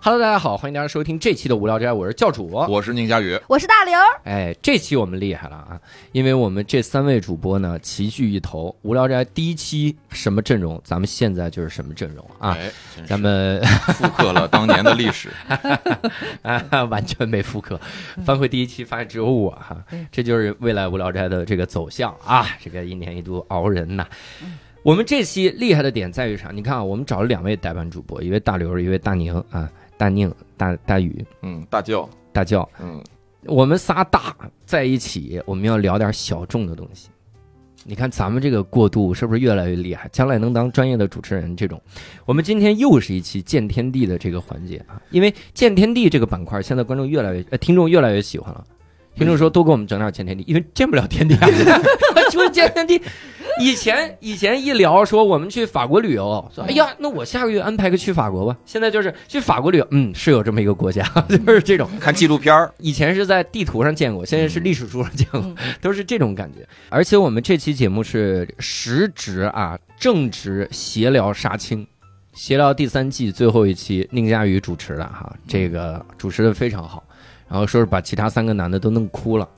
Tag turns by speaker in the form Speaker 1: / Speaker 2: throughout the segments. Speaker 1: Hello，大家好，欢迎大家收听这期的无聊斋，我是教
Speaker 2: 哦
Speaker 1: 主。
Speaker 3: 我是宁佳宇，
Speaker 4: 我是大刘儿，
Speaker 1: 哎，这期我们厉害了啊，因为我们这三位主播呢齐聚一头，无聊斋第一期什么阵容，咱们现在就是什么阵容啊。
Speaker 3: 哎，真是
Speaker 1: 咱们
Speaker 3: 复刻了当年的 历史，
Speaker 1: 啊， 完全没复刻，翻回第一期发现只有我哈，这就是未来无聊斋的这个走向啊，这个一年一度熬人呐。我们这期厉害的点在于啥？你看啊，我们找了两位代班主播，一位大刘，一位大宁啊，大宁、大大宇、
Speaker 3: 嗯，大舅，
Speaker 1: 大叫。
Speaker 3: 嗯，
Speaker 1: 我们仨大在一起，我们要聊点小众的东西。你看咱们这个过渡是不是越来越厉害？将来能当专业的主持人这种，我们今天又是一期见天地的这个环节啊，因为见天地这个板块现在观众越来越、呃、听众越来越喜欢了。听众说多给我们整点见天地，因为见不了天地啊， 就是见天地。以前以前一聊说我们去法国旅游，说哎呀，那我下个月安排个去法国吧。现在就是去法国旅游，嗯，是有这么一个国家， 就是这种。
Speaker 3: 看纪录片儿，
Speaker 1: 以前是在地图上见过，现在是历史书上见过， 都是这种感觉。而且我们这期节目是实值啊，正值闲聊杀青，闲聊第三季最后一期，宁佳宇主持的哈，这个主持的非常好，然后说是把其他三个男的都弄哭了，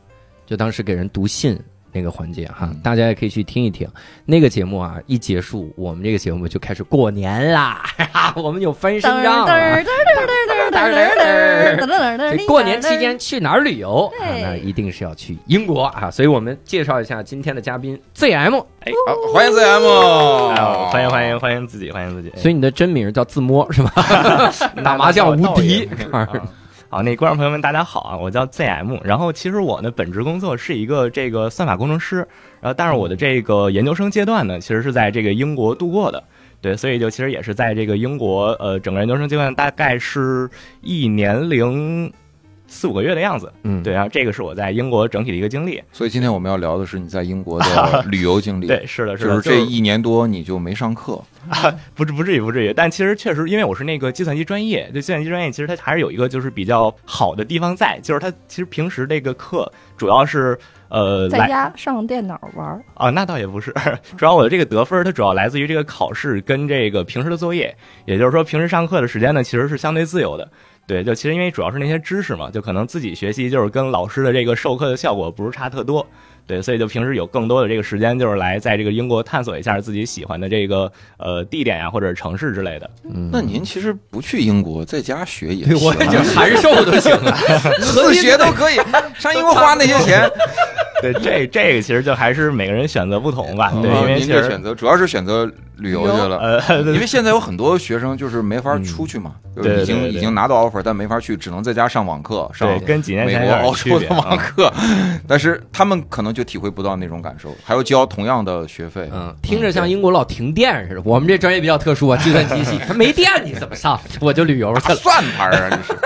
Speaker 1: 就当时给人读信。那个环节哈
Speaker 3: 嗯，
Speaker 1: 大家也可以去听一听。那个节目啊，一结束，我们这个节目就开始过年啦， 哈哈，我们有翻身
Speaker 4: 噔儿
Speaker 1: 仗啊
Speaker 4: 噔
Speaker 1: 了
Speaker 4: 儿噔儿噔儿噔儿噔儿噔儿噔儿噔儿噔儿噔儿
Speaker 1: 这过年期间去哪儿旅游啊？
Speaker 4: 对
Speaker 1: 那一定是要去英国啊！所以我们介绍一下今天的嘉宾 ZM。
Speaker 3: 好，欢迎 ZM，
Speaker 2: 哎啊欢迎欢迎欢迎自己，欢迎自己。
Speaker 1: 所以你的真名叫自摸是吧？
Speaker 2: 那
Speaker 1: 哎 打麻将无敌。
Speaker 2: 那倒也
Speaker 3: 嗯
Speaker 2: 不是啊好，那观众朋友们，大家好啊！我叫 ZM，然后其实我呢本职工作是一个这个算法工程师，然后但是我的这个研究生阶段呢，其实是在这个英国度过的，对，所以就其实也是在这个英国呃整个研究生阶段大概是一年零四五个月的样子，
Speaker 1: 嗯，
Speaker 2: 对，然后这个是我在英国整体的一个经历，
Speaker 3: 所以今天我们要聊的是你在英国的旅游经 历，
Speaker 2: 对，是的，是
Speaker 3: 就
Speaker 2: 的，
Speaker 3: 是这一年多你就没上课，
Speaker 2: 不至不至于不至于，但其实确实，因为我是那个计算机专业，就计算机专业其实它还是有一个就是比较好的地方在，就是它其实平时这个课主要是呃
Speaker 4: 在
Speaker 2: 来
Speaker 4: 家上电脑玩儿，
Speaker 2: 啊、那倒也不是， 主要我的这个得分儿它主要来自于这个考试跟这个平时的作业，也就是说平时上课的时间呢其实是相对自由的。对，就其实因为主要是那些知识嘛，就可能自己学习就是跟老师的这个授课的效果不是差特多，对，所以就平时有更多的这个时间，就是来在这个英国探索一下自己喜欢的这个呃地点呀、或者是城市之类的。
Speaker 1: 嗯
Speaker 3: 那您其实不去英国，在家学也
Speaker 1: 对我
Speaker 3: 行
Speaker 1: 这函授都行了，
Speaker 3: 自学都 可以，上英国花那些钱，
Speaker 2: 对，这这个其实就还是每个人选择不同吧。 对，因
Speaker 3: 嗯
Speaker 2: 为
Speaker 3: 您
Speaker 2: 其
Speaker 3: 这
Speaker 2: 实
Speaker 3: 选择主要是选择旅游去了。
Speaker 2: 呃，
Speaker 3: 因为现在有很多学生就是没法
Speaker 1: 嗯
Speaker 3: 出去嘛，就
Speaker 2: 对
Speaker 3: 是
Speaker 2: 对
Speaker 3: 已经
Speaker 2: 对对
Speaker 3: 已经拿到 offer，但没法去，只能在家上网课，上
Speaker 2: 对，跟几年
Speaker 3: 美
Speaker 2: 前
Speaker 3: 国、
Speaker 2: 有点
Speaker 3: 澳
Speaker 2: 区
Speaker 3: 洲
Speaker 2: 别
Speaker 3: 的网
Speaker 2: 啊。
Speaker 3: 课，但是他们可能就体会不到那种感受，还要交同样的学费。
Speaker 1: 嗯，听着像英国老停电似的。我们这专业比较特殊啊，计算机 系，它没电你怎么上？ 我就旅游去
Speaker 3: 打
Speaker 1: 了。
Speaker 3: 算盘啊，这是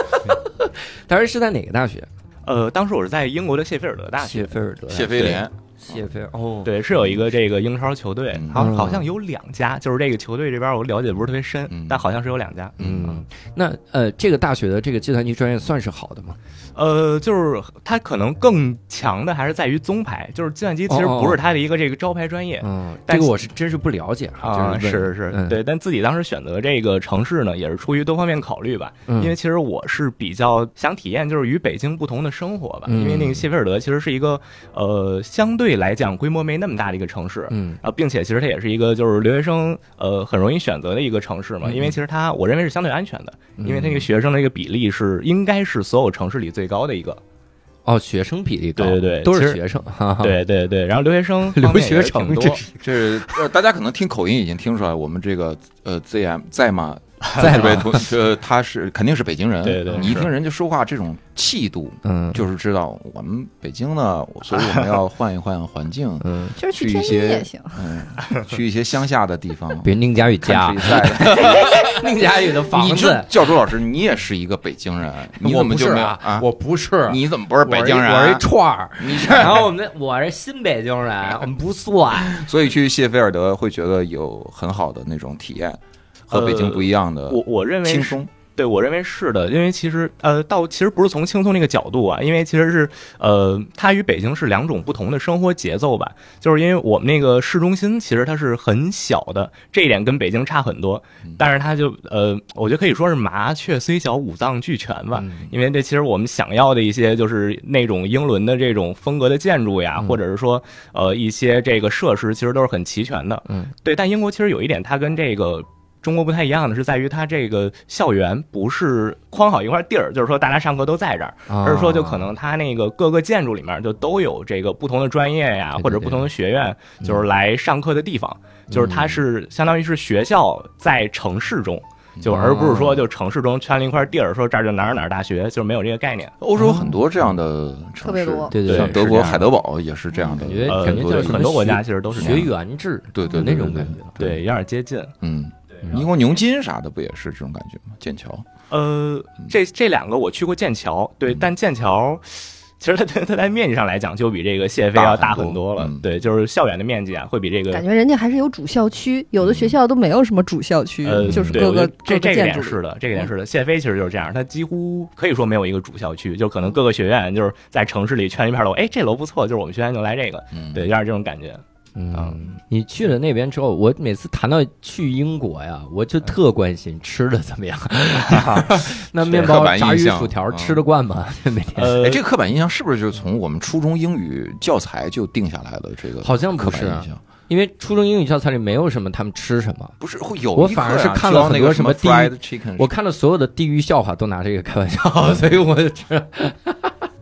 Speaker 1: 当时是在哪个大学？
Speaker 2: 呃，当时我是在英国的谢菲尔德大学，
Speaker 1: 啊菲尔德
Speaker 3: 谢菲联，
Speaker 1: 谢菲哦，
Speaker 2: 对，是有一个这个英超球队
Speaker 3: 嗯，
Speaker 2: 好像好像有两家，就是这个球队这边我了解不是特别深
Speaker 3: 嗯，
Speaker 2: 但好像是有两家。
Speaker 1: 嗯，那呃，这个大学的这个计算机专业算是好的吗？
Speaker 2: 呃，就是它可能更强的还是在于综排，就是计算机其实
Speaker 1: 哦哦哦
Speaker 2: 不是它的一个这个招牌专业。
Speaker 1: 嗯，这
Speaker 2: 哎但
Speaker 1: 个
Speaker 2: 是
Speaker 1: 我是真是不了解
Speaker 2: 啊，
Speaker 1: 就是是问
Speaker 2: 是是，
Speaker 1: 嗯
Speaker 2: 对，但自己当时选择这个城市呢，也是出于多方面考虑吧。
Speaker 1: 嗯
Speaker 2: 因为其实我是比较想体验就是与北京不同的生活吧，
Speaker 1: 嗯
Speaker 2: 因为那个谢菲尔德其实是一个呃相对来讲规模没那么大的一个城市，
Speaker 1: 嗯
Speaker 2: 啊，并且其实它也是一个就是留学生呃很容易选择的一个城市嘛，
Speaker 1: 嗯
Speaker 2: 因为其实它我认为是相对安全的，
Speaker 1: 嗯
Speaker 2: 因为那个学生的一个比例是应该是所有城市里最高的一个，
Speaker 1: 哦，学生比例高，
Speaker 2: 对对对
Speaker 1: 都
Speaker 2: 其
Speaker 1: 是
Speaker 2: 实
Speaker 1: 学生，哈哈，
Speaker 2: 对对对，然后留学生
Speaker 1: 留
Speaker 2: 方面
Speaker 1: 学
Speaker 2: 也是
Speaker 1: 生
Speaker 2: 挺多
Speaker 1: 这，是
Speaker 3: 这是呃，大家可能听口音已经听出来，我们这个呃 ZM 在吗？
Speaker 1: 在
Speaker 3: 这位
Speaker 1: 吗？
Speaker 3: 同呃，他是肯定是北京人，
Speaker 2: 对对
Speaker 3: 你一
Speaker 2: 是
Speaker 3: 听人家说话这种气度，
Speaker 1: 嗯，，
Speaker 3: 就是知道我们北京呢，所以我们要换一换环境
Speaker 1: 嗯，
Speaker 4: 就是去
Speaker 3: 去一
Speaker 4: 天津
Speaker 3: 些
Speaker 4: 也行。
Speaker 3: 嗯，去一些乡下的地方，
Speaker 1: 比如宁佳宇家
Speaker 3: 看，比赛的。
Speaker 1: 宁佳宇的房
Speaker 3: 你这
Speaker 1: 子，
Speaker 3: 教主老师，你也是一个北京人，你
Speaker 1: 我
Speaker 3: 怎么
Speaker 1: 不
Speaker 3: 就是没有
Speaker 1: 啊？我不是，
Speaker 3: 你怎么不是北京人
Speaker 1: 我
Speaker 3: 啊？
Speaker 1: 是一串儿。
Speaker 3: 你
Speaker 1: 然后我们 我是新北京人，我们不算。
Speaker 3: 所以去谢菲尔德会觉得有很好的那种体验，和北京不一样的
Speaker 2: 呃我我认为
Speaker 3: 轻
Speaker 2: 是
Speaker 3: 松。
Speaker 2: 对我认为是的，因为其实呃，到其实不是从轻松这个角度啊，因为其实是呃，它与北京是两种不同的生活节奏吧。就是因为我们那个市中心其实它是很小的，这一点跟北京差很多
Speaker 3: 嗯，
Speaker 2: 但是它就呃，我觉得可以说是麻雀虽小，五脏俱全吧。
Speaker 1: 嗯
Speaker 2: 因为这其实我们想要的一些就是那种英伦的这种风格的建筑呀，
Speaker 1: 嗯
Speaker 2: 或者是说呃一些这个设施，其实都是很齐全的。
Speaker 1: 嗯，
Speaker 2: 对。但英国其实有一点，它跟这个中国不太一样的是，在于它这个校园不是框好一块地儿，就是说大家上课都在这儿，
Speaker 1: 啊
Speaker 2: 而是说就可能它那个各个建筑里面就都有这个不同的专业呀
Speaker 1: 对，对嗯
Speaker 2: 或者不同的学院，就是来上课的地方，就是它是相当于是学校在城市中。就
Speaker 1: 嗯
Speaker 2: 而不是说就城市中圈了一块地儿，说这儿就哪儿哪儿大学，就是没有这个概念。
Speaker 3: 欧洲很多这样的城市，
Speaker 4: 特别多
Speaker 1: 对对
Speaker 3: 像
Speaker 1: 对，
Speaker 3: 德
Speaker 1: 是这
Speaker 3: 国
Speaker 1: 样嗯
Speaker 3: 海德堡也是这样的，
Speaker 1: 感觉
Speaker 2: 呃，
Speaker 1: 感觉
Speaker 3: 多
Speaker 1: 叫
Speaker 3: 的
Speaker 1: 什么
Speaker 2: 很多国家其实都是这
Speaker 1: 学
Speaker 2: 样的
Speaker 1: 员制，
Speaker 3: 对对
Speaker 1: 有那
Speaker 3: 对
Speaker 1: 种
Speaker 3: 对
Speaker 1: 感觉了。
Speaker 2: 对，有点接近。
Speaker 3: 嗯，
Speaker 2: 然后
Speaker 3: 英国牛津啥的不也是这种感觉吗？剑桥，
Speaker 2: 呃，这这两个我去过剑桥，对，
Speaker 3: 嗯
Speaker 2: 但剑桥其实它它它在面积上来讲，就比这个谢菲要
Speaker 3: 大
Speaker 2: 大
Speaker 3: 很
Speaker 2: 很多
Speaker 3: 多
Speaker 2: 了
Speaker 3: 嗯。
Speaker 2: 对，就是校园的面积啊，会比这
Speaker 4: 感
Speaker 2: 个
Speaker 4: 觉人家还是有主校区，有的学校都没有什么主校区
Speaker 3: 嗯
Speaker 2: 呃，，
Speaker 4: 就是
Speaker 2: 对
Speaker 4: 各
Speaker 2: 我觉得
Speaker 4: 个
Speaker 2: 这
Speaker 4: 各
Speaker 2: 这
Speaker 4: 个
Speaker 2: 个
Speaker 4: 建
Speaker 2: 点
Speaker 4: 筑嗯
Speaker 2: 是
Speaker 4: 里。
Speaker 2: 的，这个点是的。谢菲其实就是这样，它几乎可以说没有一个主校区，就可
Speaker 4: 嗯
Speaker 2: 能各个学院就是在城市里圈一片楼，哎，这楼不错，就是我们学院就来这个，
Speaker 3: 嗯，
Speaker 2: 对，有，点这种感觉。
Speaker 1: 嗯，你去了那边之后，我每次谈到去英国呀，我
Speaker 3: 嗯
Speaker 1: 就特关心吃的怎么 样。 那面包
Speaker 3: 刻、板印
Speaker 1: 炸鱼、
Speaker 3: 象
Speaker 1: 薯条
Speaker 3: 嗯
Speaker 1: 吃得惯吗？ 每天
Speaker 2: 呃
Speaker 3: 哎，，这个刻板印象是不是就是从我们初中英语教材就定下来的？这个
Speaker 1: 好像
Speaker 3: 刻
Speaker 1: 不
Speaker 3: 板
Speaker 1: 是啊
Speaker 3: 印，象
Speaker 1: 因为初中英语教材里没有什么他们吃什么。
Speaker 3: 不是会有一
Speaker 1: 我反而是
Speaker 3: 课呀
Speaker 1: 看了
Speaker 3: 教那
Speaker 1: 很多
Speaker 3: 个
Speaker 1: 什
Speaker 3: 么
Speaker 1: 么地
Speaker 3: fried chicken，
Speaker 1: 我看到所有的地狱笑话都拿这个开玩笑，所以我吃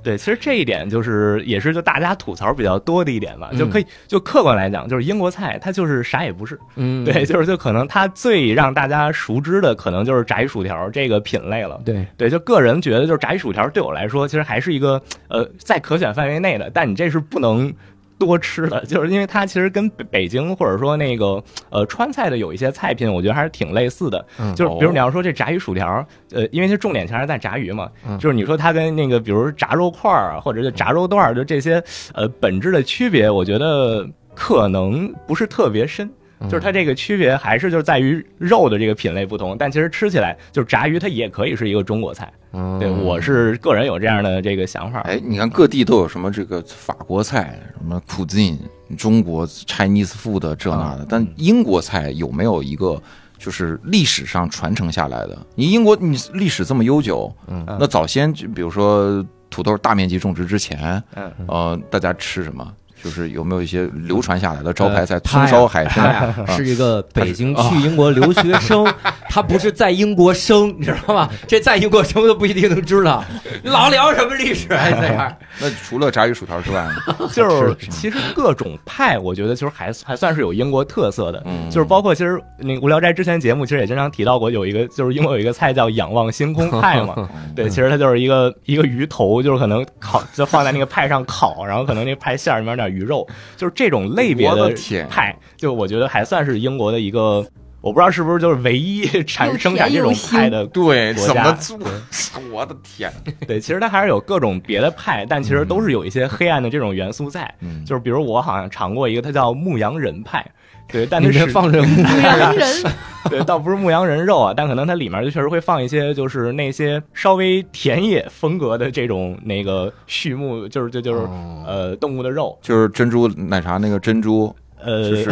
Speaker 2: 对，其实这一点就是也是就大家吐槽比较多的一点吧，
Speaker 1: 嗯
Speaker 2: 就可以就客观来讲，就是英国菜它就是啥也不是，
Speaker 1: 嗯
Speaker 2: 对，就是就可能它最让大家熟知的可能就是炸鱼薯条这个品类了。
Speaker 1: 对
Speaker 2: 对，就个人觉得，就是炸鱼薯条对我来说，其实还是一个呃在可选范围内的，但你这是不能多吃的，就是因为它其实跟北北京或者说那个呃川菜的有一些菜品，我觉得还是挺类似的。
Speaker 1: 嗯
Speaker 2: 就是比如你要说这炸鱼薯条，呃，因为它重点全是在炸鱼嘛，
Speaker 1: 嗯
Speaker 2: 就是你说它跟那个比如炸肉块儿啊，或者是炸肉段儿，就这些呃本质的区别，我觉得可能不是特别深。
Speaker 3: 嗯
Speaker 2: 就是它这个区别还是就是在于肉的这个品类不同，但其实吃起来就是炸鱼，它也可以是一个中国菜。
Speaker 1: 嗯
Speaker 2: 对，我是个人有这样的这个想法。
Speaker 3: 哎，你看各地都有什么这个法国菜，什么苦尽中国 Chinese food 这那
Speaker 2: 啊
Speaker 3: 的，
Speaker 2: 嗯
Speaker 3: 但英国菜有没有一个就是历史上传承下来的？你英国你历史这么悠久，
Speaker 1: 嗯
Speaker 3: 那早先就比如说土豆大面积种植之前，
Speaker 2: 嗯，
Speaker 3: 呃，大家吃什么？就是有没有一些流传下来的
Speaker 2: 呃
Speaker 3: 招牌菜？葱
Speaker 1: 他呀
Speaker 3: 烧海
Speaker 1: 他
Speaker 3: 参，啊
Speaker 1: 呀是一个北京去英国留学生，他不是在英国生，你知道吗？这在英国生都不一定能知道，老聊什么历史还这样。
Speaker 3: 那除了炸鱼薯条之外呢，
Speaker 2: 就是其实各种派，我觉得其实还还算是有英国特色的。
Speaker 3: 嗯
Speaker 2: 就是包括其实那个无聊斋之前节目其实也经常提到过，有一个就是英国有一个菜叫仰望星空派 嘛，
Speaker 3: 嗯
Speaker 2: 对，其实它就是一个一个鱼头，就是可能烤就放在那个派上烤，然后可能那派馅儿里面有点鱼肉，就是这种类别
Speaker 3: 我
Speaker 2: 的
Speaker 3: 的天
Speaker 2: 派，就我觉得还算是英国的一个，我不知道是不是就是唯一 产
Speaker 4: 又
Speaker 2: 生产这
Speaker 4: 甜又
Speaker 2: 种
Speaker 4: 腥
Speaker 2: 派的
Speaker 3: 对，
Speaker 2: 国
Speaker 3: 怎
Speaker 2: 家
Speaker 3: 么做？ 我的天！
Speaker 2: 对，其实它还是有各种别的派，但其实都是有一些黑暗的这种元素在。
Speaker 3: 嗯
Speaker 2: 就是比如我好像尝过一个，它叫牧羊人派，对，但
Speaker 1: 你
Speaker 2: 它
Speaker 1: 这
Speaker 2: 是
Speaker 1: 放着牧
Speaker 4: 洋人
Speaker 2: 对，倒不是牧羊人肉啊，但可能它里面就确实会放一些，就是那些稍微田野风格的这种那个畜牧，就是就就是、
Speaker 3: 哦
Speaker 2: 呃动物的肉，
Speaker 3: 就是珍珠奶茶那个珍珠，
Speaker 2: 呃，
Speaker 3: 就是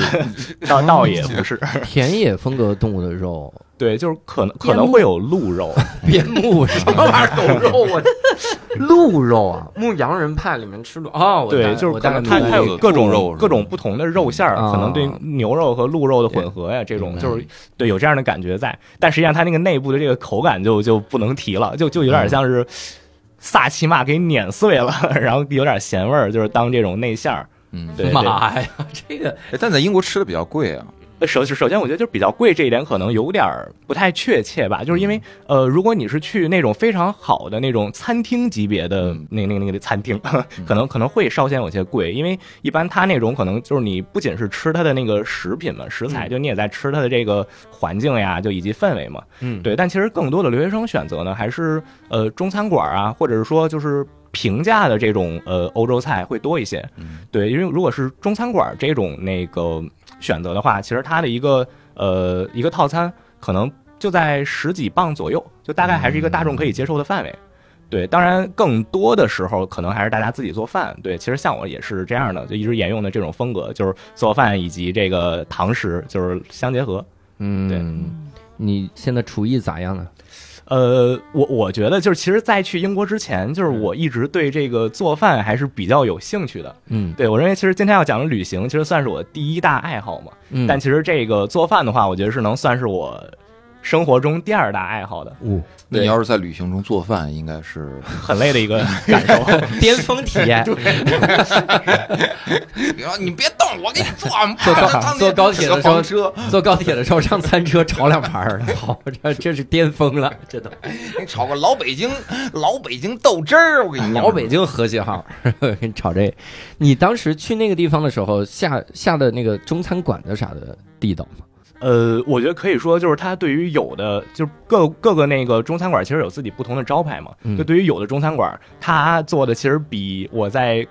Speaker 2: 倒 倒也不是，
Speaker 1: 田野风格动物的肉，
Speaker 2: 对，就是可能可能会有鹿肉，
Speaker 1: 边牧什么玩意儿？狗肉我鹿肉啊，牧羊人派里面吃鹿哦，我大概
Speaker 2: 对，就是
Speaker 1: 我
Speaker 2: 可
Speaker 1: 大概
Speaker 2: 能它
Speaker 1: 明白
Speaker 2: 它
Speaker 3: 明白
Speaker 2: 有各种
Speaker 3: 鹿肉是吧
Speaker 2: 各种不同的肉馅儿，
Speaker 1: 嗯
Speaker 2: 可能对牛肉和鹿肉的混合呀，这种就是对有这样的感觉在，但实际上它那个内部的这个口感就就不能提了，就就
Speaker 1: 嗯
Speaker 2: 有点像是萨其马给碾碎了， 然后有点咸味儿，就是当这种内馅儿。
Speaker 3: 嗯，
Speaker 2: 对对，
Speaker 1: 妈呀，这个
Speaker 3: 哎但在英国吃的比较贵啊，
Speaker 2: 首首先我觉得就比较贵这一点可能有点儿不太确切吧，就是因为呃，如果你是去那种非常好的那种餐厅级别的
Speaker 3: 嗯
Speaker 2: 那那那个餐厅，可能可能会稍显有些贵，因为一般它那种可能就是你不仅是吃它的那个食品嘛，食材，就你也在吃它的这个环境呀，就以及氛围嘛，
Speaker 1: 嗯
Speaker 2: 对。但其实更多的留学生选择呢，还是呃中餐馆啊，或者是说就是。平价的这种呃欧洲菜会多一些，对，因为如果是中餐馆这种那个选择的话，其实它的一个呃一个套餐可能就在十几磅左右，就大概还是一个大众可以接受的范围。对，当然更多的时候可能还是大家自己做饭。对，其实像我也是这样的，就一直沿用的这种风格，就是做饭以及这个堂食就是相结合。
Speaker 1: 嗯，你现在厨艺咋样呢？
Speaker 2: 呃，我我觉得就是，其实，在去英国之前，就是
Speaker 1: 嗯
Speaker 2: 我一直对这个做饭还是比较有兴趣的。
Speaker 1: 嗯
Speaker 2: 对我认为，其实今天要讲的旅行，其实算是我第一大爱好嘛。
Speaker 1: 嗯
Speaker 2: 但其实这个做饭的话，我觉得是能算是我生活中第二大爱好的，
Speaker 1: 五
Speaker 3: 那
Speaker 2: 对
Speaker 3: 你要是在旅行中做饭，应该是
Speaker 2: 很累 的一个感受。
Speaker 1: 巅峰体 验，
Speaker 3: 你别动，我给你做。啊
Speaker 1: 坐高坐高铁的时候
Speaker 3: 房车，
Speaker 1: 坐高铁的时候上餐车炒两盘儿， 操，这这是巅峰了，这都
Speaker 3: 你炒个老北京老北京豆汁儿，我给你
Speaker 1: 老北京和谐号， 给你炒这。你当时去那个地方的时候，下下的那个中餐馆子啥的地道吗？
Speaker 2: 呃，我觉得可以说，就是它对于有的，就是各各个那个中餐馆，其实有自己不同的招牌嘛。
Speaker 1: 嗯
Speaker 2: 就对于有的中餐馆，它做的其实比我在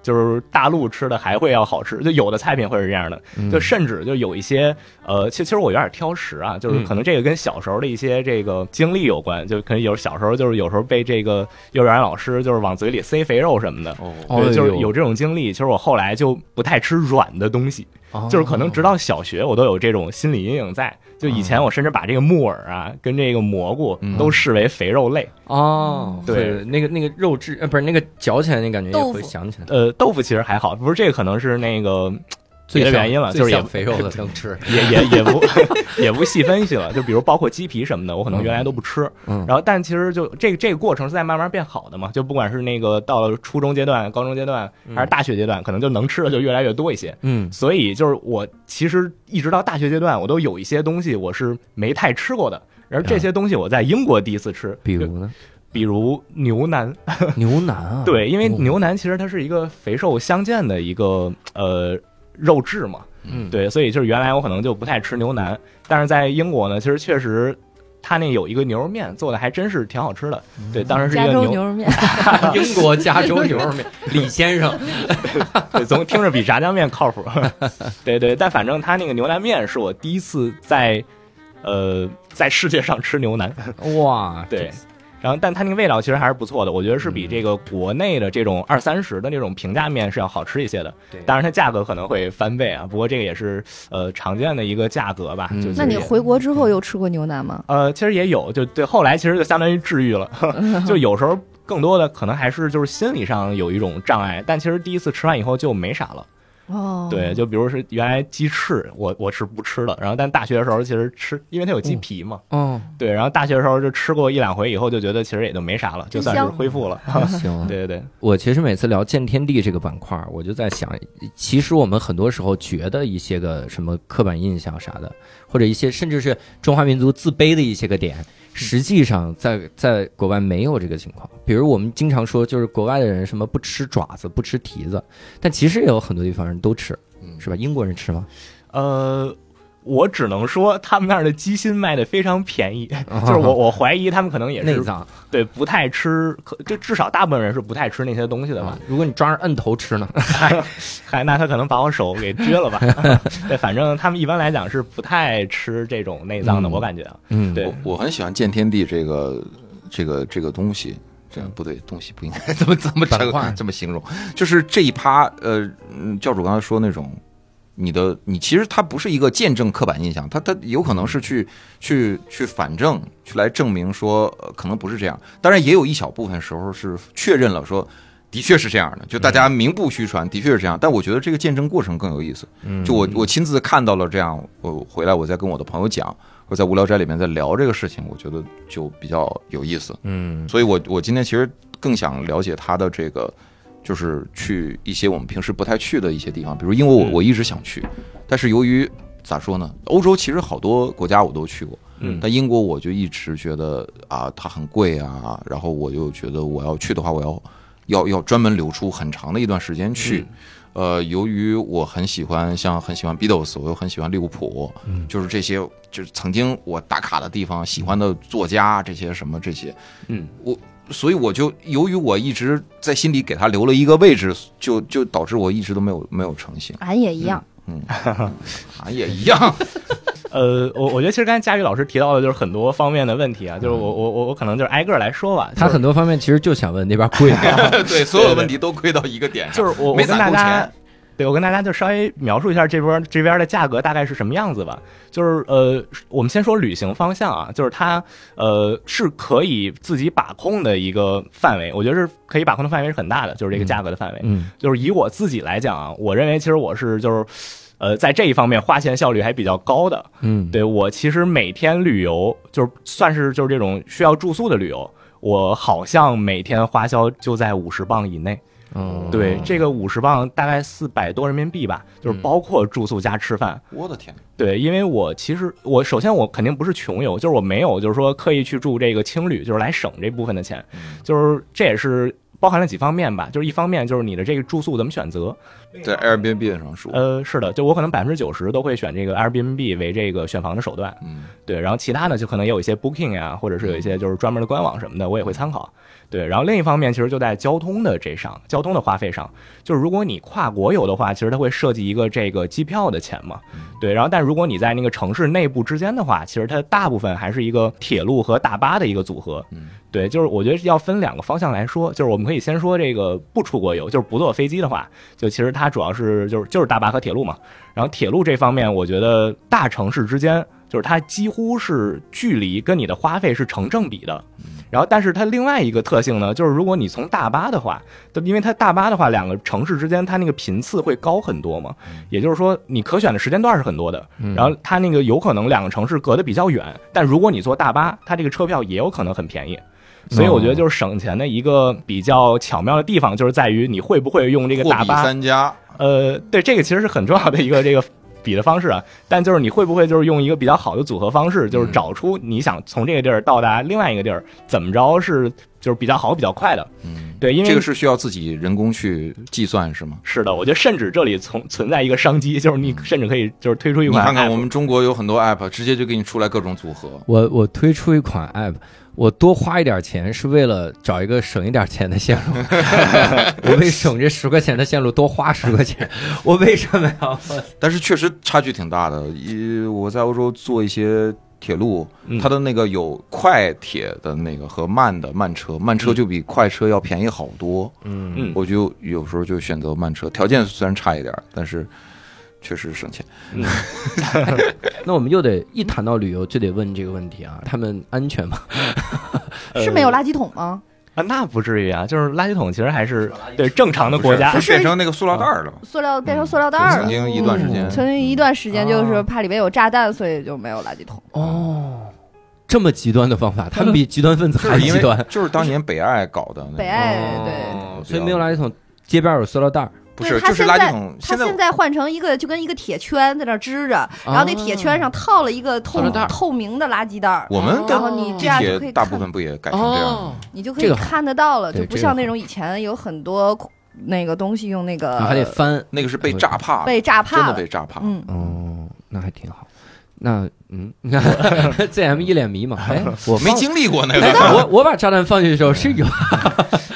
Speaker 2: 就是大陆吃的还会要好吃。就有的菜品会是这样的，
Speaker 1: 嗯
Speaker 2: 就甚至就有一些呃，其其实我有点挑食啊，就是
Speaker 1: 嗯
Speaker 2: 可能这个跟小时候的一些这个经历有关，就可能有小时候就是有时候被这个幼儿园老师就是往嘴里塞肥肉什么的。
Speaker 3: 哦，
Speaker 1: 哦
Speaker 2: 对，就是
Speaker 1: 呦
Speaker 2: 有这种经历。其实我后来就不太吃软的东西，
Speaker 1: 哦
Speaker 2: 就是可能直到小学我都有这种心理阴影在。就以前我甚至把这个木耳啊跟这个蘑菇
Speaker 3: 嗯
Speaker 2: 都视为肥肉类。
Speaker 1: 哦，
Speaker 2: 对
Speaker 1: 会，那个那个肉质，呃，不是那个嚼起来那感觉也
Speaker 4: 豆
Speaker 1: 会
Speaker 4: 腐
Speaker 1: 想起来，
Speaker 2: 呃，豆腐其实还好，不是这个可能是那个别的
Speaker 1: 像
Speaker 2: 原因了，
Speaker 1: 最
Speaker 2: 就是也
Speaker 1: 像肥肉的能吃，
Speaker 2: 也也也不也不细分析了。就比如包括鸡皮什么的，我可能原来都不吃。
Speaker 1: 嗯
Speaker 2: 然后，但其实就这个这个过程是在慢慢变好的嘛。就不管是那个到了初中阶段、高中阶段，还是大学阶段，可能就能吃的就越来越多一些。
Speaker 1: 嗯
Speaker 2: 所以就是我其实一直到大学阶段，我都有一些东西我是没太吃过的。然后这些东西我在英国第一次吃，
Speaker 1: 啊比
Speaker 2: 就
Speaker 1: 如呢，
Speaker 2: 比如牛腩，
Speaker 1: 牛腩啊，
Speaker 2: 对，因为
Speaker 1: 哦
Speaker 2: 牛腩其实它是一个肥瘦相间的一个呃肉质嘛，
Speaker 1: 嗯，
Speaker 2: 对，所以就是原来我可能就不太吃牛腩，但是在英国呢，其实确实。它那有一个牛肉面做的还真是挺好吃的，对，当然是一
Speaker 4: 加
Speaker 2: 个
Speaker 4: 州
Speaker 2: 牛
Speaker 4: 牛肉面，
Speaker 1: 英国加州牛肉面， 李先生，
Speaker 2: 对，总听着比炸酱面靠谱。 对对，但反正他那个牛腩面是我第一次在，呃，在世界上吃牛腩。
Speaker 1: 哇，
Speaker 2: 对，然后但他那个味道其实还是不错的，我觉得是比这个国内的这种二三十的那种平价面是要好吃一些的。
Speaker 1: 对
Speaker 2: 当然它价格可能会翻倍啊，不过这个也是呃常见的一个价格吧。
Speaker 1: 嗯
Speaker 2: 就
Speaker 4: 那你
Speaker 2: 会。
Speaker 4: 回国之后又吃过牛腩吗？
Speaker 2: 呃，其实也有，就对，后来其实就相当于治愈 了，就有时候更多的可能还是就是心理上有一种障碍，但其实第一次吃完以后就没啥了。
Speaker 4: 哦，
Speaker 2: 对，，就比如是原来鸡翅，我我是不吃的，然后但大学的时候其实吃，因为它有鸡皮嘛，
Speaker 1: 哦，
Speaker 2: 对，然后大学的时候就吃过一两回以后就觉得其实也就没啥了，就
Speaker 4: 真
Speaker 2: 算是
Speaker 4: 香
Speaker 2: 恢复 了。
Speaker 1: 行，
Speaker 2: 对对对，
Speaker 1: 我其实每次聊见天地这个板块儿，我就在想，其实我们很多时候觉得一些个什么刻板印象啥的，或者一些甚至是中华民族自卑的一些个点，实际上在在国外没有这个情况。比如我们经常说，就是国外的人什么不吃爪子、不吃蹄子，但其实也有很多地方人都吃，
Speaker 2: 嗯
Speaker 1: 是吧？英国人吃吗？
Speaker 2: 呃。我只能说，他们那儿的鸡心卖的非常便宜，就是 我我怀疑他们可能也
Speaker 1: 内
Speaker 2: 是
Speaker 1: 脏
Speaker 2: 对不太吃，可就至少大部分人是不太吃那些东西的吧
Speaker 1: 啊。，如果你抓着摁头吃呢？
Speaker 2: 还那他可能把我手给撅 了吧？对，反正他们一般来讲是不太吃这种内脏的，
Speaker 1: 嗯
Speaker 2: 我感觉啊。
Speaker 1: 嗯，
Speaker 2: 对
Speaker 3: 我我很喜欢见天地这个这个这个东西。这样不对，东西不应该 怎么怎么这
Speaker 1: 板块
Speaker 3: 么这么形容，就是这一趴，呃，嗯教主刚才说那种，你的你其实它不是一个见证刻板印象，它它有可能是去去去反证，去来证明说、呃可能不是这样，当然也有一小部分时候是确认了说。的确是这样的，就大
Speaker 1: 嗯
Speaker 3: 家名不虚传，的确是这样。但我觉得这个见证过程更有意思。
Speaker 2: 嗯
Speaker 3: 就我我亲自看到了这样，我回来我再跟我的朋友讲，或者在无聊斋里面在聊这个事情，我觉得就比较有意思。
Speaker 1: 嗯
Speaker 3: 所以我我今天其实更想了解他的这个，就是去一些我们平时不太去的一些地方，比如因为我
Speaker 2: 嗯
Speaker 3: 我一直想去，但是由于咋说呢，欧洲其实好多国家我都去过，
Speaker 2: 嗯
Speaker 3: 但英国我就一直觉得啊，它很贵啊，然后我就觉得我要去的话，我要要要专门留出很长的一段时间去。呃，由于我很喜欢，像很喜欢 Beatles，我又很喜欢利物浦，就是这些，就是曾经我打卡的地方，喜欢的作家，这些什么这些，
Speaker 2: 嗯，
Speaker 3: 我所以我就由于我一直在心里给他留了一个位置，就就导致我一直都没有没有成型
Speaker 4: 俺也一样，
Speaker 3: 啊，也一样，
Speaker 2: 呃，我我觉得其实刚才佳宇老师提到的就是很多方面的问题啊，就是我我我我可能就是挨个儿来说吧。
Speaker 1: 嗯他
Speaker 2: 就是
Speaker 1: 很多方面其实就想问那边贵吗，
Speaker 3: 对，所有的问题都归到一个点上，
Speaker 2: 就是我我
Speaker 3: 没
Speaker 2: 跟
Speaker 3: 攒
Speaker 2: 大
Speaker 3: 够
Speaker 2: 家
Speaker 3: 钱。，
Speaker 2: 对我跟大家就稍微描述一下这边这边的价格大概是什么样子吧。就是呃，我们先说旅行方向啊，就是它呃是可以自己把控的一个范围，我觉得是可以把控的范围是很大的，就是这个
Speaker 1: 嗯
Speaker 2: 价格的范围。
Speaker 1: 嗯
Speaker 2: 就是以我自己来讲啊，我认为其实我是就是。呃，在这一方面花钱效率还比较高的，
Speaker 1: 嗯，
Speaker 2: 对我其实每天旅游，就是算是就是这种需要住宿的旅游，我好像每天花销就在五十磅以内。
Speaker 1: 嗯，
Speaker 2: 对，这个五十磅大概四百多人民币吧，就是
Speaker 1: 嗯
Speaker 2: 包括住宿加吃饭。
Speaker 3: 我的天，
Speaker 2: 对，因为我其实我首先我肯定不是穷游，就是我没有就是说刻意去住这个青旅，就是来省这部分的钱，
Speaker 1: 嗯
Speaker 2: 就是这也是包含了几方面吧，就是一方面就是你的这个住宿怎么选择，
Speaker 3: 在 Airbnb 上说，
Speaker 2: 呃，是的，就我可能百分之九十都会选这个 Airbnb 为这个选房的手段，
Speaker 3: 嗯，
Speaker 2: 对，然后其他呢，就可能也有一些 Booking 啊，或者是有一些就是专门的官网什么的，我也会参考。对，然后另一方面，其实就在交通的这上，交通的花费上，就是如果你跨国游的话，其实它会设计一个这个机票的钱嘛，对。然后，但如果你在那个城市内部之间的话，其实它大部分还是一个铁路和大巴的一个组合
Speaker 3: 嗯，
Speaker 2: 对。就是我觉得要分两个方向来说，就是我们可以先说这个不出国游，就是不坐飞机的话，就其实它主要是就是就是大巴和铁路嘛。然后铁路这方面，我觉得大城市之间，就是它几乎是距离跟你的花费是成正比的。然后，但是它另外一个特性呢，就是如果你从大巴的话，就因为它大巴的话，两个城市之间它那个频次会高很多嘛，也就是说你可选的时间段是很多的。然后它那个有可能两个城市隔得比较远，但如果你坐大巴，它这个车票也有可能很便宜。所以我觉得就是省钱的一个比较巧妙的地方，就是在于你会不会用这个
Speaker 3: 货
Speaker 2: 大
Speaker 3: 比
Speaker 2: 巴
Speaker 3: 三家，
Speaker 2: 呃，对，这个其实是很重要的一个这个比的方式啊。但就是你会不会就是用一个比较好的组合方式，
Speaker 3: 嗯
Speaker 2: 就是找出你想从这个地儿到达另外一个地儿，怎么着是就是比较好、比较快的。
Speaker 3: 嗯，
Speaker 2: 对，因为
Speaker 3: 这个是需要自己人工去计算是吗？
Speaker 2: 是的，我觉得甚至这里存存在一个商机，就是你甚至可以就是推出一
Speaker 3: 嗯你
Speaker 2: 款 app，
Speaker 3: 看看我们中国有很多 app，直接就给你出来各种组合，
Speaker 1: 我我推出一款 app，我多花一点钱是为了找一个省一点钱的线路， 我为省这十块钱的线路多花十块钱，我为什么要？
Speaker 3: 但是确实差距挺大的。一我在欧洲做一些铁路，
Speaker 2: 嗯
Speaker 3: 它的那个有快铁的那个和慢的慢车，慢车就比快车要便宜好多。
Speaker 1: 嗯
Speaker 2: 嗯
Speaker 3: 我就有时候就选择慢车，条件虽然差一点儿，但是确实省钱。
Speaker 1: 那我们又得一谈到旅游就得问这个问题啊，他们安全吗？
Speaker 4: 是没有垃圾桶吗？
Speaker 2: 啊，那不至于啊，就是垃圾桶其实还是对正常的国家
Speaker 3: 不。是变成那个塑料袋儿了吗？
Speaker 4: 塑啊料变成塑料袋儿
Speaker 3: 曾
Speaker 4: 了。嗯
Speaker 3: 经一段时间，
Speaker 4: 曾经一段时间就是怕里面有炸弹，所以就没有垃圾桶。
Speaker 1: 哦， 这么极端的方法，他们比极端分子
Speaker 3: 就
Speaker 1: 还
Speaker 3: 是因
Speaker 1: 极端
Speaker 3: 为，就是当年北爱搞的那个
Speaker 4: 北爱对，
Speaker 3: 哦
Speaker 1: 所以没有垃圾桶，街边有塑料袋儿，
Speaker 3: 不是
Speaker 4: 对它
Speaker 3: 就是
Speaker 4: 现在
Speaker 3: 垃圾桶。
Speaker 4: 它现
Speaker 3: 在
Speaker 4: 在换成一个就跟一个铁圈在那儿支着，然后那铁圈上套了一个透
Speaker 1: 塑料袋儿
Speaker 4: 透明的垃圾袋儿，
Speaker 3: 我们
Speaker 4: 然
Speaker 3: 的
Speaker 4: 后你这
Speaker 3: 地
Speaker 4: 样就可
Speaker 3: 铁
Speaker 4: 以
Speaker 3: 大
Speaker 4: 看
Speaker 3: 部分不也改成这样吗
Speaker 1: 哦？，
Speaker 4: 你就可
Speaker 1: 这
Speaker 4: 以
Speaker 1: 个好
Speaker 4: 看得到了，
Speaker 1: 对
Speaker 4: 就不
Speaker 1: 这个
Speaker 4: 像
Speaker 1: 好
Speaker 4: 那种以前有很多那个东西用那个
Speaker 1: 然后还得翻，
Speaker 3: 那个是被炸怕的，
Speaker 4: 被炸
Speaker 3: 真
Speaker 4: 怕
Speaker 3: 的
Speaker 4: 了
Speaker 3: 被，炸怕。
Speaker 4: 嗯，
Speaker 1: 哦，那还挺好。那 嗯，你看，ZM 一脸迷茫。哎， 我
Speaker 3: 我没
Speaker 1: 放
Speaker 3: 经历过那
Speaker 1: 哎
Speaker 3: 个，
Speaker 1: 但我我把炸弹放进去的时候是 有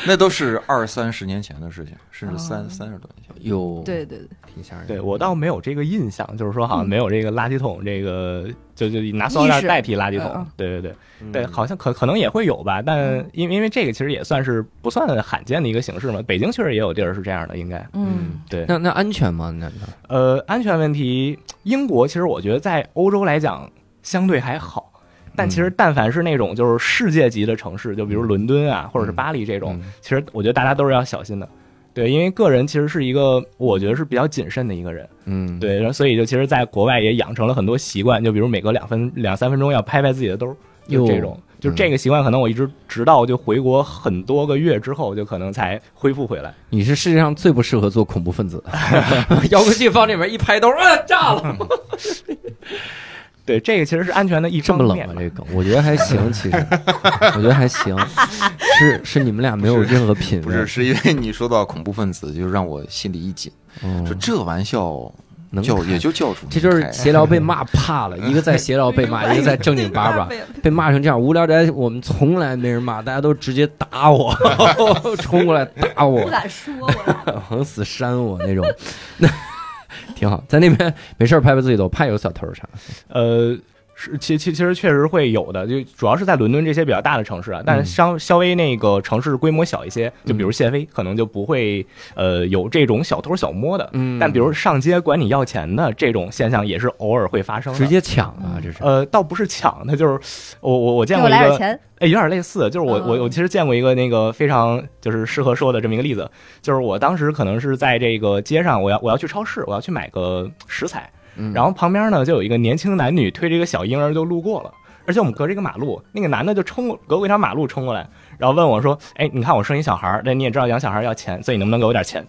Speaker 3: 那都是二三十年前的事情，甚至三三十多年前。
Speaker 1: 有，
Speaker 4: 对对对，
Speaker 1: 挺吓人。
Speaker 2: 对我倒没有这个印象，就是说好
Speaker 3: 嗯
Speaker 2: 像没有这个垃圾桶，这个就就拿塑料
Speaker 4: 意
Speaker 2: 袋
Speaker 4: 识
Speaker 2: 代替垃圾
Speaker 4: 嗯
Speaker 2: 桶
Speaker 4: 嗯。
Speaker 2: 对对对，对，好像可可能也会有吧，但因为因为这个其实也算是不算罕见的一个形式嘛。北京确实也有地儿是这样的，应该
Speaker 4: 嗯，
Speaker 2: 对。
Speaker 1: 那那安全吗？那那
Speaker 2: 呃，安全问题，英国其实我觉得在欧洲来讲相对还好，但其实但凡是那种就是世界级的城市，就比如伦敦啊，或者是巴黎这种，其实我觉得大家都是要小心的。对，因为个人其实是一个，我觉得是比较谨慎的一个人。
Speaker 1: 嗯，
Speaker 2: 对，然后所以就其实，在国外也养成了很多习惯，就比如每隔两分两三分钟要拍拍自己的兜儿，就
Speaker 1: 哟
Speaker 2: 这种，就
Speaker 1: 嗯
Speaker 2: 这个习惯，可能我一直直到就回国很多个月之后，就可能才恢复回来。
Speaker 1: 你是世界上最不适合做恐怖分子的， 遥控器放里面一拍兜，啊，炸了！
Speaker 2: 对，这个其实是安全的一
Speaker 1: 这
Speaker 2: 方
Speaker 1: 么冷啊
Speaker 2: 面
Speaker 1: 吗？
Speaker 2: 吧。
Speaker 1: 这个梗，我觉得还行，其实我觉得还行，是是你们俩没有任何品味，
Speaker 3: 不是，是因为你说到恐怖分子，就让我心里一紧。
Speaker 1: 嗯
Speaker 3: 说这玩笑
Speaker 1: 能
Speaker 3: 教
Speaker 1: 开
Speaker 3: 也就教主能
Speaker 1: 这
Speaker 3: 开，
Speaker 1: 就是闲聊被骂怕了，一个在闲聊被骂，一个在正经八卦。 被骂成这样，无聊斋我们从来没人骂，大家都直接打我， 冲过来打我
Speaker 4: 不，敢说我。
Speaker 1: 往死扇我那种，那。 挺好，在那边没事儿拍拍自己头，怕有小偷啥。
Speaker 2: 呃，是其其其实确实会有的，就主要是在伦敦这些比较大的城市啊，
Speaker 1: 嗯
Speaker 2: 但是稍稍微那个城市规模小一些，就比如谢菲，可能就不会呃有这种小偷小摸的。
Speaker 1: 嗯
Speaker 2: 但比如上街管你要钱的这种现象，也是偶尔会发生的。
Speaker 1: 直接抢啊，这是。
Speaker 2: 呃，倒不是抢，他就是我我我
Speaker 4: 给
Speaker 2: 见
Speaker 4: 我
Speaker 2: 过一
Speaker 4: 来点
Speaker 2: 个，
Speaker 4: 钱，嗯
Speaker 2: 哎，有点类似，就是我我我其实见过一个那个非常就是适合说的这么一个例子，就是我当时可能是在这个街上，我要我要去超市，我要去买个食材，
Speaker 1: 嗯
Speaker 2: 然后旁边呢就有一个年轻男女推着一个小婴儿就路过了。而且我们隔着一个马路，那个男的就冲过隔过一条马路冲过来，然后问我说：“哎，你看我生一小孩儿，那你也知道养小孩儿要钱，所以你能不能给我点钱？”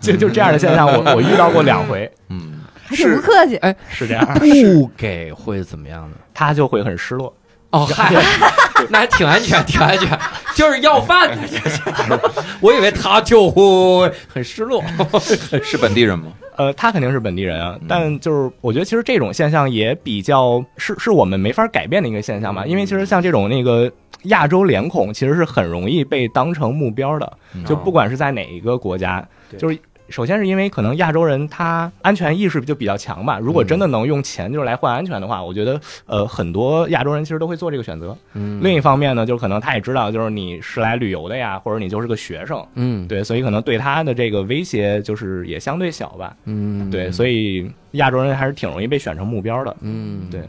Speaker 2: 就就这样的现象，我我遇到过两回，
Speaker 3: 嗯，
Speaker 4: 还挺不客气
Speaker 1: 哎。
Speaker 2: 是这样，
Speaker 1: 不给会怎么样呢？
Speaker 2: 他就会很失落。
Speaker 1: 哦， 嗨， 那还挺安全，挺安全，就是 要饭的。我以为他就会很失落。
Speaker 2: 哦
Speaker 3: 是本地人吗？
Speaker 2: 呃，他肯定是本地人啊
Speaker 3: 嗯，
Speaker 2: 但就是我觉得其实这种现象也比较是是我们没法改变的一个现象
Speaker 1: 嗯
Speaker 2: 吧，因为其实像这种那个亚洲脸孔，其实是很容易被当成目标的，就不管是在哪一个国家，
Speaker 1: 哦对
Speaker 2: 就是。首先是因为可能亚洲人他安全意识就比较强吧，如果真的能用钱就是来换安全的话，我觉得呃很多亚洲人其实都会做这个选择。
Speaker 1: 嗯
Speaker 2: 另一方面呢，就是可能他也知道，就是你是来旅游的呀，或者你就是个学生，
Speaker 1: 嗯
Speaker 2: 对，所以可能对他的这个威胁就是也相对小吧。
Speaker 1: 嗯
Speaker 2: 对，所
Speaker 1: 以
Speaker 2: 以亚洲人还是挺容易被选成目标的。
Speaker 1: 嗯
Speaker 2: 对，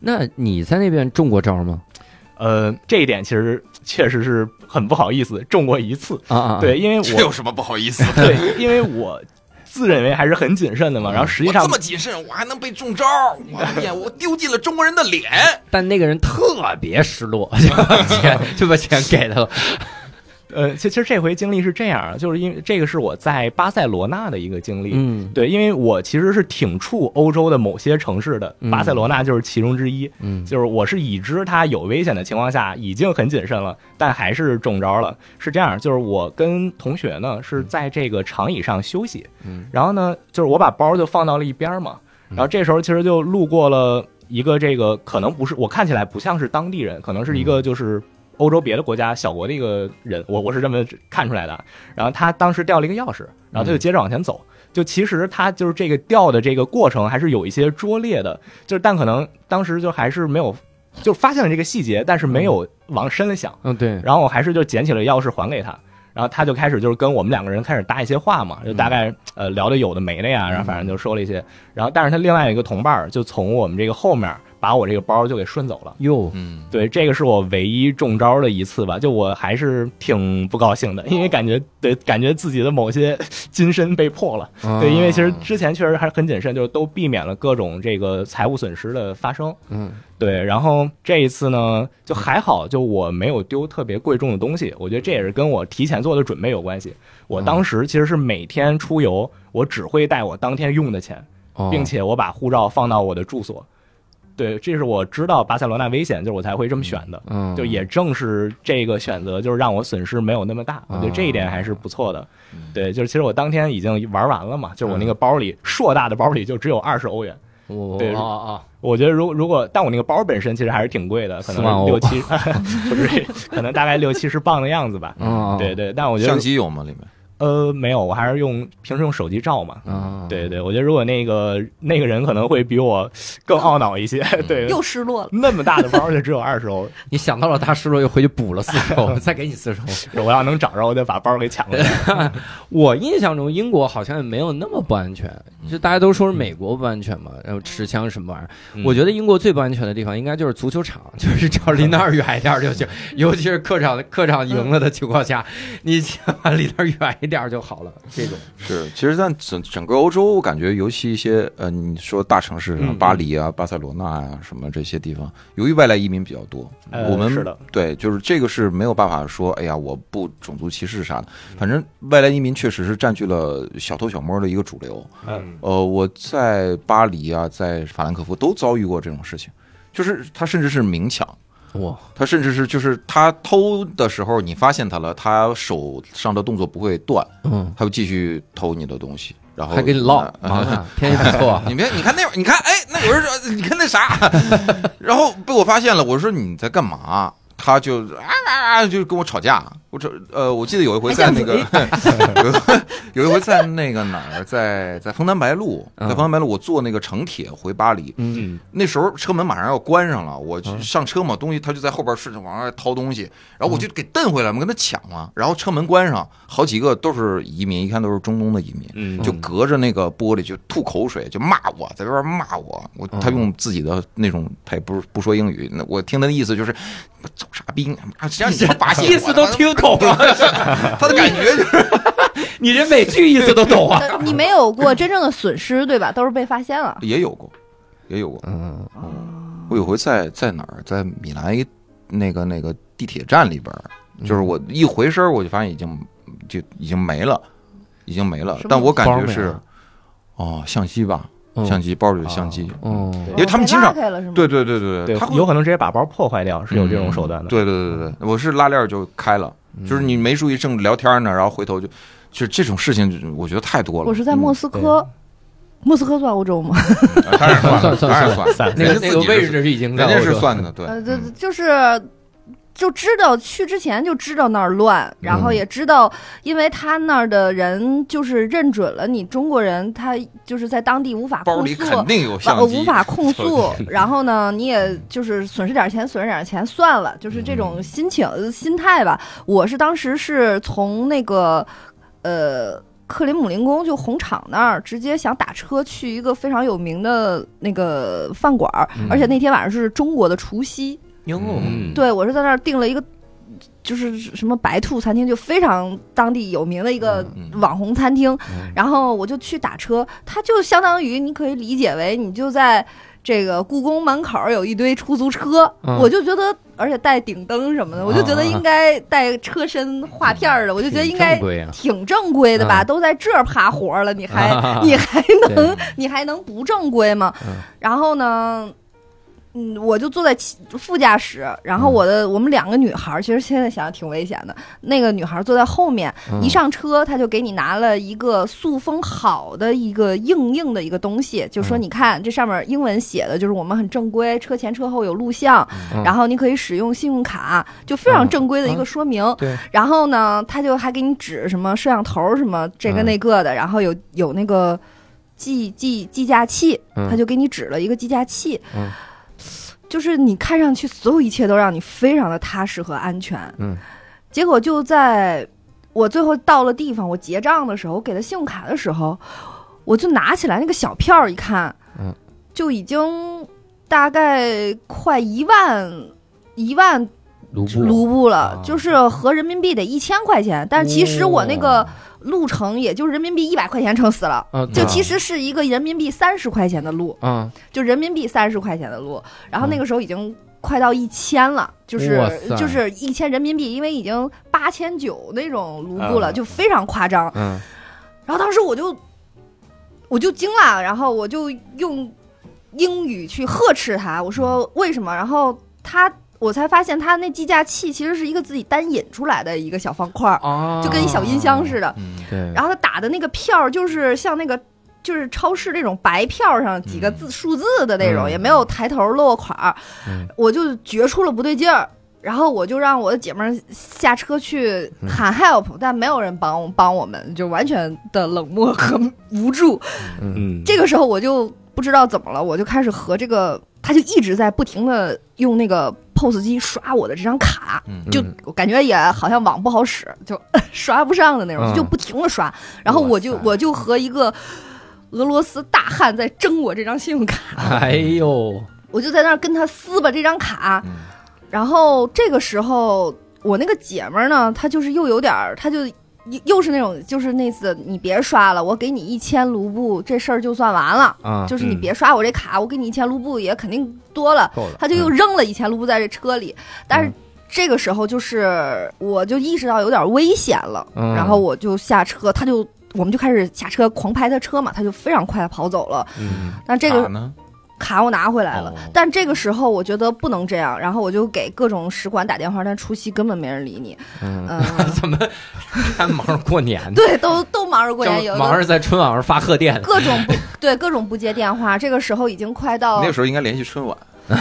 Speaker 1: 那你在那边中过招吗？
Speaker 2: 呃，这一点其实确实是很不好意思，中过一次。
Speaker 1: 啊啊，啊，
Speaker 2: 对，因为
Speaker 3: 这 有
Speaker 2: 我
Speaker 3: 什么不好意思？
Speaker 2: 对，因为我自认为还是很谨慎
Speaker 1: 嗯
Speaker 2: 的嘛，然后实际
Speaker 3: 我
Speaker 2: 上
Speaker 3: 这么谨慎，我还能被中招？我的天，我丢尽了中国人的脸！
Speaker 1: 但那个人特别失落， 就把 钱就把钱给他了。
Speaker 2: 呃，其其实这回经历是这样，啊就是因为这个是我在巴塞罗那的一个经历。
Speaker 1: 嗯
Speaker 2: 对，因为我其实是挺怵欧洲的某些城市的，
Speaker 1: 嗯
Speaker 2: 巴塞罗那就是其中之一。
Speaker 1: 嗯
Speaker 2: 就是我是已知它有危险的情况下，已经很谨慎了，但还是中招了。是这样，就是我跟同学呢是在这个长椅上休息，
Speaker 1: 嗯
Speaker 2: 然后呢，就是我把包就放到了一边嘛，然后这时候其实就路过了一个这个可能不是我看起来不像是当地人，可能是
Speaker 1: 嗯
Speaker 2: 一个就是。欧洲别的国家小国的一个人，我我是这么看出来的。然后他当时掉了一个钥匙，然后
Speaker 1: 嗯
Speaker 2: 他就接着往前走。就其实他就是这个掉的这个过程还是有一些拙劣的，就是但可能当时就还是没有，就发现了这个细节，但是没有往深了想。
Speaker 1: 嗯，对，
Speaker 2: 然后我还是就捡起了钥匙还给他，然后他就开始就是跟我们两个人开始搭一些话嘛，就大概呃聊的有的没的呀，然后反正就说了一些。然后但是他另外一个同伴儿就从我们这个后面把我这个包就给顺走了。
Speaker 1: 哟，
Speaker 3: 嗯，
Speaker 2: 对，这个是我唯一中招的一次吧，就我还是挺不高兴的，因为感觉对，感觉自己的某些 金身被破了。对，因为其实之前确实还是很谨慎，就是都避免了各种这个财务损失的发生。
Speaker 1: 嗯，
Speaker 2: 对，然后这一次呢，就还好，就我没有丢特别贵重的东西，我觉得这也是跟我提前做的准备有关系。我当时其实是每天出游，我只会带我当天用的钱，
Speaker 1: 哦
Speaker 2: 并且我把护照放到我的住所。对，这是我知道巴塞罗那危险，就是我才会这么选的。
Speaker 1: 嗯，
Speaker 2: 就也正是这个选择，就是让我损失没有那么大，
Speaker 1: 嗯
Speaker 2: 我觉得这一点还是不错的。
Speaker 3: 嗯
Speaker 2: 对，就是其实我当天已经玩完了嘛，就是我那个包里硕大的包里就只有二十欧元。
Speaker 1: 我
Speaker 2: 对
Speaker 1: 啊啊，
Speaker 2: 我觉得如如果，但我那个包本身其实还是挺贵的，可
Speaker 1: 四万
Speaker 2: 能
Speaker 1: 欧
Speaker 2: 六七， 不是，可能大概六七十磅的样子吧。
Speaker 1: 嗯，
Speaker 2: 对对，但我觉
Speaker 3: 相
Speaker 2: 得
Speaker 3: 机有吗？里面
Speaker 2: 呃没有，我还是用平时用手机照嘛。
Speaker 1: 啊，
Speaker 2: 对对，我觉得如果那个那个人可能会比我更懊恼一些。 对，
Speaker 4: 又失落了。
Speaker 2: 那么大的包就只有二十欧，
Speaker 1: 你想到了大失落，又回去补了四十欧， 再给你四十欧。
Speaker 2: 我要能找着，我得把包给抢过来。
Speaker 1: 我印象中英国好像也没有那么不安全，就大家都说是美国不安全嘛，然后持枪什么玩意儿。我觉得英国最不安全的地方应该就是足球场， 就是只要离那儿远一点儿就行，尤其是客场客场赢了的情况下，你起码离那儿远一点儿就好了。这种，
Speaker 3: 是，其实，在整整个欧洲，我感觉，尤其一些呃，你说大城市，
Speaker 2: 嗯
Speaker 3: 巴黎啊、巴塞罗那啊什么这些地方，由于外来移民比较多，
Speaker 2: 呃
Speaker 3: 我们
Speaker 2: 是的
Speaker 3: 对，就是这个是没有办法说，哎呀，我不种族歧视啥的。
Speaker 2: 嗯
Speaker 3: 反正外来移民确实是占据了小偷小摸的一个主流。
Speaker 2: 嗯，
Speaker 3: 呃，我在巴黎啊，在法兰克福都遭遇过这种事情，就是他甚至是明抢。
Speaker 1: 哇，
Speaker 3: 他甚至是就是他偷的时候，你发现他了，他手上的动作不会断，
Speaker 1: 嗯，
Speaker 3: 他会继续偷你的东西，然后
Speaker 1: 还给你唠，
Speaker 3: 呃
Speaker 1: 忙呢， 天气不错 啊。
Speaker 3: 你别，你看那会儿，你看，哎，那有人说，你看那 啥，然后被我发现了，我说你在干嘛？他就啊啊啊，就跟我吵架。我这呃，我记得有一回
Speaker 1: 哎
Speaker 3: 在
Speaker 1: 这
Speaker 3: 那个
Speaker 1: 样，
Speaker 3: 有一回在那个哪儿，在在枫丹白露，在
Speaker 1: 嗯
Speaker 3: 枫丹白露，我坐那个城铁回巴黎，
Speaker 1: 嗯，
Speaker 3: 那时候车门马上要关上了，我去上车嘛，东西他就在后边顺着往外掏东西，然后
Speaker 1: 嗯
Speaker 3: 我就给蹬回来嘛，跟他抢嘛，然后车门关上，好几个都是移民，一看都是中东的移民，
Speaker 2: 嗯
Speaker 3: 就隔着那个玻璃就吐口水，就骂我，在这边骂我，我他用自己的那种，他也不是不说英语，那我听他的意思就是，臭傻 逼，妈谁让你他妈发现我
Speaker 1: 意思都听懂了，
Speaker 3: 他的感觉就是
Speaker 1: 你这美剧意思都懂啊？
Speaker 4: 呃你没有过真正的损失，对吧？都是被发现了。
Speaker 3: 也有过，也有过，
Speaker 1: 嗯，
Speaker 3: 我有回在在哪儿，在米兰一那个那个地铁站里边儿，就是我一回身儿我就发现已经就已经没了，已经没了
Speaker 4: 什么。
Speaker 3: 但我感
Speaker 1: 包
Speaker 3: 觉
Speaker 1: 没
Speaker 3: 是
Speaker 1: 了
Speaker 3: 哦，相机吧，
Speaker 1: 嗯
Speaker 3: 相机包里有相机。
Speaker 1: 哦，
Speaker 3: 因为他们经常
Speaker 4: 被拉开了是吗？
Speaker 3: 对对对啊对
Speaker 2: 对
Speaker 3: 他，会
Speaker 2: 有可能直接把包破坏掉，是有这种手段的。
Speaker 3: 嗯
Speaker 2: 嗯
Speaker 3: 对对对对对，我是拉链儿就开了，就是你没注意正聊天呢，然后回头就就这种事情，我觉得太多了。
Speaker 4: 我是在莫斯科，莫斯科算欧洲吗？
Speaker 3: 嗯，当然算了，
Speaker 1: 算
Speaker 3: 当然算了，
Speaker 2: 算了
Speaker 1: 那个
Speaker 3: 人家
Speaker 1: 那
Speaker 3: 自
Speaker 1: 个
Speaker 3: 己是
Speaker 1: 位置是已经在
Speaker 3: 人家
Speaker 1: 欧洲
Speaker 3: 是算的，对，嗯
Speaker 4: 呃，这就是就知道去之前就知道那儿乱，然
Speaker 3: 嗯
Speaker 4: 后也知道，因为他那儿的人就是认准了你中国人，他就是在当地无法
Speaker 3: 包
Speaker 4: 控
Speaker 3: 里
Speaker 4: 诉。
Speaker 3: 肯定有
Speaker 4: 呃
Speaker 3: 相机
Speaker 4: 无。法控诉，然后呢，你也就是损失点钱，损失点钱算了，就是这种
Speaker 3: 嗯
Speaker 4: 心情、呃心态吧。我是当时是从那个呃克林姆林宫就红场那儿直接想打车去一个非常有名的那个饭馆儿，
Speaker 3: 嗯
Speaker 4: 而且那天晚上是中国的除夕，
Speaker 2: 哟
Speaker 1: 嗯
Speaker 4: 对我是在那儿订了一个。就是什么白兔餐厅，就非常当地有名的一个
Speaker 3: 嗯嗯
Speaker 4: 网红餐厅，
Speaker 1: 嗯
Speaker 4: 然后我就去打车，它就相当于你可以理解为你就在这个故宫门口有一堆出租车，
Speaker 1: 嗯
Speaker 4: 我就觉得，而且带顶灯什么的，我就觉得应该带车身画片儿的，我就觉得应该
Speaker 1: 挺正规啊
Speaker 4: 挺正规的吧，
Speaker 1: 啊
Speaker 4: 都在这儿趴活了，你还、
Speaker 1: 啊
Speaker 4: 你还能
Speaker 1: 对
Speaker 4: 你还能不正规吗？
Speaker 1: 嗯
Speaker 4: 然后呢，嗯，我就坐在其副驾驶，然后我的、我们两个女孩儿，其实现在想想挺危险的，那个女孩儿坐在后面，
Speaker 1: 嗯
Speaker 4: 一上车他就给你拿了一个塑封好的一个硬硬的一个东西，就说
Speaker 1: 嗯
Speaker 4: 你看这上面英文写的就是我们很正规，车前车后有录像，
Speaker 1: 嗯
Speaker 4: 然后你可以使用信用卡，就非常
Speaker 1: 嗯
Speaker 4: 正规的一个说明。
Speaker 1: 对，
Speaker 4: 然后呢，他就还给你指什么摄像头什么这
Speaker 1: 嗯
Speaker 4: 个那个的，然后有有那个计计计价器，
Speaker 1: 嗯
Speaker 4: 他就给你指了一个计价器。
Speaker 1: 嗯
Speaker 4: 就是你看上去所有一切都让你非常的踏实和安全。
Speaker 1: 嗯，
Speaker 4: 结果就在我最后到了地方，我结账的时候，我给他信用卡的时候，我就拿起来那个小票儿一看，
Speaker 1: 嗯，
Speaker 4: 就已经大概快一万一万
Speaker 1: 卢布
Speaker 4: 卢布了
Speaker 1: 啊，
Speaker 4: 就是合人民币得一千块钱。但是其实我那个路程也就人民币一百块钱撑死了。
Speaker 1: 啊，
Speaker 4: 就
Speaker 1: 对
Speaker 4: 其实是一个人民币三十块钱的路，
Speaker 1: 啊，
Speaker 4: 就人民币三十块钱的路，然后那个时候已经快到一千了，就是
Speaker 1: 嗯哇塞
Speaker 4: 就是一千人民币，因为已经八千九那种卢布
Speaker 1: 啊
Speaker 4: 了，
Speaker 2: 嗯
Speaker 4: 就非常夸张。
Speaker 1: 嗯
Speaker 4: 然后当时我就我就惊了，然后我就用英语去呵斥他，我
Speaker 1: 嗯
Speaker 4: 说为什么？然后他我才发现他那计价器其实是一个自己单引出来的一个小方块儿，
Speaker 1: 啊，
Speaker 4: 就跟一小音箱似的。
Speaker 3: 嗯，
Speaker 1: 对，
Speaker 4: 然后他打的那个票儿就是像那个。就是超市那种白票儿上几个字、数字的那种，
Speaker 1: 嗯
Speaker 4: 也没有抬头落款儿，
Speaker 1: 嗯
Speaker 4: 我就觉出了不对劲儿，然后我就让我的姐妹儿下车去
Speaker 1: 嗯
Speaker 4: 喊 help，、但没有人帮我帮我们，就完全的冷漠和无助。
Speaker 2: 嗯，
Speaker 4: 这个时候我就不知道怎么了，我就开始和这个，他就一直在不停的用那个 POS 机刷我的这张卡，
Speaker 3: 嗯
Speaker 4: 就
Speaker 1: 嗯
Speaker 4: 我感觉也好像网不好使，就 刷不上的那种，
Speaker 1: 嗯
Speaker 4: 就不停的刷。然后我就
Speaker 1: 哇塞
Speaker 4: 我就和一个俄罗斯大汉在争我这张信用卡，
Speaker 1: 哎呦，
Speaker 4: 我就在那儿跟他撕吧这张卡。
Speaker 3: 嗯
Speaker 4: 然后这个时候，我那个姐们儿呢，她就是又有点儿，她就。又又是那种，就是那次你别刷了，我给你一千卢布，这事儿就算完了。
Speaker 1: 啊，
Speaker 4: 就是你
Speaker 2: 嗯
Speaker 4: 别刷我这卡，我给你一千卢布也肯定多了。
Speaker 1: 够了，
Speaker 4: 他就又扔了一千卢布在这车里，但是
Speaker 1: 嗯
Speaker 4: 这个时候就是我就意识到有点危险了，
Speaker 1: 嗯
Speaker 4: 然后我就下车，他就我们就开始下车狂拍他车嘛，他就非常快的跑走了。
Speaker 1: 嗯
Speaker 4: 但这
Speaker 3: 卡
Speaker 4: 个哦
Speaker 3: 呢？
Speaker 4: 卡我拿回来了
Speaker 3: 哦，
Speaker 4: 但这个时候我觉得不能这样，然后我就给各种使馆打电话，但除夕根本没人理你，
Speaker 1: 嗯，
Speaker 4: 嗯，
Speaker 1: 怎么还忙着过年呢？
Speaker 4: 对，都都忙着过年，有
Speaker 1: 就
Speaker 4: 一
Speaker 1: 忙
Speaker 4: 个
Speaker 1: 着在春晚上发贺电，
Speaker 4: 各种不对各种不接电话，这个时候已经快到
Speaker 3: 那个时候应该联系春晚，嗯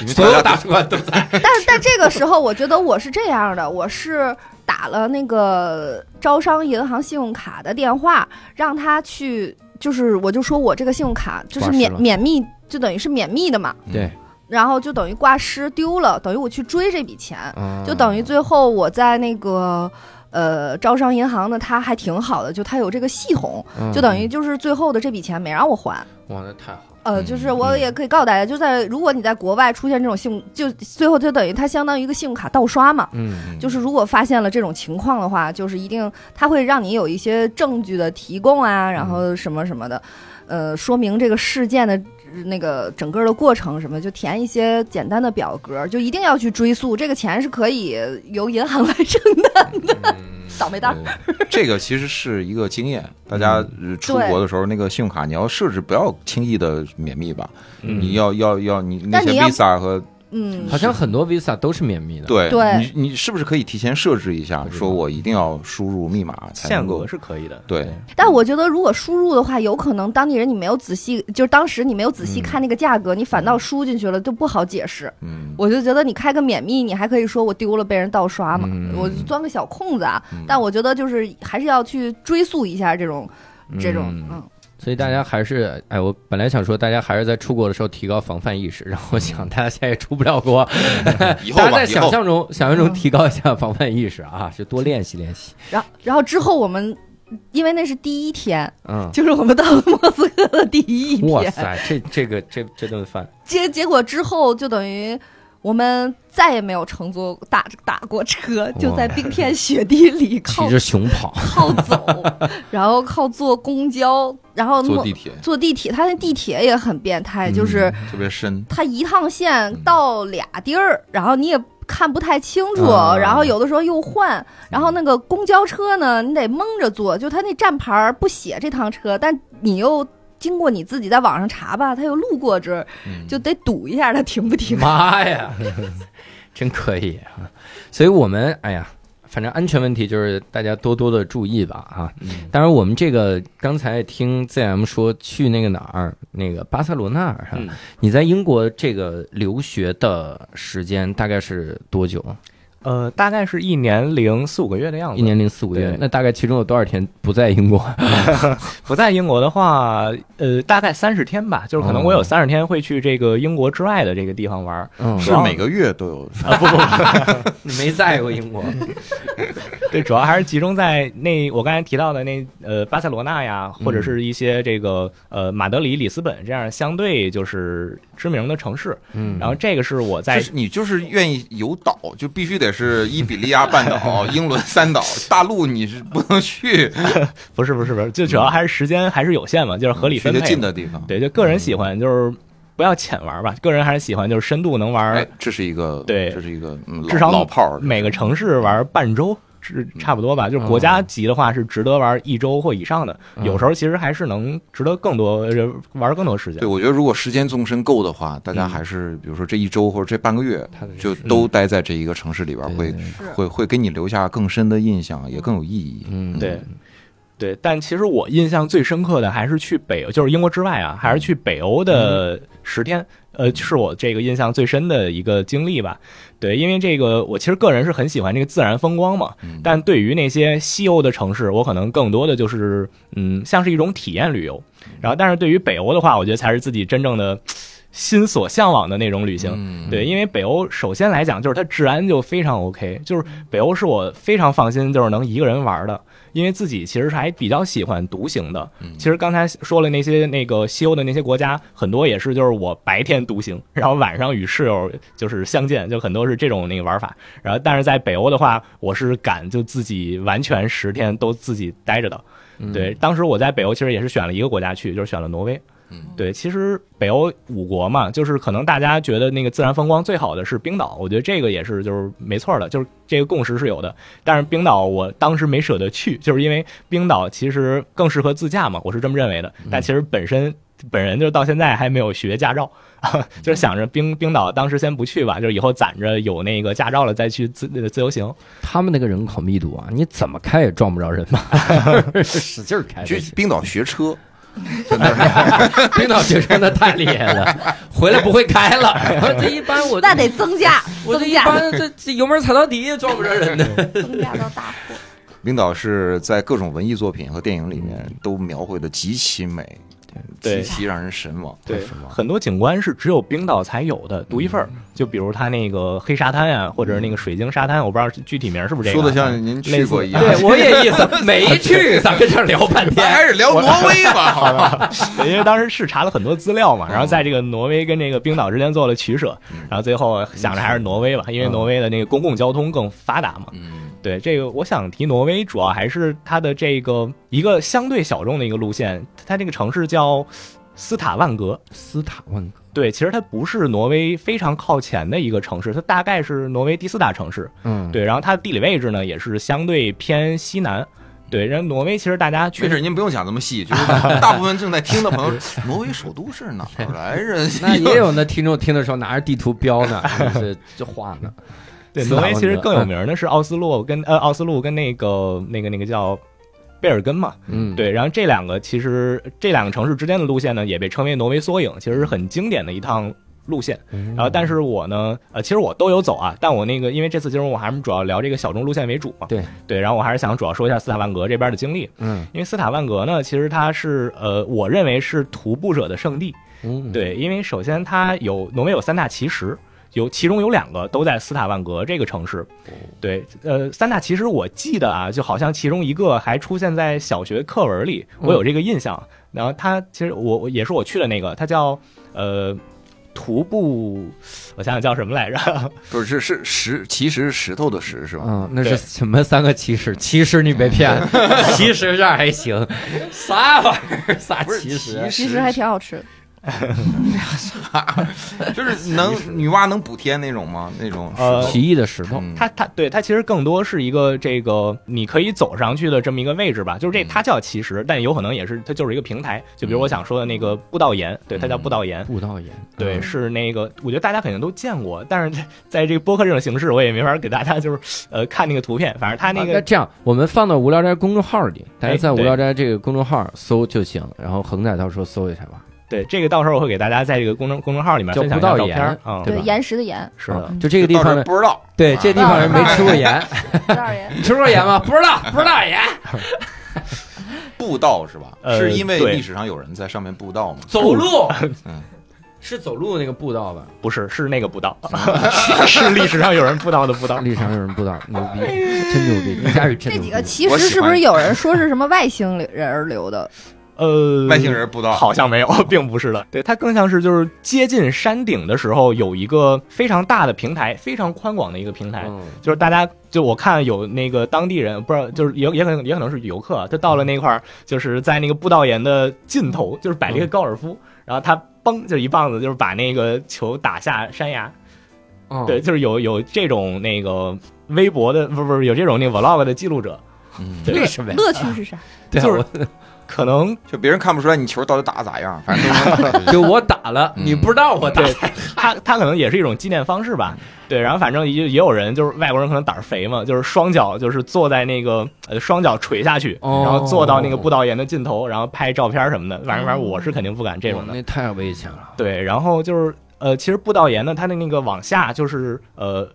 Speaker 3: 因为
Speaker 1: 所有
Speaker 3: 大家
Speaker 1: 大使馆都在。
Speaker 4: 但但这个时候，我觉得我是这样的，我是打了那个招商银行信用卡的电话，让他去，就是我就说我这个信用卡就是
Speaker 1: 挂失
Speaker 4: 免
Speaker 1: 了嗯
Speaker 4: 免密，就等于是免密的嘛，
Speaker 1: 对，
Speaker 4: 然后就等于挂失丢了，等于我去追这笔钱，
Speaker 1: 啊
Speaker 4: 就等于最后我在那个。呃，招商银行呢，它还挺好的，就它有这个系统，
Speaker 1: 嗯
Speaker 4: 就等于就是最后的这笔钱没让我还，
Speaker 1: 哇，那太好了。
Speaker 4: 呃，
Speaker 3: 嗯
Speaker 4: 就是我也可以告诉大家，就在如果你在国外出现这种信用，就最后就等于它相当于一个信用卡盗刷嘛。
Speaker 1: 嗯，
Speaker 4: 就是如果发现了这种情况的话，就是一定它会让你有一些证据的提供啊，然
Speaker 3: 嗯
Speaker 4: 后什么什么的，呃，说明这个事件的呃那个整个的过程什么，就填一些简单的表格，就一定要去追溯这个钱是可以由银行来 承担的。倒霉蛋儿，
Speaker 3: 嗯对这个其实是一个经验，大家
Speaker 1: 嗯
Speaker 3: 呃出
Speaker 4: 对
Speaker 3: 国的时候，那个信用卡你要设置不要轻易的免密吧，
Speaker 1: 嗯
Speaker 3: 你要要要你那
Speaker 4: 但
Speaker 3: 些
Speaker 4: 你要
Speaker 3: Visa 和
Speaker 4: 嗯，
Speaker 1: 好像很多 Visa 都是免密的。，
Speaker 3: 对，
Speaker 4: 对
Speaker 3: 你你是不是可以提前设置一下
Speaker 1: 不，知道
Speaker 3: 说我一定要输入密码才
Speaker 2: 限
Speaker 3: 能
Speaker 2: 额
Speaker 3: 够？
Speaker 2: 是可以的，
Speaker 3: 对
Speaker 4: 但
Speaker 1: 嗯
Speaker 4: 我觉得，如果输入的话，有可能当地人你没有仔细，就是当时你没有仔
Speaker 1: 嗯
Speaker 4: 细看那个价格，你反倒输进去了，就不好解释。
Speaker 3: 嗯，
Speaker 4: 我就觉得你开个免密，你还可以说我丢了被人盗刷嘛，
Speaker 1: 嗯
Speaker 4: 我就钻个小空子啊。
Speaker 3: 嗯
Speaker 4: 但我觉得就是还是要去追溯一下这种这种，嗯，
Speaker 1: 所以大家还是，哎，我本来想说，大家还是在出国的时候提高防范意识，然后我想大家现在也出不了国，
Speaker 3: 以后
Speaker 1: 大家
Speaker 3: 吧，
Speaker 1: 在
Speaker 3: 以
Speaker 1: 想
Speaker 3: 后
Speaker 1: 象中想象中提高一下防范意识啊，就多练习练习。
Speaker 4: 然后然后之后我们。因为那是第一天，
Speaker 1: 嗯，
Speaker 4: 就是我们到了莫斯科的第一
Speaker 1: 哇
Speaker 4: 天。
Speaker 1: 塞，这这个这这顿饭，
Speaker 4: 结结果之后就等于我们再也没有乘坐打打过车，就在冰天雪地里
Speaker 1: 骑
Speaker 4: 靠
Speaker 1: 着熊跑，
Speaker 4: 靠 走，然后靠坐公交，然后
Speaker 3: 坐
Speaker 4: 莫
Speaker 3: 地铁
Speaker 4: 坐地铁，他那地铁也很变态，就是
Speaker 3: 特别深，
Speaker 4: 他一趟线到俩地儿，然后你也。看不太清楚，
Speaker 1: 啊
Speaker 4: 然后有的时候又换，然后那个公交车呢，你得蒙着坐，就他那站牌儿不写这趟车，但你又经过你自己在网上查吧，他又路过这儿，
Speaker 3: 嗯
Speaker 4: 就得赌一下他停不停。
Speaker 1: 妈呀，真可以啊！所以我们哎呀，反正安全问题就是大家多多的注意吧啊。
Speaker 3: 嗯
Speaker 1: 当然，我们这个刚才听 ZM 说去那个哪儿，那个巴塞罗那啊，
Speaker 2: 嗯
Speaker 1: 你在英国这个留学的时间大概是多久啊？
Speaker 2: 呃，大概是一年零四五个月的样子。
Speaker 1: 一年零四五个月
Speaker 2: 对，
Speaker 1: 那大概其中有多少天不在英国？
Speaker 2: 不在英国的话，呃，大概三十天吧，就是可能我有
Speaker 1: 哦
Speaker 2: 三十天会去这个英国之外的这个地方玩儿。
Speaker 1: 嗯
Speaker 3: 是每个月都有
Speaker 2: 啊，不不不，
Speaker 1: 没在过英国。
Speaker 2: 对，主要还是集中在那我刚才提到的那呃巴塞罗那呀，或
Speaker 3: 嗯
Speaker 2: 者是一些这个呃马德里、里斯本这样相对就是知名的城市。
Speaker 1: 嗯
Speaker 2: 然后这个是我在
Speaker 3: 就是你就是愿意有岛，就必须得是伊比利亚半岛、英伦三岛，大陆你是不能去，
Speaker 2: 不是不是不是，就主要还是时间还是有限嘛，就是合理
Speaker 3: 去
Speaker 2: 分
Speaker 3: 的
Speaker 2: 配
Speaker 3: 近
Speaker 2: 嘛。
Speaker 3: 的地方。
Speaker 2: 对，就个人喜欢就是不要浅玩吧，个人还是喜欢就是深度能
Speaker 3: 哎
Speaker 2: 玩，，
Speaker 3: 这是一个
Speaker 2: 对
Speaker 3: 这是一个嗯老
Speaker 2: 至少
Speaker 3: 老炮儿，
Speaker 2: 每个城市玩半周。是差不多吧，就是国
Speaker 3: 哦
Speaker 2: 家级的话是值得玩一周或以上的，
Speaker 1: 嗯
Speaker 2: 有时候其实还是能值得更多呃玩更多时间
Speaker 3: 对，。我觉得如果时间纵深够的话，大家还是比如说这一周或者这半个月，就都待在这一个城市里边儿，
Speaker 1: 对
Speaker 3: 会
Speaker 1: 对
Speaker 4: 是
Speaker 3: 会会给你留下更深的印象，也更有意义。
Speaker 1: 嗯，
Speaker 2: 对，对，但其实我印象最深刻的还是去北，就是英国之外啊，还是去北欧的十天，呃，是我这个印象最深的一个经历吧。对，因为这个我其实个人是很喜欢这个自然风光嘛，
Speaker 3: 嗯
Speaker 2: 但对于那些西欧的城市，我可能更多的就是，嗯，像是一种体验旅游。然后，但是对于北欧的话，我觉得才是自己真正的心所向往的那种旅行。
Speaker 3: 嗯
Speaker 2: 对，因为北欧首先来讲，就是它治安就非常 OK，就是北欧是我非常放心，就是能一个人玩的，因为自己其实还比较喜欢独行的。其实刚才说了那些那个西欧的那些国家，很多也是就是我白天独行，然后晚上与室友就是相见，就很多是这种那个玩法。然后但是在北欧的话，我是敢就自己完全十天都自己待着的。对，当时我在北欧其实也是选了一个国家去，就是选了挪威。对，其实北欧五国嘛，就是可能大家觉得那个自然风光最好的是冰岛，我觉得这个也是就是没错的，就是这个共识是有的。但是冰岛我当时没舍得去，就是因为冰岛其实更适合自驾嘛，我是这么认为的。
Speaker 3: 嗯
Speaker 2: 但其实本身。本人就到现在还没有学驾照， 就是想着冰冰岛当时先不去吧，就是以后攒着有那个驾照了再去自自由行。
Speaker 1: 他们那个人口密度啊，你怎么开也撞不着人 吧？使劲儿开就
Speaker 3: 去
Speaker 1: 行。
Speaker 3: 冰岛学车，
Speaker 1: 冰岛学生的太厉害了，回来不会开了。 这一般我
Speaker 4: 那得增加，
Speaker 1: 我这
Speaker 4: 增
Speaker 1: 一
Speaker 4: 加，
Speaker 1: 般这这油门踩到底也撞不着人的。
Speaker 4: 增加到大货。
Speaker 3: 冰岛是在各种文艺作品和电影里面都描绘的极其美，
Speaker 2: 对
Speaker 3: 极其让人神往。
Speaker 2: 对
Speaker 3: 神往。
Speaker 2: 很多景观是只有冰岛才有的，独一份儿。
Speaker 3: 嗯
Speaker 2: 就比如它那个黑沙滩啊，或者是那个水晶沙滩，我不知道具体名是不是这个
Speaker 3: 说
Speaker 2: 啊。
Speaker 3: 的像您去过一样。
Speaker 1: 对，我也意 思没去，咱们这儿聊半
Speaker 3: 咱
Speaker 1: 天。
Speaker 3: 开始聊挪威吧，好吧？
Speaker 2: 对，因为当时是查了很多资料嘛，然后在这个挪威跟这个冰岛之间做了取舍，然后最后想着还是挪威吧，因为挪威的那个公共交通更发达嘛。
Speaker 3: 嗯，
Speaker 2: 对，这个我想提挪威，主要还是它的这个一个相对小众的一个路线，它这个城市叫斯塔万格。
Speaker 1: 斯塔万格，
Speaker 2: 对，其实它不是挪威非常靠前的一个城市，它大概是挪威第四大城市。
Speaker 1: 嗯，
Speaker 2: 对，然后它的地理位置呢也是相对偏西南。对，然后挪威其实大家确
Speaker 3: 确
Speaker 2: 实
Speaker 3: 实您不用讲这么细，就是大部分正在听的朋友，挪威首都是哪儿来着？
Speaker 1: 那也有那听众听的时候拿着地图标呢，这这画呢。
Speaker 2: 对，
Speaker 1: 斯
Speaker 2: 挪
Speaker 1: 塔
Speaker 2: 威
Speaker 1: 文
Speaker 2: 其实
Speaker 1: 格
Speaker 2: 更有名儿的是奥斯陆跟呃奥斯陆跟那个那个那个叫贝尔根嘛，
Speaker 1: 嗯，
Speaker 2: 对，然后这两个其实这两个城市之间的路线呢，也被称为挪威缩影，其实是很经典的一趟路线。
Speaker 1: 嗯，
Speaker 2: 然后，但是我呢，呃，其实我都有走啊，但我那个因为这次节目我还是主要聊这个小众路线为主嘛，
Speaker 1: 对
Speaker 2: 对，然后我还是想主要说一下斯塔万格这边的经历，
Speaker 1: 嗯
Speaker 2: 因为斯塔万格呢，其实它是呃，我认为是徒步者的圣地，
Speaker 1: 嗯，
Speaker 2: 对，因为首先它有挪威有三大奇石，有其中有两个都在斯塔万格这个城市。对，呃，三大奇石我记得啊，就好像其中一个还出现在小学课文里，我有这个印象。然后它其实我我也是我去的那个，它叫呃徒步，我想想叫什么来着？
Speaker 3: 不是是是石，其实是石头的石是吧？
Speaker 1: 嗯，那
Speaker 2: 对
Speaker 1: 是什么三个骑士？骑士你别骗，骑士这儿还行，啥 玩意儿？啥
Speaker 3: 不是
Speaker 1: 骑士？
Speaker 4: 其实还挺好吃的，
Speaker 3: 就是能女娲能补天那种吗？那种石头
Speaker 2: 呃
Speaker 1: 奇异的石头，
Speaker 3: 嗯
Speaker 2: 它它对它其实更多是一个这个你可以走上去的这么一个位置吧，就是这
Speaker 3: 嗯
Speaker 2: 它叫奇石，但有可能也是它就是一个平台，就比如我想说的那个步道岩，对，它叫步道岩。
Speaker 1: 步道岩，
Speaker 2: 对，是那个，我觉得大家肯定都见过，但是在 在这个播客这种形式，我也没法给大家就是 呃看那个图片，反正他那
Speaker 1: 啊
Speaker 2: 个、
Speaker 1: 这样，我们放到无聊斋公众号里，大家
Speaker 2: 哎
Speaker 1: 在无
Speaker 2: 对
Speaker 1: 聊斋这个公众号搜就行，然后恒仔到时候搜一下吧。
Speaker 2: 对这个到时候我会给大家在这个公众公众号里面
Speaker 1: 叫
Speaker 2: 分享一
Speaker 1: 不
Speaker 2: 下
Speaker 1: 到
Speaker 2: 照
Speaker 1: 眼
Speaker 2: 片儿啊、
Speaker 1: 对
Speaker 4: 对
Speaker 1: 吧
Speaker 4: 岩石的岩，
Speaker 2: 是啊的，
Speaker 1: 啊就这个地
Speaker 3: 到
Speaker 1: 方
Speaker 3: 这儿
Speaker 1: 呢，
Speaker 3: 不知道，
Speaker 1: 对，这地方人没吃过盐，
Speaker 4: 多少人？
Speaker 1: 你 吃过盐吗？不知道，不知道盐，
Speaker 2: 嗯
Speaker 3: 步道是吧？
Speaker 2: 呃
Speaker 3: 是因为
Speaker 2: 对
Speaker 3: 历史上有人在上面步道吗？
Speaker 1: 走路
Speaker 3: 嗯，
Speaker 1: 是走路那个步道吧？
Speaker 2: 不是是那个步道， 是历史上有人步道的步 道。
Speaker 1: 历史上有人步道，牛逼，真牛
Speaker 2: 嗯
Speaker 1: 逼，李佳宇真牛
Speaker 4: 这几
Speaker 1: 逼
Speaker 4: 个。其
Speaker 3: 我
Speaker 4: 实
Speaker 3: 喜
Speaker 4: 是不
Speaker 3: 欢
Speaker 4: 是有人说是什么外星人儿留的？
Speaker 2: 呃，
Speaker 3: 外星人步道，
Speaker 2: 好像没有， 并不是的。对，它更像是就是接近山顶的时候，有一个非常大的平台，非常宽广的一个平台，
Speaker 1: 嗯
Speaker 2: 就是大家就我看有那个当地人，不知道就是也也可能也可能是游客，他到了那块儿，就是在那个步道岩的尽头，就是摆了一个高尔夫，然后他嘣就一棒子，就是把那个球打下山崖。
Speaker 1: 嗯
Speaker 2: 对，就是有有这种那个微博的，不是不是有这种那个 vlog 的记录者，
Speaker 3: 嗯，
Speaker 2: 对
Speaker 1: 为什么呀？
Speaker 4: 乐趣是啥？
Speaker 1: 对啊
Speaker 2: 就是
Speaker 1: 我
Speaker 2: 可能
Speaker 3: 就别人看不出来你球到底打得咋样，反正都能
Speaker 1: 就我打了，
Speaker 3: 嗯
Speaker 1: 你不知 道我打
Speaker 2: 对。他他可能也是一种纪念方式吧。对，然后反正也也有人就是外国人可能胆儿肥嘛，就是双脚就是坐在那个呃双脚垂下去，
Speaker 1: 哦
Speaker 2: 然后坐到那个步道岩的尽头，然后拍照片什么的。反正反正我是肯定不敢这种的。
Speaker 1: 那太危险了。
Speaker 2: 对，然后就是呃，其实步道岩呢，它的那个往下就是呃。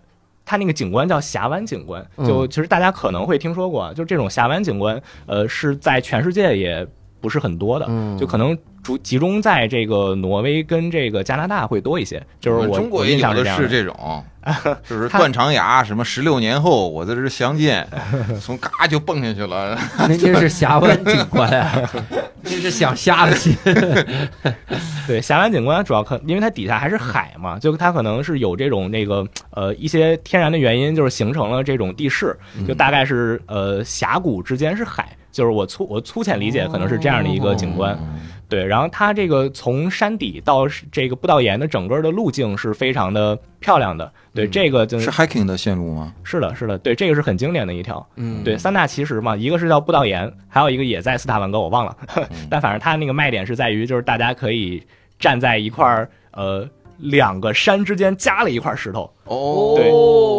Speaker 2: 它那个景观叫峡湾景观，就其实大家可能会听说过啊，就这种峡湾景观，呃，是在全世界也不是很多的，
Speaker 1: 嗯
Speaker 2: 就可能主集中在这个挪威跟这个加拿大会多一些。 就是我
Speaker 3: 嗯中国
Speaker 2: 我
Speaker 3: 也
Speaker 2: 印象是
Speaker 3: 有的
Speaker 2: 这样
Speaker 3: 是
Speaker 2: 的。
Speaker 3: 这种， 就是
Speaker 2: 他
Speaker 3: 断肠崖，什么十六年后我在这儿 相见，从嘎就蹦下去了。
Speaker 1: 那这是峡湾景观啊， 这是想瞎了 心。
Speaker 2: 对，峡湾景观主要可因为它底下还是海
Speaker 3: 嗯
Speaker 2: 嘛，就它可能是有这种那个呃一些天然的原因，就是形成了这种地势，
Speaker 3: 嗯
Speaker 2: 就大概是呃峡谷之间是海，就是我粗我粗浅理解可能是这样的一个
Speaker 3: 嗯
Speaker 2: 景观。对，然后它这个从山底到是这个步道岩的整个的路径是非常的漂亮的。对，
Speaker 1: 嗯
Speaker 2: 这个就是
Speaker 3: hiking 的线路吗？
Speaker 2: 是的，是的，对，这个是很经典的一条。
Speaker 1: 嗯
Speaker 2: 对，三大奇石嘛，一个是叫步道岩，还有一个也在斯塔万格，我 忘了。但反正它那个卖点是在于，就是大家可以站在一块儿，呃，两个山之间加了一块石头，
Speaker 3: 哦
Speaker 2: 对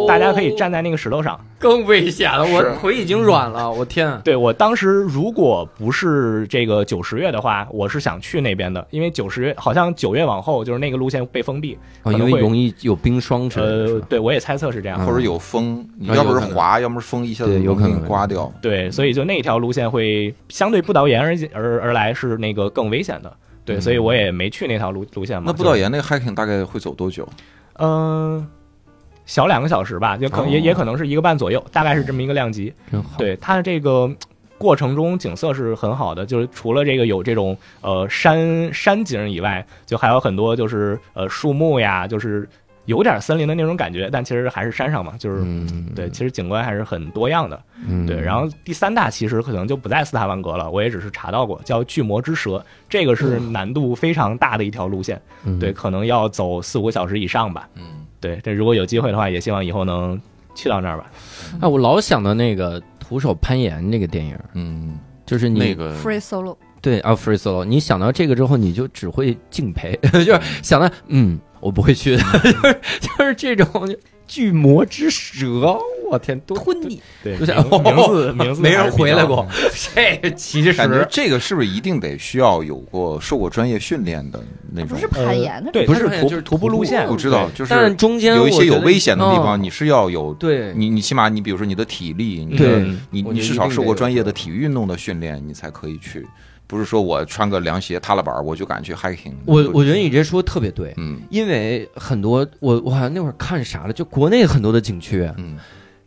Speaker 2: 大家可以站在那个石头上。
Speaker 1: 更危险了，
Speaker 3: 是
Speaker 1: 我腿已经软了，我天！
Speaker 2: 对我当时如果不是这个九十月的话，我是想去那边的，因为九十月好像九月往后就是那个路线被封闭。
Speaker 1: 啊，
Speaker 2: 可
Speaker 1: 因
Speaker 2: 能
Speaker 1: 为
Speaker 2: 会
Speaker 1: 容易有冰霜之类的是
Speaker 2: 呃
Speaker 1: 吧，
Speaker 2: 对我也猜测是这样。
Speaker 1: 嗯
Speaker 3: 或者有风，你
Speaker 1: 啊
Speaker 3: 要不
Speaker 1: 有
Speaker 3: 是
Speaker 1: 可能
Speaker 3: 滑，要么是风一下子
Speaker 1: 对有
Speaker 3: 能给你
Speaker 1: 可能
Speaker 3: 刮掉。
Speaker 2: 对，所以就那条路线会相对不导岩而而而来是那个更危险的。对，
Speaker 1: 嗯
Speaker 2: 所以我也没去那条路路线嘛。
Speaker 3: 那不
Speaker 2: 就
Speaker 3: 导，岩那个 hiking 大概会走多久？
Speaker 2: 嗯、小两个小时吧，就可、
Speaker 3: 哦
Speaker 2: 也也可能是一个半左右，大概是这么一个量级。
Speaker 1: 真好。
Speaker 2: 对它的这个嗯过程中景色是很好的，就是除了这个有这种呃山山景以外，就还有很多就是呃树木呀，就是有点森林的那种感觉，但其实还是山上嘛，就是、
Speaker 1: 嗯，
Speaker 2: 对，其实景观还是很多样的。
Speaker 1: 嗯，
Speaker 2: 对，然后第三大其实可能就不在斯塔万格了，我也只是查到过，叫巨魔之蛇，这个是难度非常大的一条路线，
Speaker 1: 嗯
Speaker 2: 对，，可能要走四五个小时以上吧。
Speaker 3: 嗯，
Speaker 2: 对，这如果有机会的话，也希望以后能去到那儿吧。
Speaker 1: 哎，我老想到那个徒手攀岩那个电影，
Speaker 3: 嗯，
Speaker 1: 就是你
Speaker 3: 那个
Speaker 4: free solo，
Speaker 1: 对啊，free solo，你想到这个之后，你就只会敬佩， 就是想到嗯，我不会去的，就是就是这种巨魔之蛇，我天，多
Speaker 4: 吞你！
Speaker 2: 对，
Speaker 1: 就
Speaker 2: 名
Speaker 1: 是
Speaker 2: 名字
Speaker 1: 哦
Speaker 2: 名字
Speaker 1: 没
Speaker 2: 还
Speaker 1: 人
Speaker 2: 是比
Speaker 1: 回
Speaker 2: 较呃
Speaker 1: 来 过，这其
Speaker 3: 感觉
Speaker 1: 实
Speaker 3: 这个是不是一定得需要有过受过专业训练的那种
Speaker 4: 不？是攀岩，
Speaker 2: 呃对，
Speaker 1: 不
Speaker 2: 它
Speaker 1: 是
Speaker 2: 是徒
Speaker 1: 就是
Speaker 2: 徒步
Speaker 1: 徒
Speaker 2: 路
Speaker 1: 步
Speaker 2: 线，
Speaker 3: 我知道，
Speaker 2: 对
Speaker 3: 就是
Speaker 1: 但中间
Speaker 3: 有一
Speaker 1: 我
Speaker 3: 些
Speaker 1: 觉
Speaker 3: 有
Speaker 1: 得
Speaker 3: 危险的地方，
Speaker 1: 嗯
Speaker 3: 你是要有
Speaker 1: 对
Speaker 3: 你你起码你比如说你的体力，你
Speaker 1: 对
Speaker 3: 的
Speaker 2: 嗯
Speaker 3: 你
Speaker 1: 我
Speaker 3: 你
Speaker 1: 觉得
Speaker 3: 至
Speaker 1: 一
Speaker 3: 少
Speaker 1: 定
Speaker 3: 受
Speaker 1: 得
Speaker 3: 过
Speaker 1: 有
Speaker 3: 专业的体育运动的训练，你才可以去，不是说我穿个凉鞋踏了板儿我就敢去 hiking
Speaker 1: 我
Speaker 3: 不
Speaker 1: 我觉得你这说得特别对，
Speaker 3: 嗯
Speaker 1: 因为很多我我好像那会儿看啥了，就国内很多的景区
Speaker 3: 嗯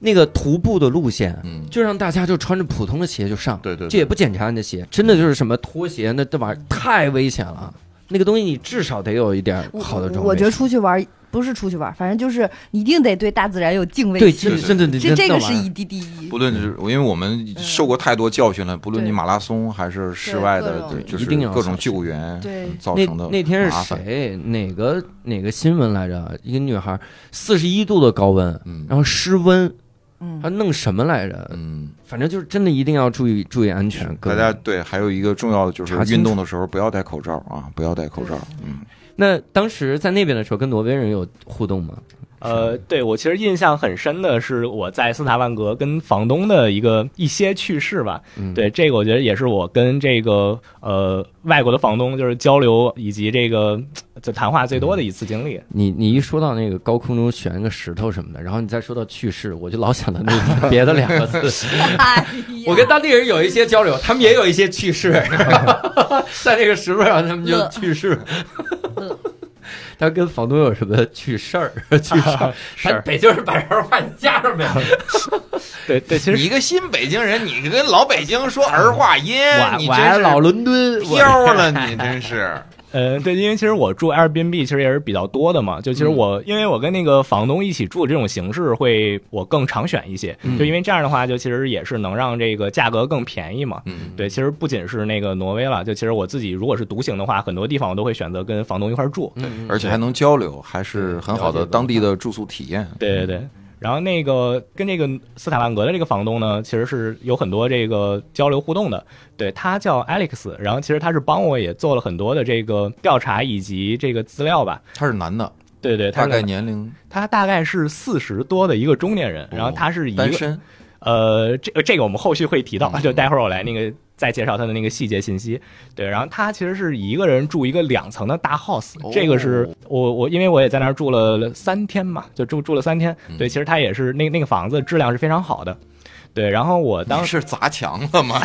Speaker 1: 那个徒步的路线，
Speaker 3: 嗯，
Speaker 1: 就让大家就穿着普通的鞋就上，
Speaker 3: 对对
Speaker 1: 这
Speaker 3: 对
Speaker 1: 也不检查你的鞋，真的就是什么拖鞋那这玩意儿太危险了。那个东西你至少得有一点
Speaker 4: 我
Speaker 1: 好的装备。
Speaker 4: 我觉得出去玩儿不是出去玩儿，反正就是你一定得对大自然有敬畏
Speaker 1: 对，
Speaker 4: 心
Speaker 1: 真的真的
Speaker 4: 这这个是一
Speaker 1: 一
Speaker 4: 滴第一
Speaker 3: 不。论是
Speaker 1: 嗯
Speaker 3: 因为我们受过太多教训了，不论你
Speaker 4: 对
Speaker 3: 马拉松还是室外的，
Speaker 4: 各种
Speaker 3: 就
Speaker 1: 一
Speaker 3: 是
Speaker 1: 定要
Speaker 3: 各种
Speaker 1: 小心
Speaker 3: 救援
Speaker 4: 对
Speaker 3: 嗯造
Speaker 1: 那
Speaker 3: 成的
Speaker 1: 那天
Speaker 3: 麻
Speaker 1: 是
Speaker 3: 烦？
Speaker 1: 谁哪个哪个新闻来着？一个女孩四十一度的高温，
Speaker 3: 嗯
Speaker 1: 然后失温，
Speaker 4: 嗯
Speaker 1: 她，弄什么来着？
Speaker 3: 嗯，
Speaker 1: 反正就是真的一定要注意注意安全。各
Speaker 3: 大
Speaker 1: 位
Speaker 3: 家对，还有一个重要的就是
Speaker 1: 查清
Speaker 3: 运动的时候不要戴口罩啊，不要戴口罩。嗯，
Speaker 1: 那当时在那边的时候，跟挪威人有互动吗？
Speaker 2: 呃，对我其实印象很深的是我在斯塔万格跟房东的一个一些趣事吧。
Speaker 1: 嗯
Speaker 2: 对这个，我觉得也是我跟这个呃外国的房东就是交流以及这个呃就谈话最多的一次经历。
Speaker 1: 你你一说到那个高空中悬个石头什么的，然后你再说到去世，我就老想到那 个别的两个字。
Speaker 4: 哎呀
Speaker 1: 我跟当地人有一些交流，他们也有一些去 世，在那个石头上他们就去世
Speaker 4: 乐。
Speaker 1: 他跟房东有什么趣事儿？趣 事儿，
Speaker 2: 是
Speaker 1: 北京人把人话你加上 呗。
Speaker 2: 对对，其实
Speaker 3: 一个新北京人，你跟老北京说儿化音
Speaker 1: 我我还老伦敦， 我
Speaker 3: 了，你真是。
Speaker 2: 呃，对，因为其实我住 Airbnb 其实也是比较多的嘛，就其
Speaker 3: 嗯
Speaker 2: 实我、因为我跟那个房东一起住这种形式会我更常选一些，
Speaker 3: 嗯
Speaker 2: 就因为这样的话，就其实也是能让这个价格更便宜嘛。
Speaker 3: 嗯，
Speaker 2: 对，其实不仅是那个挪威了，就其实我自己如果是独行的话，很多地方我都会选择跟房东一块儿住。
Speaker 1: 嗯
Speaker 3: 而且还能交流，还是很好的当地的住宿体验。
Speaker 2: 对对对。然后那个跟这个斯塔万格的这个房东呢，其实是有很多这个交流互动的。对他叫 Alex，然后其实他是帮我也做了很多的这个调查以及这个资料吧。
Speaker 3: 他是男的，
Speaker 2: 对对，他
Speaker 3: 大
Speaker 2: 是
Speaker 3: 概年龄
Speaker 2: 他大概是四十多的一个中年
Speaker 3: 哦
Speaker 2: 人，然后他是一
Speaker 3: 单
Speaker 2: 个
Speaker 3: 身，
Speaker 2: 呃，这个这个我们后续会提到，
Speaker 3: 嗯
Speaker 2: 就待会儿我来那个再介绍他的那个细节信息。对，然后他其实是一个人住一个两层的大 house，、
Speaker 3: 哦
Speaker 2: 这个是我我因为我也在那儿住了三天嘛，就住住了三天。
Speaker 3: 嗯
Speaker 2: 对，其实他也是那那个房子质量是非常好的。对，然后我当
Speaker 3: 你
Speaker 2: 时
Speaker 3: 是砸墙了 吗？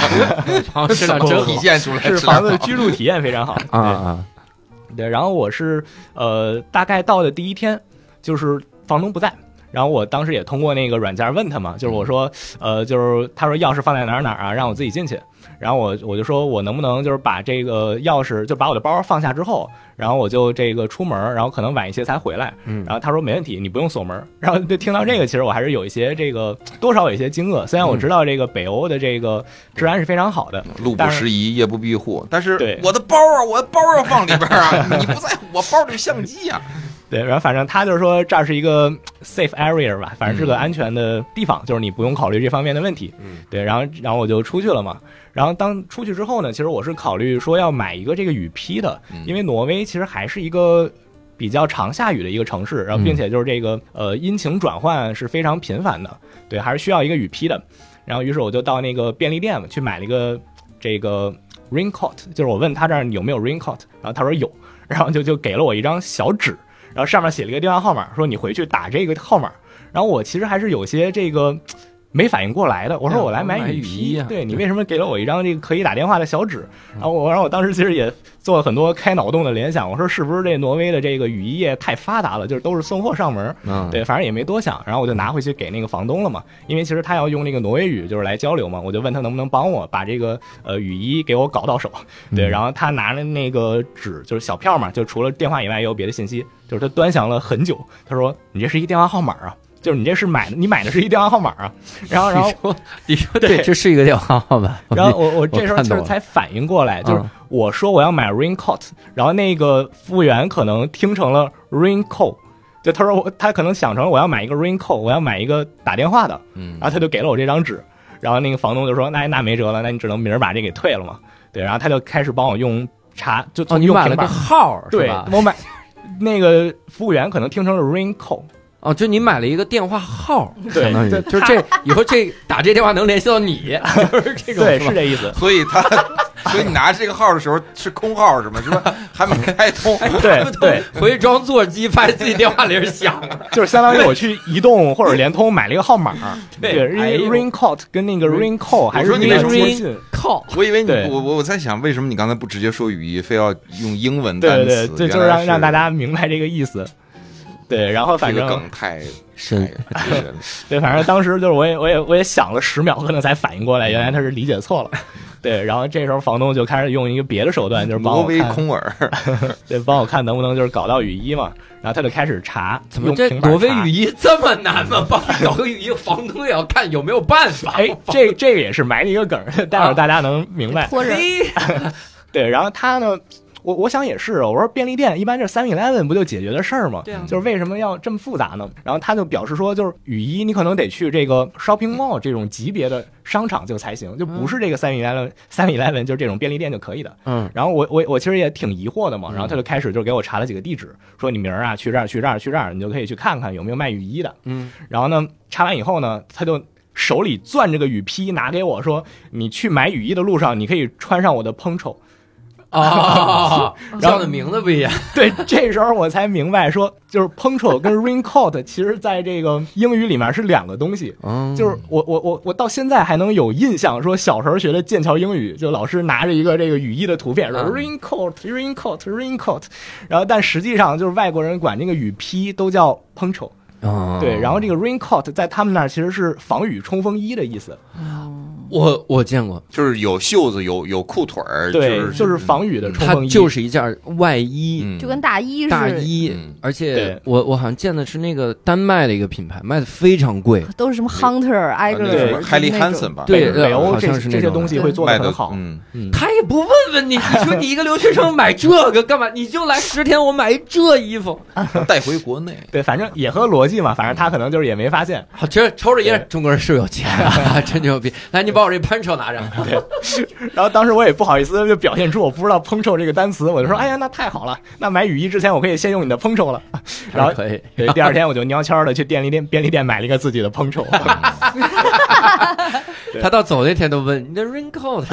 Speaker 1: 房子上真
Speaker 3: 体
Speaker 1: 好
Speaker 3: 现出来
Speaker 2: 是
Speaker 3: 质量
Speaker 2: 房子居住体验非常好
Speaker 1: 啊啊！
Speaker 2: 对，然后我是呃，大概到的第一天，就是房东不在。然后我当时也通过那个软件问他嘛，就是我说，呃，就是他说钥匙放在哪儿哪儿啊，让我自己进去。然后我我就说我能不能就是把这个钥匙就把我的包放下之后，然后我就这个出门儿，然后可能晚一些才回来。
Speaker 1: 嗯
Speaker 2: 然后他说没问题，你不用锁门儿。然后就听到这个，其实我还是有一些这个多少有一些惊愕。虽然我知道这个北欧的这个治安是非常好的，
Speaker 3: 路不
Speaker 2: 但是
Speaker 3: 拾遗，夜不闭户。但是
Speaker 2: 对
Speaker 3: 我的包啊，我的包要放里边啊，你不在我包里有相机啊。
Speaker 2: 对，然后反正他就是说这儿是一个 safe area 吧，反正是个安全的地方，就是你不用考虑这方面的问题。
Speaker 1: 嗯，
Speaker 2: 对，然后然后我就出去了嘛。然后当出去之后呢，其实我是考虑说要买一个这个雨披的，
Speaker 3: 嗯
Speaker 2: 因为挪威其实还是一个比较常下雨的一个城市，然后并且就是这个呃阴晴转换是非常频繁的，对，还是需要一个雨披的。然后于是我就到那个便利店去买了一个这个 raincoat，就是我问他这儿有没有 raincoat，然后他说有，然后就就给了我一张小纸，然后上面写了一个电话号码，说你回去打这个号码。然后我其实还是有些这个没反应过来的，我说我来买
Speaker 1: 哎买雨
Speaker 2: 雨
Speaker 1: 衣
Speaker 2: 披，
Speaker 1: 啊嗯
Speaker 2: 对你为什么给了我一张这个可以打电话的小纸？然后我，然后我当时其实也做了很多开脑洞的联想，我说是不是这挪威的这个雨衣业太发达了，就是都是送货上门儿？
Speaker 1: 嗯，
Speaker 2: 对，反正也没多想，然后我就拿回去给那个房东了嘛，因为其实他要用那个挪威语就是来交流嘛，我就问他能不能帮我把这个呃雨衣给我搞到手， 对，
Speaker 1: 嗯
Speaker 2: 然后他拿了那个纸就是小票嘛，就除了电话以外也有别的信息，就是他端详了很久，他说你这是一电话号码啊，就是你这是买的，你买的是一电话号码啊，然后然后
Speaker 1: 你说，你说对，
Speaker 2: 对
Speaker 1: 这是一个电话号码。
Speaker 2: 然后我我
Speaker 1: 我
Speaker 2: 这时候
Speaker 1: 看
Speaker 2: 其
Speaker 1: 懂
Speaker 2: 实
Speaker 1: 了
Speaker 2: 才反应过来，就是
Speaker 1: 嗯
Speaker 2: 我说我要买 raincoat，然后那个服务员可能听成了 raincoat，就他说我他可能想成了我要买一个 raincoat，我要买一个打电话的，
Speaker 1: 嗯
Speaker 2: 然后他就给了我这张纸，然后那个房东就说那那没辙了，那你只能明儿把这给退了嘛，对，然后他就开始帮我用查就
Speaker 1: 哦，
Speaker 2: 从
Speaker 1: 你
Speaker 2: 用
Speaker 1: 买
Speaker 2: 平
Speaker 1: 了
Speaker 2: 板
Speaker 1: 个号儿是
Speaker 2: 对
Speaker 1: 吧，？
Speaker 2: 我买。那个服务员可能听成了 raincoat，
Speaker 1: 哦，就你买了一个电话号儿，
Speaker 2: 对
Speaker 1: 相当于
Speaker 2: 对
Speaker 1: 就是这以后这打这电话能联系到 你，就是这种
Speaker 2: 对，
Speaker 1: 是吧
Speaker 2: 是这意思。
Speaker 3: 所以他， 所以你拿这个号的时候是空号是吗？是吧？还没开 通。
Speaker 2: 对 对，
Speaker 1: 回去装座机，发现自己电话铃儿响了。
Speaker 2: 就是相当于我去移动或者联通买了一个号码，
Speaker 1: 对
Speaker 2: 对，因
Speaker 1: 哎
Speaker 2: 为
Speaker 1: 呦
Speaker 2: raincoat 跟那个 raincall 还
Speaker 3: 我
Speaker 2: 是
Speaker 3: 说你
Speaker 2: 那个
Speaker 3: 为什么
Speaker 2: 接
Speaker 1: 一
Speaker 2: 近
Speaker 1: 靠，
Speaker 3: 我以为你
Speaker 2: 对
Speaker 3: 我我我在想，为什么你刚才不直接说语义，非要用英文单
Speaker 2: 对
Speaker 3: 词？
Speaker 2: 对对，这就是
Speaker 3: 原来
Speaker 2: 让让大家明白这个意思。对，然后
Speaker 3: 这
Speaker 2: 反
Speaker 3: 嗯个
Speaker 2: 正
Speaker 3: 梗太
Speaker 1: 深
Speaker 3: 太太 深了
Speaker 2: 对，反正当时就是我也我也我也想了十秒，可能才反应过来，原来他是理解错了。对，然后这时候房东就开始用一个别的手段，就是帮
Speaker 3: 挪
Speaker 2: 我
Speaker 3: 威
Speaker 2: 看，
Speaker 3: 空耳，
Speaker 2: 对，帮我看能不能就是搞到雨衣嘛。然后他就开始查，
Speaker 1: 怎么这
Speaker 2: 用平板
Speaker 1: 挪威
Speaker 2: 查
Speaker 1: 雨衣这么难吗？帮你搞个雨衣，房东也要看有没有办法。
Speaker 2: 哎，这这个也是埋了一个梗儿， 待会儿大家能明白。
Speaker 4: 托人
Speaker 1: 嘿
Speaker 2: 对，然后他呢，我我想也是，啊我说便利店一般就是 Seven Eleven 不就解决的事儿吗？
Speaker 1: 对啊
Speaker 2: 就是为什么要这么复杂呢？然后他就表示说，就是雨衣你可能得去这个 shopping mall 这种级别的商场就才行，就不是这个 Seven Eleven Seven Eleven 就是这种便利店就可以的。
Speaker 1: 嗯，
Speaker 2: 然后我我我其实也挺疑惑的嘛，
Speaker 1: 嗯
Speaker 2: 然后他就开始就给我查了几个地址，说你明儿啊去这儿去这儿去这儿，你就可以去看看有没有卖雨衣的。
Speaker 1: 嗯，
Speaker 2: 然后呢，查完以后呢，他就手里攥着个雨披拿给我说，你去买雨衣的路上，你可以穿上我的 poncho。
Speaker 1: 啊，
Speaker 2: 哎然
Speaker 1: 叫
Speaker 2: 后
Speaker 1: 的名字不一样。
Speaker 2: 对，这时候我才明白说，就是 poncho 跟 raincoat 其实在这个英语里面是两个东西。
Speaker 1: 嗯
Speaker 2: 就是我我我我到现在还能有印象，说小时候学的剑桥英语，就老师拿着一个这个雨衣的图片说
Speaker 1: 嗯
Speaker 2: raincoat raincoat raincoat，然后但实际上就是外国人管这个雨披都叫 poncho，对，嗯
Speaker 1: 哦
Speaker 2: 然后这个 raincoat 在他们那儿其实是防雨冲锋衣的意思，
Speaker 1: 我我见过，
Speaker 3: 就是有袖子，有有裤腿儿，
Speaker 2: 对，就是是防雨的冲
Speaker 1: 它
Speaker 2: 锋衣，
Speaker 1: 就是一件外衣。
Speaker 3: 嗯
Speaker 4: 就跟大衣
Speaker 1: 大
Speaker 4: 是
Speaker 1: 衣
Speaker 3: 嗯，
Speaker 1: 而且
Speaker 2: 对
Speaker 1: 我我好像见的是那个丹麦的一个品牌，卖的非常贵，
Speaker 4: 都是什么 Hunter、
Speaker 3: 那
Speaker 4: Egger
Speaker 3: 个什么
Speaker 4: 就是
Speaker 3: 海利
Speaker 4: 那
Speaker 3: 汉
Speaker 4: 种
Speaker 3: 森吧，
Speaker 1: 对
Speaker 2: 北
Speaker 1: 呃
Speaker 2: 欧
Speaker 1: 好
Speaker 2: 这
Speaker 1: 像是那
Speaker 2: 这些
Speaker 1: 种
Speaker 2: 东西
Speaker 4: 的
Speaker 2: 会做
Speaker 3: 卖
Speaker 2: 的
Speaker 3: 的
Speaker 2: 很好，
Speaker 3: 嗯，
Speaker 2: 嗯
Speaker 1: 他也不问问你，你说你一个留学生买这个干嘛？你就来十天，我买一这衣服，
Speaker 3: 带回国 内。
Speaker 2: 对，反正也合逻辑嘛，反正他可能就是也没发现，
Speaker 1: 好，其实抽着
Speaker 2: 烟
Speaker 1: 烟，中国人是有钱 啊，真牛逼！来，你把我这喷手拿着，
Speaker 2: 然后当时我也不好意思，就表现出我不知道 poncho 这个单词，我就说，哎呀，那太好了，那买雨衣之前我可以先用你的 poncho 了。然后
Speaker 1: 可以。
Speaker 2: 对第二天我就悄悄的去便利店便利店买了一个自己的 poncho，对
Speaker 1: 他到走那天都问你的 raincoat，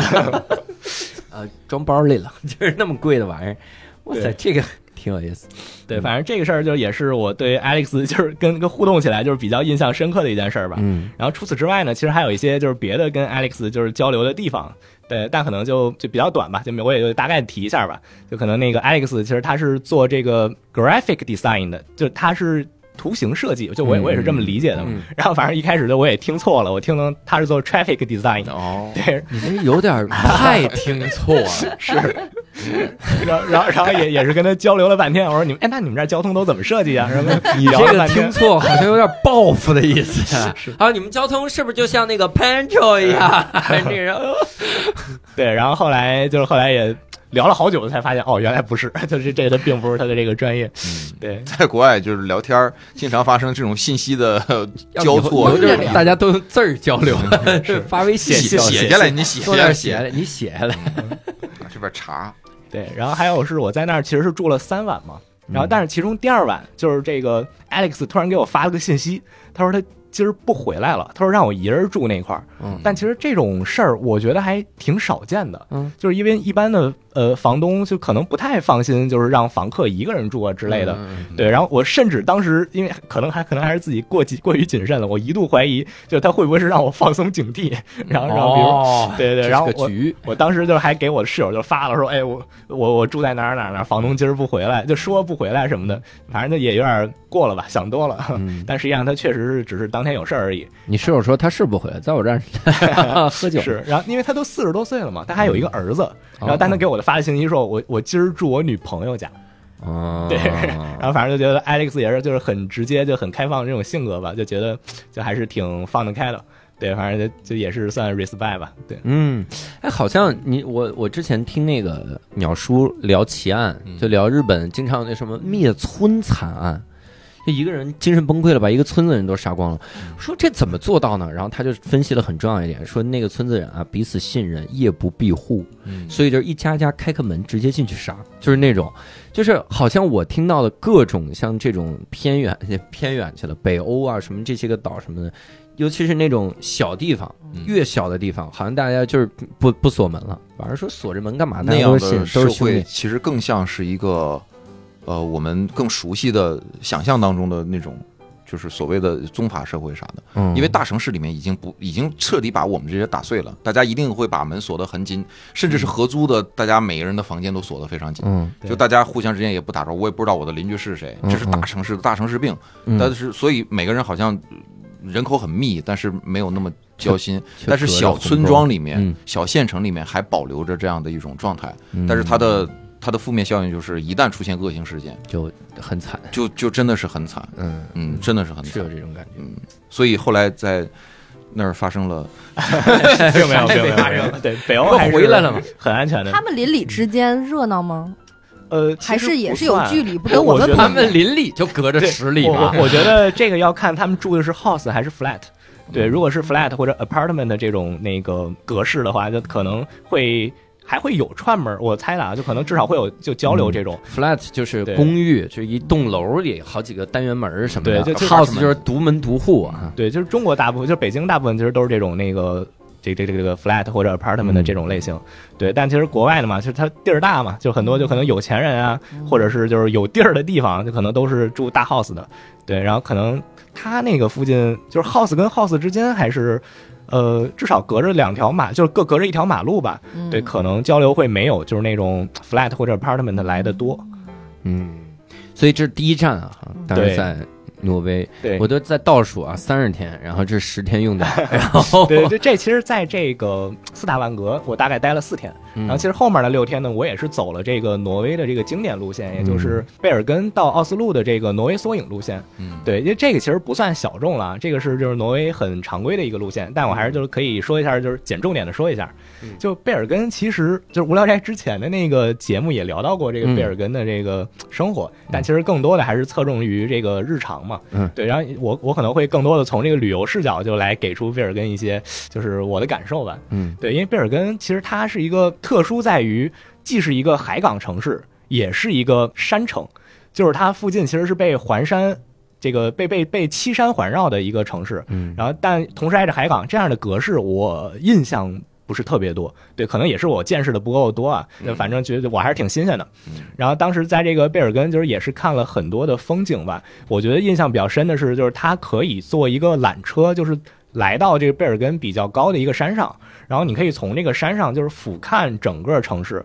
Speaker 1: 啊，装包里了， 就是那么贵的玩意儿。哇塞，
Speaker 2: 对
Speaker 1: 这个挺有意思。
Speaker 2: 对，反正这个事儿就也是我对 Alex 就是跟跟互动起来就是比较印象深刻的一件事儿吧。
Speaker 1: 嗯，
Speaker 2: 然后除此之外呢，其实还有一些就是别的跟 Alex 就是交流的地方，对，但可能就就比较短吧，就我也就大概提一下吧。就可能那个 Alex 其实他是做这个 graphic design 的，就他是图形设计，就我也
Speaker 1: 嗯
Speaker 2: 我也是这么理解的嘛。
Speaker 1: 嗯
Speaker 2: 然后反正一开始就我也听错了，我听成他是做 traffic design 的，
Speaker 3: 哦，
Speaker 2: 对，
Speaker 1: 你这有点太听错啊 了。
Speaker 2: 是，然后然后然 后也也是跟他交流了半天，我说你们哎，那你们这儿交通都怎么设计啊？什么
Speaker 1: 嗯你
Speaker 2: 聊
Speaker 1: 这
Speaker 2: 了
Speaker 1: 个
Speaker 2: 半
Speaker 1: 听
Speaker 2: 天。
Speaker 1: 错好像有点报复的意思。
Speaker 2: 是
Speaker 1: 啊，你们交通是不是就像那个 Pancho 一 样？这个哦
Speaker 2: 对，然后后来就是后来也聊了好久，才发现哦，原来不是， 就是这个并不是他的这个专业。对，
Speaker 3: 嗯在国外就是聊天儿，经常发生这种信息的呃交错，
Speaker 1: 要不
Speaker 3: 是嗯
Speaker 1: 就是大家都用字儿交流，
Speaker 2: 是
Speaker 1: 发微信
Speaker 2: 写
Speaker 3: 写写下来，你写下
Speaker 1: 多点
Speaker 3: 来，
Speaker 1: 写下来，你写下来。
Speaker 3: 这边查
Speaker 2: 对，然后还有是我在那儿其实是住了三晚嘛，
Speaker 1: 嗯
Speaker 2: 然后，但是其中第二晚就是这个 Alex 突然给我发了个信息，他说他今儿不回来了，他说让我一人住那块儿。
Speaker 1: 嗯
Speaker 2: 但其实这种事儿，我觉得还挺少见的，
Speaker 1: 嗯，
Speaker 2: 就是因为一般的呃房东就可能不太放心，就是让房客一个人住啊之类的。
Speaker 1: 嗯
Speaker 2: 对，然后我甚至当时因为可能还可能还是自己过紧过于谨慎了，我一度怀疑，就他会不会是让我放松警惕，然后然后比如、
Speaker 1: 哦
Speaker 2: 对
Speaker 1: 这
Speaker 2: 对对，
Speaker 1: 是
Speaker 2: 然后
Speaker 1: 个
Speaker 2: 我
Speaker 1: 局，
Speaker 2: 我当时就是还给我的室友就发了说，哎，我我我住在哪儿哪儿哪儿，房东今儿不回来，就说不回来什么的，反正就也有点过了吧，想多了。 但实际上他确实是只是当天有事儿而已。
Speaker 1: 嗯你室友说他是不回来，在我 这儿喝酒
Speaker 2: 是，然后因为他都四十多岁了嘛，他还有一个儿子，
Speaker 1: 嗯
Speaker 2: 然后但他给我的发的信息说，我我今儿住我女朋友家，
Speaker 1: 哦
Speaker 2: 对然后反正就觉得 Alex 也是就是很直接，就很开放这种性格吧，就觉得就还是挺放得开的。对，反正就就也是算 respect 吧。 对，
Speaker 1: 嗯，哎，好像你我我之前听那个鸟叔聊奇案，就聊日本经常有那什么灭村惨案，就一个人精神崩溃了，把一个村子人都杀光了，说这怎么做到呢？然后他就分析了很重要一点，说那个村子人啊彼此信任，夜不闭户，
Speaker 3: 嗯
Speaker 1: 所以就是一家家开个门直接进去杀，就是那种，就是好像我听到的各种像这种偏远偏远去了北欧啊什么这些个岛什么的，尤其是那种小地方，越小的地方，好像大家就是不不锁门了，反而说锁着门干嘛？大
Speaker 3: 嗯那
Speaker 1: 家
Speaker 3: 样
Speaker 1: 都是信
Speaker 3: 的
Speaker 1: 都
Speaker 3: 社
Speaker 1: 是兄
Speaker 3: 会
Speaker 1: 弟，
Speaker 3: 其实更像是一个，呃，我们更熟悉的想象当中的那种，就是所谓的宗法社会啥的。
Speaker 1: 嗯
Speaker 3: 因为大城市里面已经不已经彻底把我们这些打碎了，大家一定会把门锁得很紧，甚至是合租的，大家每个人的房间都锁得非常紧。
Speaker 1: 嗯
Speaker 2: 对
Speaker 3: 就大家互相之间也不打招呼，我也不知道我的邻居是谁，
Speaker 1: 嗯
Speaker 3: 这是大城市的大城市病。但
Speaker 1: 嗯，
Speaker 3: 是所以每个人好像人口很密，但是没有那么交心。
Speaker 1: 却
Speaker 3: 但是
Speaker 1: 隔着
Speaker 3: 小
Speaker 1: 鸿
Speaker 3: 村
Speaker 1: 沟
Speaker 3: 庄，里面
Speaker 1: 嗯、
Speaker 3: 小县城里面还保留着这样的一种状态，
Speaker 1: 嗯
Speaker 3: 但是它的它的负面效应就是，一旦出现恶性事件，
Speaker 1: 就很惨，
Speaker 3: 就就真的是很惨，
Speaker 1: 嗯，
Speaker 3: 嗯，真的是很
Speaker 1: 是有
Speaker 3: 惨。
Speaker 1: 这种感觉。
Speaker 3: 所以后来在那儿发生了，
Speaker 1: 啥也没
Speaker 2: 没有没有没有没有哎没
Speaker 1: 发
Speaker 2: 有，对，北
Speaker 1: 不
Speaker 2: 欧
Speaker 1: 过
Speaker 2: 还是
Speaker 1: 回来了嘛，
Speaker 2: 很安全的
Speaker 4: 他。们邻里之间热闹吗？
Speaker 2: 呃，其
Speaker 4: 还
Speaker 2: 实
Speaker 4: 是
Speaker 2: 不
Speaker 4: 也是有
Speaker 2: 算
Speaker 4: 距离，不跟
Speaker 2: 我
Speaker 4: 们
Speaker 2: 觉得
Speaker 1: 他
Speaker 4: 比？
Speaker 1: 们邻里就隔着十里
Speaker 2: 我
Speaker 1: 吧，
Speaker 2: 我我觉得这个要看他们住的是 house 还是 flat。对，
Speaker 3: 嗯
Speaker 2: 如果是 flat 或者 apartment 的这种那个格式的话，就可能会还会有串门儿。我猜的啊，就可能至少会有就交流这种。
Speaker 1: flat 就是
Speaker 2: 对
Speaker 1: 公寓，就一栋楼里好几个单元门儿什么的。
Speaker 2: 对就就
Speaker 1: house 就是独门独户啊。
Speaker 2: 对，就是中国大部分，就是北京大部分其实都是这种那个。这这这这个 flat 或者 apartment 的这种类型，对，但其实国外的嘛，就是它地儿大嘛，就很多就可能有钱人啊，或者是就是有地儿的地方，就可能都是住大 house 的，对，然后可能它那个附近就是 house 跟 house 之间还是，呃，至少隔着两条马，就是各隔着一条马路吧，
Speaker 4: 嗯
Speaker 2: 对，可能交流会没有就是那种 flat 或者 apartment 来的多，
Speaker 1: 嗯，所以这是第一站啊，当时
Speaker 2: 对
Speaker 1: 在挪威，
Speaker 2: 对，
Speaker 1: 我都在倒数啊，三十天，然后这十天用 掉，然后
Speaker 2: 对，这这其实在这个斯塔万格，我大概待了四天，
Speaker 1: 嗯
Speaker 2: 然后其实后面的六天呢，我也是走了这个挪威的这个经典路
Speaker 1: 嗯
Speaker 2: 线，也就是贝尔根到奥斯陆的这个挪威缩影路线。
Speaker 3: 嗯，
Speaker 2: 对，因为这个其实不算小众了啊，这个是就是挪威很常规的一个路线，但我还是就是可以说一下，就是简重点的说一下，
Speaker 1: 嗯
Speaker 2: 就贝尔根其实就是无聊斋之前的那个节目也聊到过这个
Speaker 1: 嗯
Speaker 2: 贝尔根的这个生活，但其实更多的还是侧重于这个日常嘛，
Speaker 1: 嗯
Speaker 2: 对，然后我我可能会更多的从这个旅游视角就来给出贝尔根一些就是我的感受吧，
Speaker 1: 嗯
Speaker 2: 对，因为贝尔根其实它是一个特殊在于，既是一个海港城市，也是一个山城，就是它附近其实是被环山。这个被被被七山环绕的一个城市，
Speaker 1: 嗯
Speaker 2: 然后但同时挨着海港，这样的格式我印象不是特别多，对，可能也是我见识的不够多啊。那反正觉得我还是挺新鲜的。然后当时在这个贝尔根，就是也是看了很多的风景吧。我觉得印象比较深的是，就是它可以坐一个缆车，就是来到这个贝尔根比较高的一个山上，然后你可以从这个山上就是俯瞰整个城市。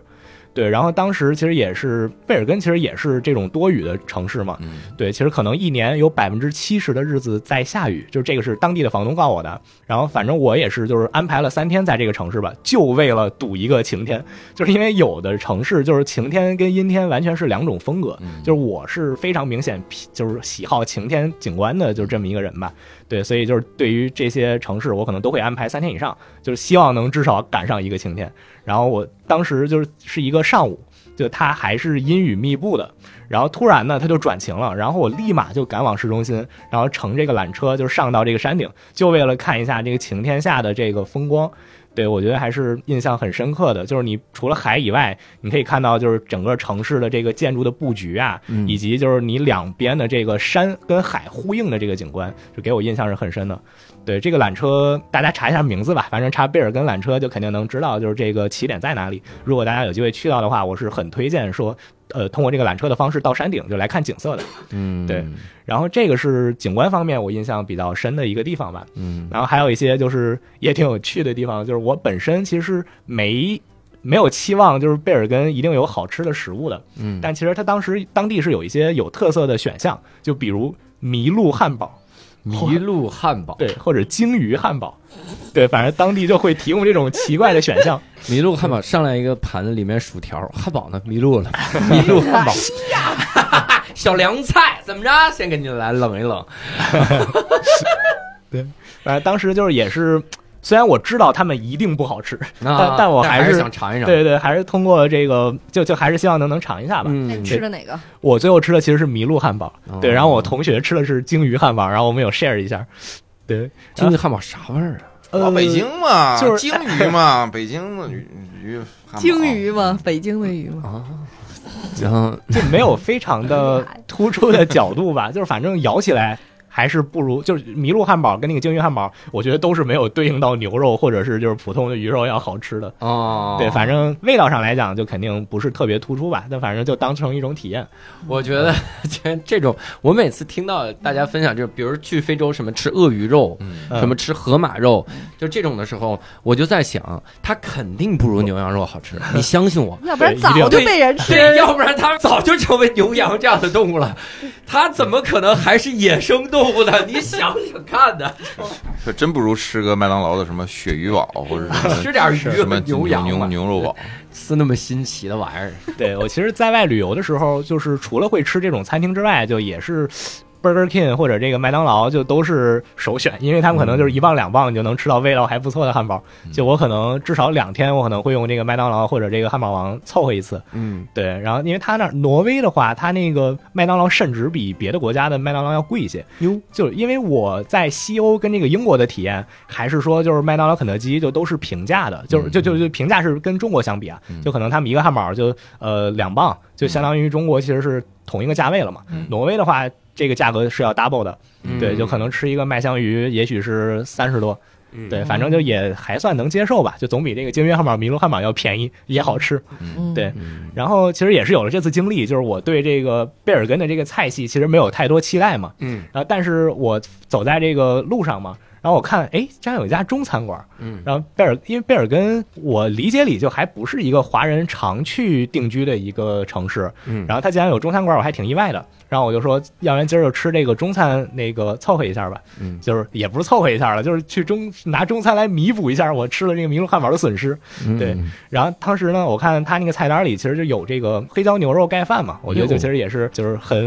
Speaker 2: 对，然后当时其实也是贝尔根，其实也是这种多雨的城市嘛。
Speaker 3: 嗯
Speaker 2: 对，其实可能一年有百分之七十的日子在下雨，就是这个是当地的房东告我的。然后反正我也是就是安排了三天在这个城市吧，就为了赌一个晴天，就是因为有的城市就是晴天跟阴天完全是两种风格。
Speaker 3: 嗯
Speaker 2: 就是我是非常明显喜就是喜好晴天景观的，就是这么一个人吧。对，所以就是对于这些城市，我可能都会安排三天以上，就是希望能至少赶上一个晴天。然后我当时就是是一个上午，就它还是阴雨密布的，然后突然呢它就转晴了，然后我立马就赶往市中心，然后乘这个缆车就上到这个山顶，就为了看一下这个晴天下的这个风光。对我觉得还是印象很深刻的，就是你除了海以外，你可以看到就是整个城市的这个建筑的布局啊，
Speaker 1: 嗯
Speaker 2: 以及就是你两边的这个山跟海呼应的这个景观，就给我印象是很深的。对这个缆车，大家查一下名字吧，反正查贝尔根缆车就肯定能知道，就是这个起点在哪里。如果大家有机会去到的话，我是很推荐说，呃，通过这个缆车的方式到山顶就来看景色的。
Speaker 1: 嗯，
Speaker 2: 对，然后这个是景观方面我印象比较深的一个地方吧。
Speaker 1: 嗯
Speaker 2: 然后还有一些就是也挺有趣的地方，就是我本身其实没没有期望，就是贝尔根一定有好吃的食物的，
Speaker 1: 嗯，
Speaker 2: 但其实它当时当地是有一些有特色的选项，就比如麋鹿汉堡，
Speaker 1: 麋鹿汉堡，
Speaker 2: 对，或者鲸鱼汉堡，对，反正当地就会提供这种奇怪的选项。
Speaker 1: 麋鹿汉堡上来一个盘子，里面薯条，汉堡呢？迷路 了，麋鹿汉 堡。小凉菜怎么着？先给你来冷一冷。
Speaker 2: 反正当时就是也是，虽然我知道他们一定不好吃，
Speaker 1: 啊
Speaker 2: 但我
Speaker 1: 还
Speaker 2: 还是
Speaker 1: 想尝一尝。
Speaker 2: 对对，还是通过这个就就还是希望能能尝一下吧。
Speaker 4: 那
Speaker 1: 嗯
Speaker 4: 你，吃的哪个？
Speaker 2: 我最后吃的其实是麋鹿汉堡，
Speaker 1: 哦
Speaker 2: 对，然后我同学吃的是鲸鱼汉堡，然后我们有 share 一下，对，
Speaker 1: 京记汉堡啥味儿啊？
Speaker 3: 啊，
Speaker 2: 呃，
Speaker 3: 北京嘛，
Speaker 2: 就是
Speaker 3: 鲸鱼嘛，北京的鱼鱼汉堡
Speaker 4: 鲸鱼吗？北京的鱼吗？
Speaker 1: 啊然后
Speaker 2: 就没有非常的突出的角度吧， 就是反正咬起来还是不如，就是麋鹿汉堡跟那个鲸鱼汉堡，我觉得都是没有对应到牛肉或者是就是普通的鱼肉要好吃的，
Speaker 1: 哦，
Speaker 2: 对，反正味道上来讲就肯定不是特别突出吧，但反正就当成一种体验，
Speaker 1: 我觉得 这这种，我每次听到大家分享，就是比如去非洲什么吃鳄鱼肉，
Speaker 2: 嗯
Speaker 1: 什么吃河马肉，就这种的时候，我就在想，它肯定不如牛羊肉好吃，你相信 我。
Speaker 4: 要不然
Speaker 2: 对一定
Speaker 4: 早
Speaker 2: 要
Speaker 4: 就被人吃
Speaker 1: 对，要不然它早就成为牛羊这样的动物了，它怎么可能还是野生动物呢？你想想看呢，
Speaker 3: 这真不如吃个麦当劳的什么鳕鱼堡或者什么
Speaker 1: 吃点
Speaker 3: 什么
Speaker 1: 鱼
Speaker 3: 牛
Speaker 1: 羊
Speaker 3: 牛
Speaker 1: 嘛，
Speaker 3: 牛肉堡。
Speaker 1: 是那么新奇的玩意儿。
Speaker 2: 嗯对我其实在外旅游的时候，就是除了会吃这种餐厅之外，就也是 Burger King 或者这个麦当劳就都是首选，因为他们可能就是一磅两磅你就能吃到味道还不错的汉堡。就我可能至少两天，我可能会用这个麦当劳或者这个汉堡王凑合一次。
Speaker 1: 嗯，
Speaker 2: 对，然后因为他那儿挪威的话，他那个麦当劳甚至比别的国家的麦当劳要贵一些。
Speaker 1: 哟，
Speaker 2: 就是因为我在西欧跟这个英国的体验，还是说就是麦当劳、肯德基就都是平价的，就是就就就平价是跟中国相比啊，
Speaker 3: 嗯
Speaker 2: 就可能他们一个汉堡就呃两磅，就相当于中国其实是同一个价位了嘛。
Speaker 3: 嗯
Speaker 2: 挪威的话，这个价格是要 double 的，对，就可能吃一个麦香鱼也许是三十多，
Speaker 1: 嗯
Speaker 2: 对，反正就也还算能接受吧，就总比这个京约汉堡、麋鹿汉堡要便宜，也好吃。
Speaker 4: 嗯
Speaker 2: 对然后其实也是有了这次经历，就是我对这个贝尔根的这个菜系其实没有太多期待嘛，
Speaker 1: 嗯，
Speaker 2: 然后但是我走在这个路上嘛，然后我看，哎，这儿有一家中餐馆，
Speaker 1: 嗯，
Speaker 2: 然后贝尔，因为贝尔根，我理解里就还不是一个华人常去定居的一个城市，
Speaker 1: 嗯
Speaker 2: 然后它竟然有中餐馆，我还挺意外的。然后我就说，要不然今儿就吃这个中餐，那个凑合一下吧，
Speaker 1: 嗯
Speaker 2: 就是也不是凑合一下了，就是去中拿中餐来弥补一下我吃了这个麋鹿汉堡的损失。对
Speaker 1: 嗯
Speaker 2: 然后当时呢，我看他那个菜单里其实就有这个黑椒牛肉盖饭嘛，我觉得就
Speaker 1: 哟
Speaker 2: 其实也是就是很，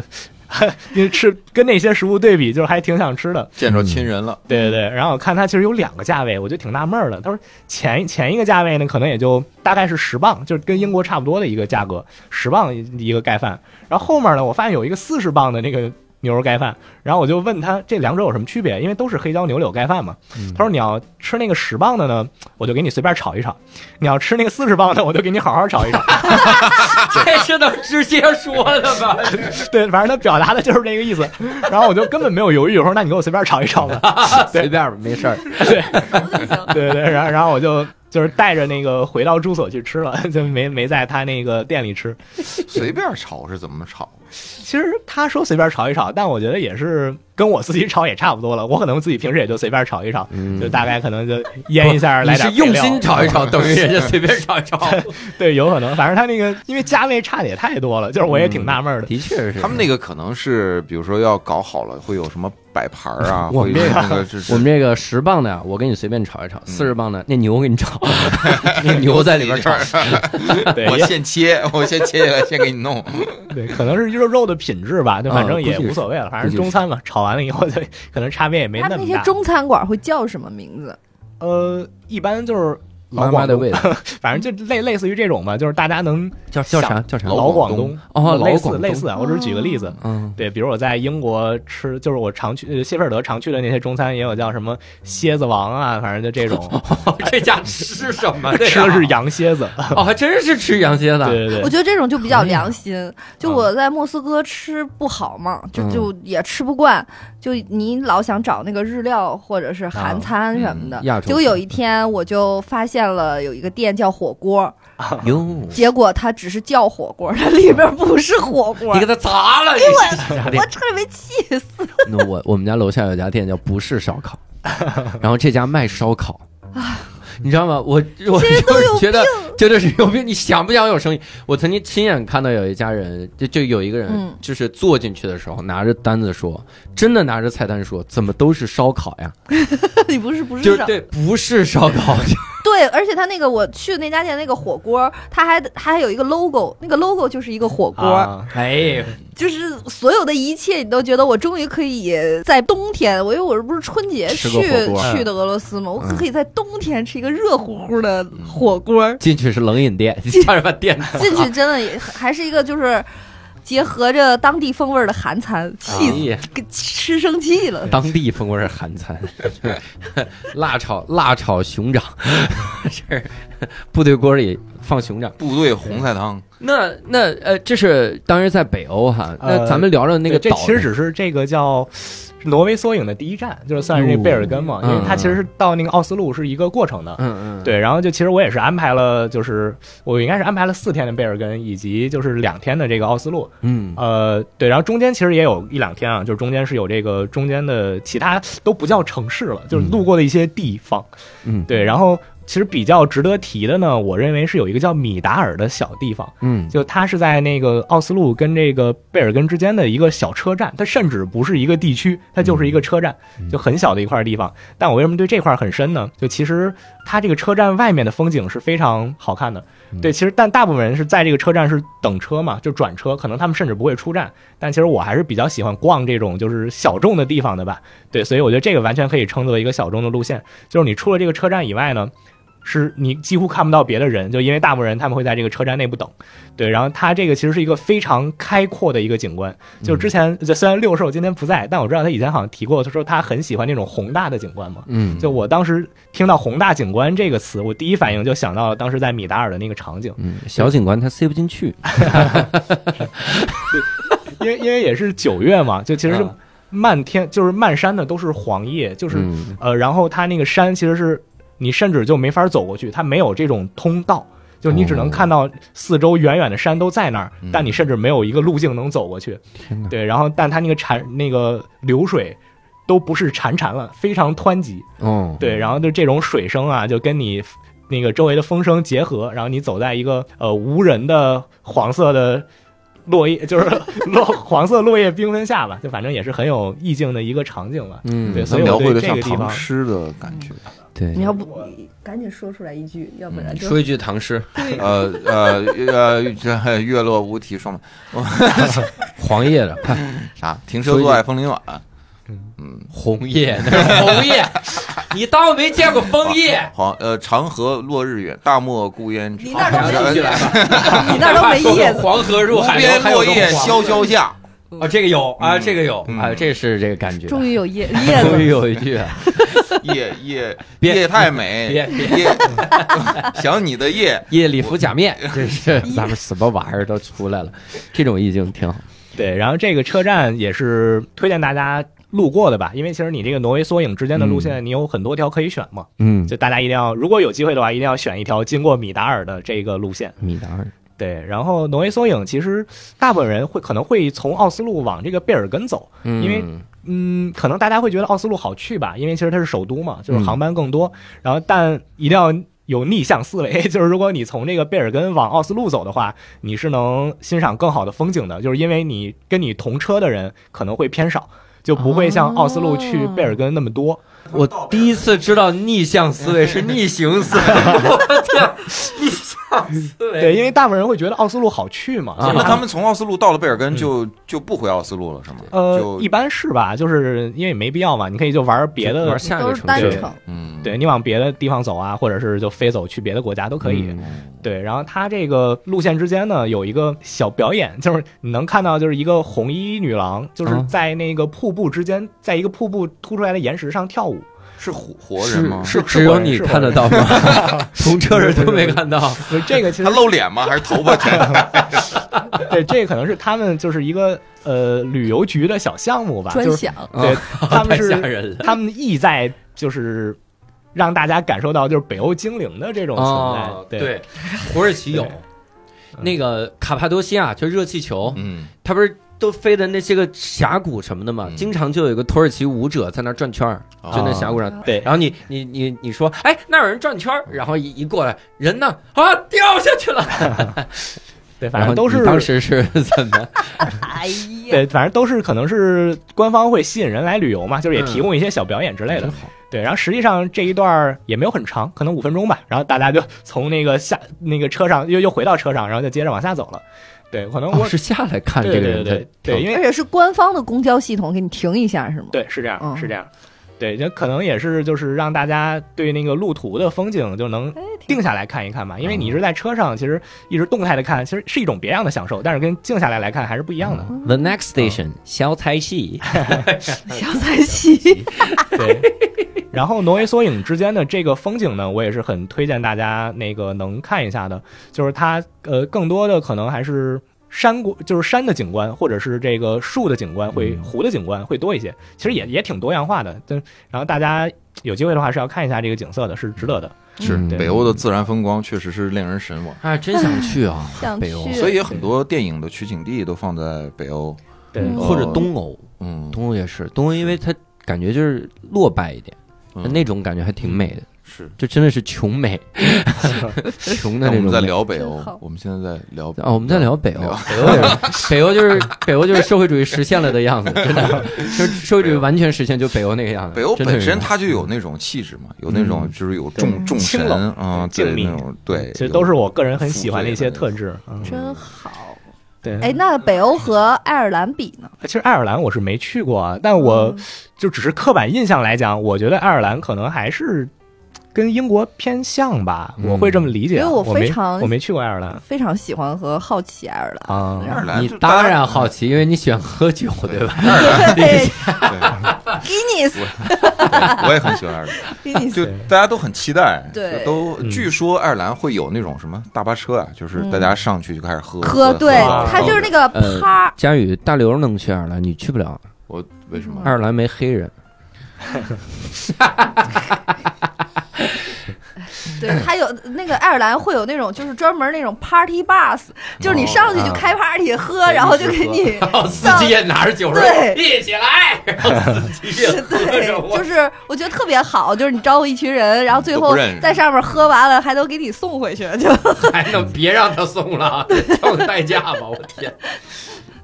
Speaker 2: 因为吃跟那些食物对比，就是还挺想吃的。
Speaker 3: 见着亲人了，
Speaker 2: 对对对。然后我看它其实有两个价位，我就挺纳闷儿的。他说前前一个价位呢，可能也就大概是十磅，就是跟英国差不多的一个价格，十磅一个盖饭。然后后面呢，我发现有一个四十磅的那个。牛肉盖饭，然后我就问他这两者有什么区别，因为都是黑椒牛柳盖饭嘛。 他说你要吃那个十磅的呢，我就给你随便炒一炒；你要吃那个四十磅的，我就给你好好炒一 炒。
Speaker 1: 这是能直接说的吗？
Speaker 2: 对，反正他表达的就是这个意思。 然后我就根本没有犹豫，我说那你给我随便炒一炒吧。
Speaker 1: 随便吧，没事儿。
Speaker 2: 对对，然后然后我就就是带着那个回到住所去吃了，就没没在他那个店里吃。
Speaker 3: 随便炒是怎么炒？
Speaker 2: 其实他说随便炒一炒，但我觉得也是跟我自己炒也差不多了。我可能自己平时也就随便炒一炒，就大概可能就腌一下，
Speaker 1: 嗯
Speaker 2: 来
Speaker 1: 你
Speaker 2: 点
Speaker 1: 是
Speaker 2: 配
Speaker 1: 用
Speaker 2: 料
Speaker 1: 心炒一 炒，等于人家随便炒一炒。
Speaker 2: 对，有可能。反正他那个因为价位差的也太多了，就是我也挺纳闷的。
Speaker 1: 的确是
Speaker 3: 他们那个可能是，比如说要搞好了，会有什么摆盘儿啊，
Speaker 1: 我
Speaker 3: 会
Speaker 1: 们
Speaker 3: 有
Speaker 1: 这
Speaker 3: 那个就是
Speaker 1: 我们这个十磅的呀，我给你随便炒一炒；四十磅的，那牛给你 炒，那牛
Speaker 3: 牛
Speaker 1: 在里边炒。嗯
Speaker 2: 对，
Speaker 3: 我
Speaker 2: 也
Speaker 3: 现切，我先切下来，先给你弄。
Speaker 2: 对，可能是肉肉的品质吧，就反
Speaker 1: 啊估
Speaker 2: 正也
Speaker 1: 计
Speaker 2: 无
Speaker 1: 是
Speaker 2: 所谓了，反
Speaker 1: 估
Speaker 2: 正
Speaker 1: 计
Speaker 2: 中
Speaker 1: 是
Speaker 2: 餐嘛，炒完了以后，对，可能差别也没
Speaker 4: 他
Speaker 2: 那
Speaker 4: 们那
Speaker 2: 么
Speaker 4: 些
Speaker 2: 大。
Speaker 4: 中餐馆会叫什么名字？
Speaker 2: 呃，一般就是
Speaker 1: 老妈的味 道，
Speaker 2: 反正就类类似于这种吧，就是大家能
Speaker 1: 叫叫啥叫啥？
Speaker 2: 老
Speaker 3: 广
Speaker 2: 东
Speaker 1: 哦，老
Speaker 2: 类
Speaker 1: 广
Speaker 2: 似
Speaker 1: 东
Speaker 2: 类似，啊，我只是举个例子。
Speaker 1: 嗯，
Speaker 2: 对，比如我在英国吃，就是我常去呃谢菲尔德常去的那些中餐，也有叫什么蝎子王啊，反正就这种，
Speaker 1: 这家吃什么啊呀？
Speaker 2: 吃的是羊 蝎子。
Speaker 1: 哦，还真是吃羊蝎子。
Speaker 2: 对对对，
Speaker 4: 我觉得这种就比较
Speaker 1: 可以啊
Speaker 4: 良心。就我
Speaker 2: 嗯
Speaker 4: 在莫斯科吃不好嘛，就就也吃不惯，就你老想找那个日料或者是
Speaker 2: 啊
Speaker 4: 韩
Speaker 2: 嗯
Speaker 4: 餐什么的。
Speaker 1: 亚洲
Speaker 4: 结果有一天我就发现了有一个店叫火锅，
Speaker 1: 哟，
Speaker 2: 嗯
Speaker 4: 结果它只是叫火锅，它里边不是火 锅
Speaker 1: 你。给他砸了，
Speaker 4: 给
Speaker 1: 你
Speaker 4: 我
Speaker 1: 啥
Speaker 4: 我差点没气死！
Speaker 1: 那我我们家楼下有家店叫不是烧烤，然后这家卖烧烤，你知道吗？我我
Speaker 4: 啊这人都
Speaker 1: 就
Speaker 4: 有
Speaker 1: 是觉得觉得是有病，你想不想有生意？我曾经亲眼看到有一家人，就就有一个人
Speaker 4: 嗯，
Speaker 1: 就是坐进去的时候拿着单子说，真的拿着菜单说，怎么都是烧烤呀？
Speaker 4: 你不是不
Speaker 1: 就是对，不是烧烤，
Speaker 4: 对，而且他那个我去那家店那个火锅，他还他还有一个 logo，那个 logo 就是一个火锅，
Speaker 2: 啊，哎，
Speaker 4: 就是所有的一切，你都觉得我终于可以在冬天，我因为我不是春节
Speaker 1: 吃
Speaker 4: 去
Speaker 1: 个火锅
Speaker 4: 去的俄罗斯嘛，我
Speaker 1: 嗯
Speaker 4: 可以在冬天吃一个热乎乎的火 锅儿，
Speaker 1: 进去是冷饮店，你差点把店砸
Speaker 4: 进去真的也还是一个就是结合着当地风味儿的韩餐，气死，
Speaker 1: 哎
Speaker 4: 给吃生气了。
Speaker 1: 当地风味儿韩餐， 辣炒辣炒熊掌， 是部队锅里放熊掌。
Speaker 3: 部队红菜汤，
Speaker 1: 那那呃，这是当时在北欧哈，
Speaker 2: 呃
Speaker 1: 那咱们聊聊那个
Speaker 2: 对
Speaker 1: 岛
Speaker 2: 这其实只是这个叫挪威缩影的第一站，就是算是那贝尔根嘛，
Speaker 1: 嗯
Speaker 2: 因为它其实是到那个奥斯陆是一个过程的。
Speaker 1: 嗯嗯，
Speaker 2: 对，然后就其实我也是安排了，就是我应该是安排了四天的贝尔根，以及就是两天的这个奥斯陆。
Speaker 1: 嗯
Speaker 2: 呃，对，然后中间其实也有一两天啊，就是中间是有这个中间的其他都不叫城市了，就是路过的一些地方。
Speaker 1: 嗯
Speaker 2: 对，然后其实比较值得提的呢，我认为是有一个叫米达尔的小地方，
Speaker 1: 嗯
Speaker 2: 就它是在那个奥斯陆跟这个贝尔根之间的一个小车站，它甚至不是一个地区，它就是一个车站，就很小的一块地方。但我为什么对这块很深呢？就其实它这个车站外面的风景是非常好看的。对，其实但大部分人是在这个车站是等车嘛，就转车，可能他们甚至不会出站。但其实我还是比较喜欢逛这种就是小众的地方的吧。对，所以我觉得这个完全可以称作一个小众的路线，就是你出了这个车站以外呢。是你几乎看不到别的人，就因为大部分人他们会在这个车站内部等，对，然后它这个其实是一个非常开阔的一个景观，就是之前就虽然六兽今天不在，但我知道他以前好像提过，他说他很喜欢那种宏大的景观嘛。
Speaker 1: 嗯，
Speaker 2: 就我当时听到“宏大景观”这个词，我第一反应就想到了当时在米达尔的那个场景，
Speaker 1: 嗯小警官他塞不进去，
Speaker 2: 因为因为也是九月嘛，就其实是漫天就是漫山的都是黄叶，就是
Speaker 1: 嗯
Speaker 2: 呃，然后它那个山其实是你甚至就没法走过去，它没有这种通道，就你只能看到四周远远的山都在那儿，
Speaker 3: 嗯
Speaker 2: 但你甚至没有一个路径能走过去。
Speaker 1: 天哪，
Speaker 2: 对，然后但它那个潺那个流水都不是潺潺了，非常湍急。
Speaker 1: 哦，
Speaker 2: 对，然后就这种水声啊，就跟你那个周围的风声结合，然后你走在一个呃无人的黄色的落叶， 就是落黄色落叶缤纷下吧，就反正也是很有意境的一个场景吧。
Speaker 1: 嗯
Speaker 2: 对，所
Speaker 3: 能
Speaker 2: 以
Speaker 3: 描
Speaker 2: 我
Speaker 3: 绘
Speaker 2: 对
Speaker 3: 的
Speaker 2: 这
Speaker 3: 像
Speaker 2: 个地
Speaker 3: 唐
Speaker 2: 方，
Speaker 3: 诗的感觉。
Speaker 1: 对，
Speaker 4: 你要不赶紧说出来一句，要不然就
Speaker 1: 说一句唐诗，
Speaker 3: 呃呃呃，这月落乌啼霜满
Speaker 1: 黄叶的，快
Speaker 3: 啥？停车坐爱枫林晚。
Speaker 1: 红叶，那是红叶， 你当我没见过枫 叶？
Speaker 3: 好，呃，长河落日远，大漠孤烟直。
Speaker 4: 你那儿都没
Speaker 3: 啊
Speaker 4: 意
Speaker 3: 呃
Speaker 4: 思，你那儿都没
Speaker 1: 说
Speaker 4: 意
Speaker 1: 说
Speaker 4: 思。
Speaker 1: 黄河入
Speaker 3: 无
Speaker 1: 海
Speaker 3: 边
Speaker 1: 流，还有
Speaker 3: 落
Speaker 1: 个
Speaker 3: 叶
Speaker 1: 黄
Speaker 3: 萧萧下。
Speaker 1: 啊，这个有啊，这个有
Speaker 3: 嗯
Speaker 1: 啊，这是这个感觉。
Speaker 4: 终于有叶叶
Speaker 1: 终于
Speaker 4: 子，
Speaker 1: 有一句，啊
Speaker 3: 夜夜
Speaker 1: 别
Speaker 3: 夜太
Speaker 2: 哎
Speaker 3: 美，
Speaker 1: 别
Speaker 3: 夜 想你的夜，
Speaker 1: 夜里服假 面，这是咱们什么玩意儿都出来了，这种意境挺好。
Speaker 2: 对，然后这个车站也是推荐大家路过的吧，因为其实你这个挪威缩影之间的路线，你有很多条可以选嘛，
Speaker 1: 嗯，
Speaker 2: 就大家一定要，如果有机会的话，一定要选一条经过米达尔的这个路线。
Speaker 1: 米达尔，
Speaker 2: 对，然后挪威缩影其实大部分人会可能会从奥斯陆往这个贝尔根走，因为嗯，可能大家会觉得奥斯陆好去吧，因为其实它是首都嘛，就是航班更多。然后，但一定要有逆向思维， 就是如果你从这个贝尔根往奥斯陆走的话，你是能欣赏更好的风景的，就是因为你跟你同车的人可能会偏少，就不会像奥斯陆去贝尔根那么多。
Speaker 3: 哦
Speaker 1: 我第一次知道逆向思维是逆行 思维，我天，逆向思维。
Speaker 2: 对，因为大部分人会觉得奥斯陆好去嘛，
Speaker 1: 啊
Speaker 2: 就是
Speaker 3: 那他们从奥斯陆到了贝尔根就就不回奥斯陆了，是吗？
Speaker 2: 呃，
Speaker 3: 就
Speaker 2: 一般是吧？就是因为也没必要嘛，你可以就玩别的
Speaker 1: 玩下一
Speaker 4: 都
Speaker 1: 个
Speaker 4: 是
Speaker 1: 城
Speaker 4: 单
Speaker 1: 市
Speaker 2: 对
Speaker 4: 程，
Speaker 3: 嗯，
Speaker 2: 对你往别的地方走啊，或者是就飞走去别的国家都可以。
Speaker 1: 嗯
Speaker 2: 对，然后它这个路线之间呢有一个小表演，就是你能看到就是一个红衣女郎，就是
Speaker 1: 嗯
Speaker 2: 在那个瀑布之间，在一个瀑布凸出来的岩石上跳舞。
Speaker 3: 是活活人吗？
Speaker 1: 是
Speaker 2: 是
Speaker 1: 只有你看得到吗？ 同车人都没看到。
Speaker 2: 所以这个其实
Speaker 3: 他露脸吗？还是头发全？
Speaker 2: 对，这个可能是他们就是一个呃旅游局的小项目吧，
Speaker 4: 专
Speaker 2: 就是
Speaker 4: 享，
Speaker 2: 对他们
Speaker 1: 太
Speaker 2: 是
Speaker 1: 吓人了。
Speaker 2: 他们意在就是让大家感受到就是北欧精灵的这种存在。
Speaker 1: 哦，
Speaker 2: 对，
Speaker 1: 对，土耳其有
Speaker 2: 对
Speaker 1: 那个卡帕多西亚，就热气球，
Speaker 3: 嗯，
Speaker 1: 它不是都飞的那些个峡谷什么的嘛，
Speaker 3: 嗯
Speaker 1: 经常就有一个土耳其舞者在那儿转圈儿，
Speaker 3: 哦
Speaker 1: 就那峡谷上。
Speaker 2: 对
Speaker 1: 然后你你你你说，哎，那有人转圈儿，然后一一过来，人呢啊掉下去了，
Speaker 2: 对，反
Speaker 1: 然后
Speaker 2: 正
Speaker 1: 你
Speaker 2: 都是
Speaker 1: 当时是怎么？
Speaker 4: 哎呀，
Speaker 2: 对，反正都是可能是官方会吸引人来旅游嘛，
Speaker 1: 嗯
Speaker 2: 就是也提供一些小表演之类的。对，然后实际上这一段儿也没有很长，可能五分钟吧。然后大家就 从那个下那个车上又又回到车上，然后就接着往下走了。对，可能我、
Speaker 1: 哦，是下来看这
Speaker 2: 对
Speaker 1: 个
Speaker 2: 对
Speaker 1: 人
Speaker 2: 对
Speaker 1: 在
Speaker 2: 对，因为
Speaker 4: 而且是官方的公交系统给你停一下是吗？
Speaker 2: 对是这样
Speaker 4: 嗯
Speaker 2: 是这样。对，就可能也是就是让大家对那个路途的风景就能
Speaker 4: 哎，挺
Speaker 2: 定下来看一看吧，因为
Speaker 1: 嗯
Speaker 2: 你一直在车上，其实一直动态的看，其实是一种别样的享受，但是跟静下来来看还是不一样的。
Speaker 1: The next station，消灾戏。
Speaker 4: 小彩旗，，
Speaker 2: 对。然后挪威缩影之间的这个风景呢，我也是很推荐大家那个能看一下的，就是它呃更多的可能还是山谷，就是山的景观，或者是这个树的景观会
Speaker 1: 嗯
Speaker 2: 湖的景观会多一些，其实也也挺多样化的。但然后大家有机会的话是要看一下这个景色的，是值得的。
Speaker 3: 是
Speaker 1: 嗯
Speaker 2: 对
Speaker 3: 北欧的自然风光确实是令人神往，
Speaker 1: 啊，真想去啊
Speaker 4: 想
Speaker 1: 北欧，
Speaker 4: 去
Speaker 3: 所以很多电影的取景地都放在北欧。
Speaker 2: 对，
Speaker 4: 嗯
Speaker 1: 或者东欧，
Speaker 3: 嗯，
Speaker 1: 东欧也是，东欧因为它感觉就是落败一点，
Speaker 3: 嗯
Speaker 1: 那种感觉还挺美的，
Speaker 3: 是。
Speaker 1: 就真的是穷 美，穷的那
Speaker 3: 那我们
Speaker 1: 种
Speaker 3: 在
Speaker 1: 美。
Speaker 3: 聊北欧
Speaker 4: 真好，
Speaker 3: 我们现在在聊
Speaker 1: 啊，我们在聊北欧
Speaker 3: 聊，
Speaker 1: 北欧也是，北欧就是 北欧就是社会主义实现了的样子，真的，就是社会主义完全实现就北欧那个样子。
Speaker 3: 北欧
Speaker 1: 真的
Speaker 3: 本
Speaker 1: 是
Speaker 3: 身它就有那嗯种气质嘛，有那种就是有
Speaker 4: 对
Speaker 3: 众众
Speaker 2: 清
Speaker 3: 神
Speaker 2: 冷
Speaker 3: 啊，
Speaker 2: 静
Speaker 3: 对
Speaker 2: 谧
Speaker 3: 那种 对，
Speaker 2: 其实都是
Speaker 3: 有
Speaker 2: 我个人很喜欢的一些特质。嗯，
Speaker 4: 真好。
Speaker 2: 对。
Speaker 4: 哎，那北欧和爱尔兰比呢？
Speaker 2: 其实爱尔兰我是没去过啊，但
Speaker 4: 哦
Speaker 2: 我就只是刻板印象来讲，我觉得爱尔兰可能还是跟英国偏向吧，
Speaker 1: 嗯
Speaker 2: 我会这么理解啊。
Speaker 4: 因为我
Speaker 2: 我
Speaker 4: 非
Speaker 2: 没
Speaker 4: 常
Speaker 2: 我没去过爱尔兰
Speaker 4: 非常喜欢和好奇爱尔兰。
Speaker 2: 啊
Speaker 3: 爱，尔兰
Speaker 1: 你
Speaker 3: 就大
Speaker 1: 当
Speaker 3: 家
Speaker 1: 然好奇，因为你喜欢喝酒，对吧？
Speaker 4: 对
Speaker 3: 对，
Speaker 4: ，Guinness，
Speaker 3: 我也很喜欢爱尔兰，
Speaker 4: Guinness，
Speaker 3: 就
Speaker 2: 对
Speaker 3: 大家都很期待，
Speaker 4: 对
Speaker 3: 就都
Speaker 2: 嗯
Speaker 3: 据说爱尔兰会有那种什么大巴车啊，就是大家上去就开始喝嗯
Speaker 4: 喝对
Speaker 2: 啊，
Speaker 4: 它就是那个
Speaker 1: 呃
Speaker 4: 趴儿，
Speaker 1: 佳宇，大刘能去爱尔兰，你去不了，
Speaker 3: 我为什么
Speaker 1: 爱尔兰没黑 人。
Speaker 4: 对，它有那个爱尔兰会有那种就是专门那种 party bus，就是你上去就开 party
Speaker 3: 哦
Speaker 4: 喝，然后就给你
Speaker 1: 哦司机也拿着酒说
Speaker 4: 对：“
Speaker 1: 一起来！”然后司机也喝
Speaker 4: 对
Speaker 1: 着， 我
Speaker 4: 就。是我觉得特别好，就是你招呼一群人，然后最
Speaker 3: 嗯都
Speaker 4: 后
Speaker 3: 不认识
Speaker 4: 在上面喝完了，还都给你送回去，就
Speaker 1: 还能别让他送了啊，叫个代驾吧！我天，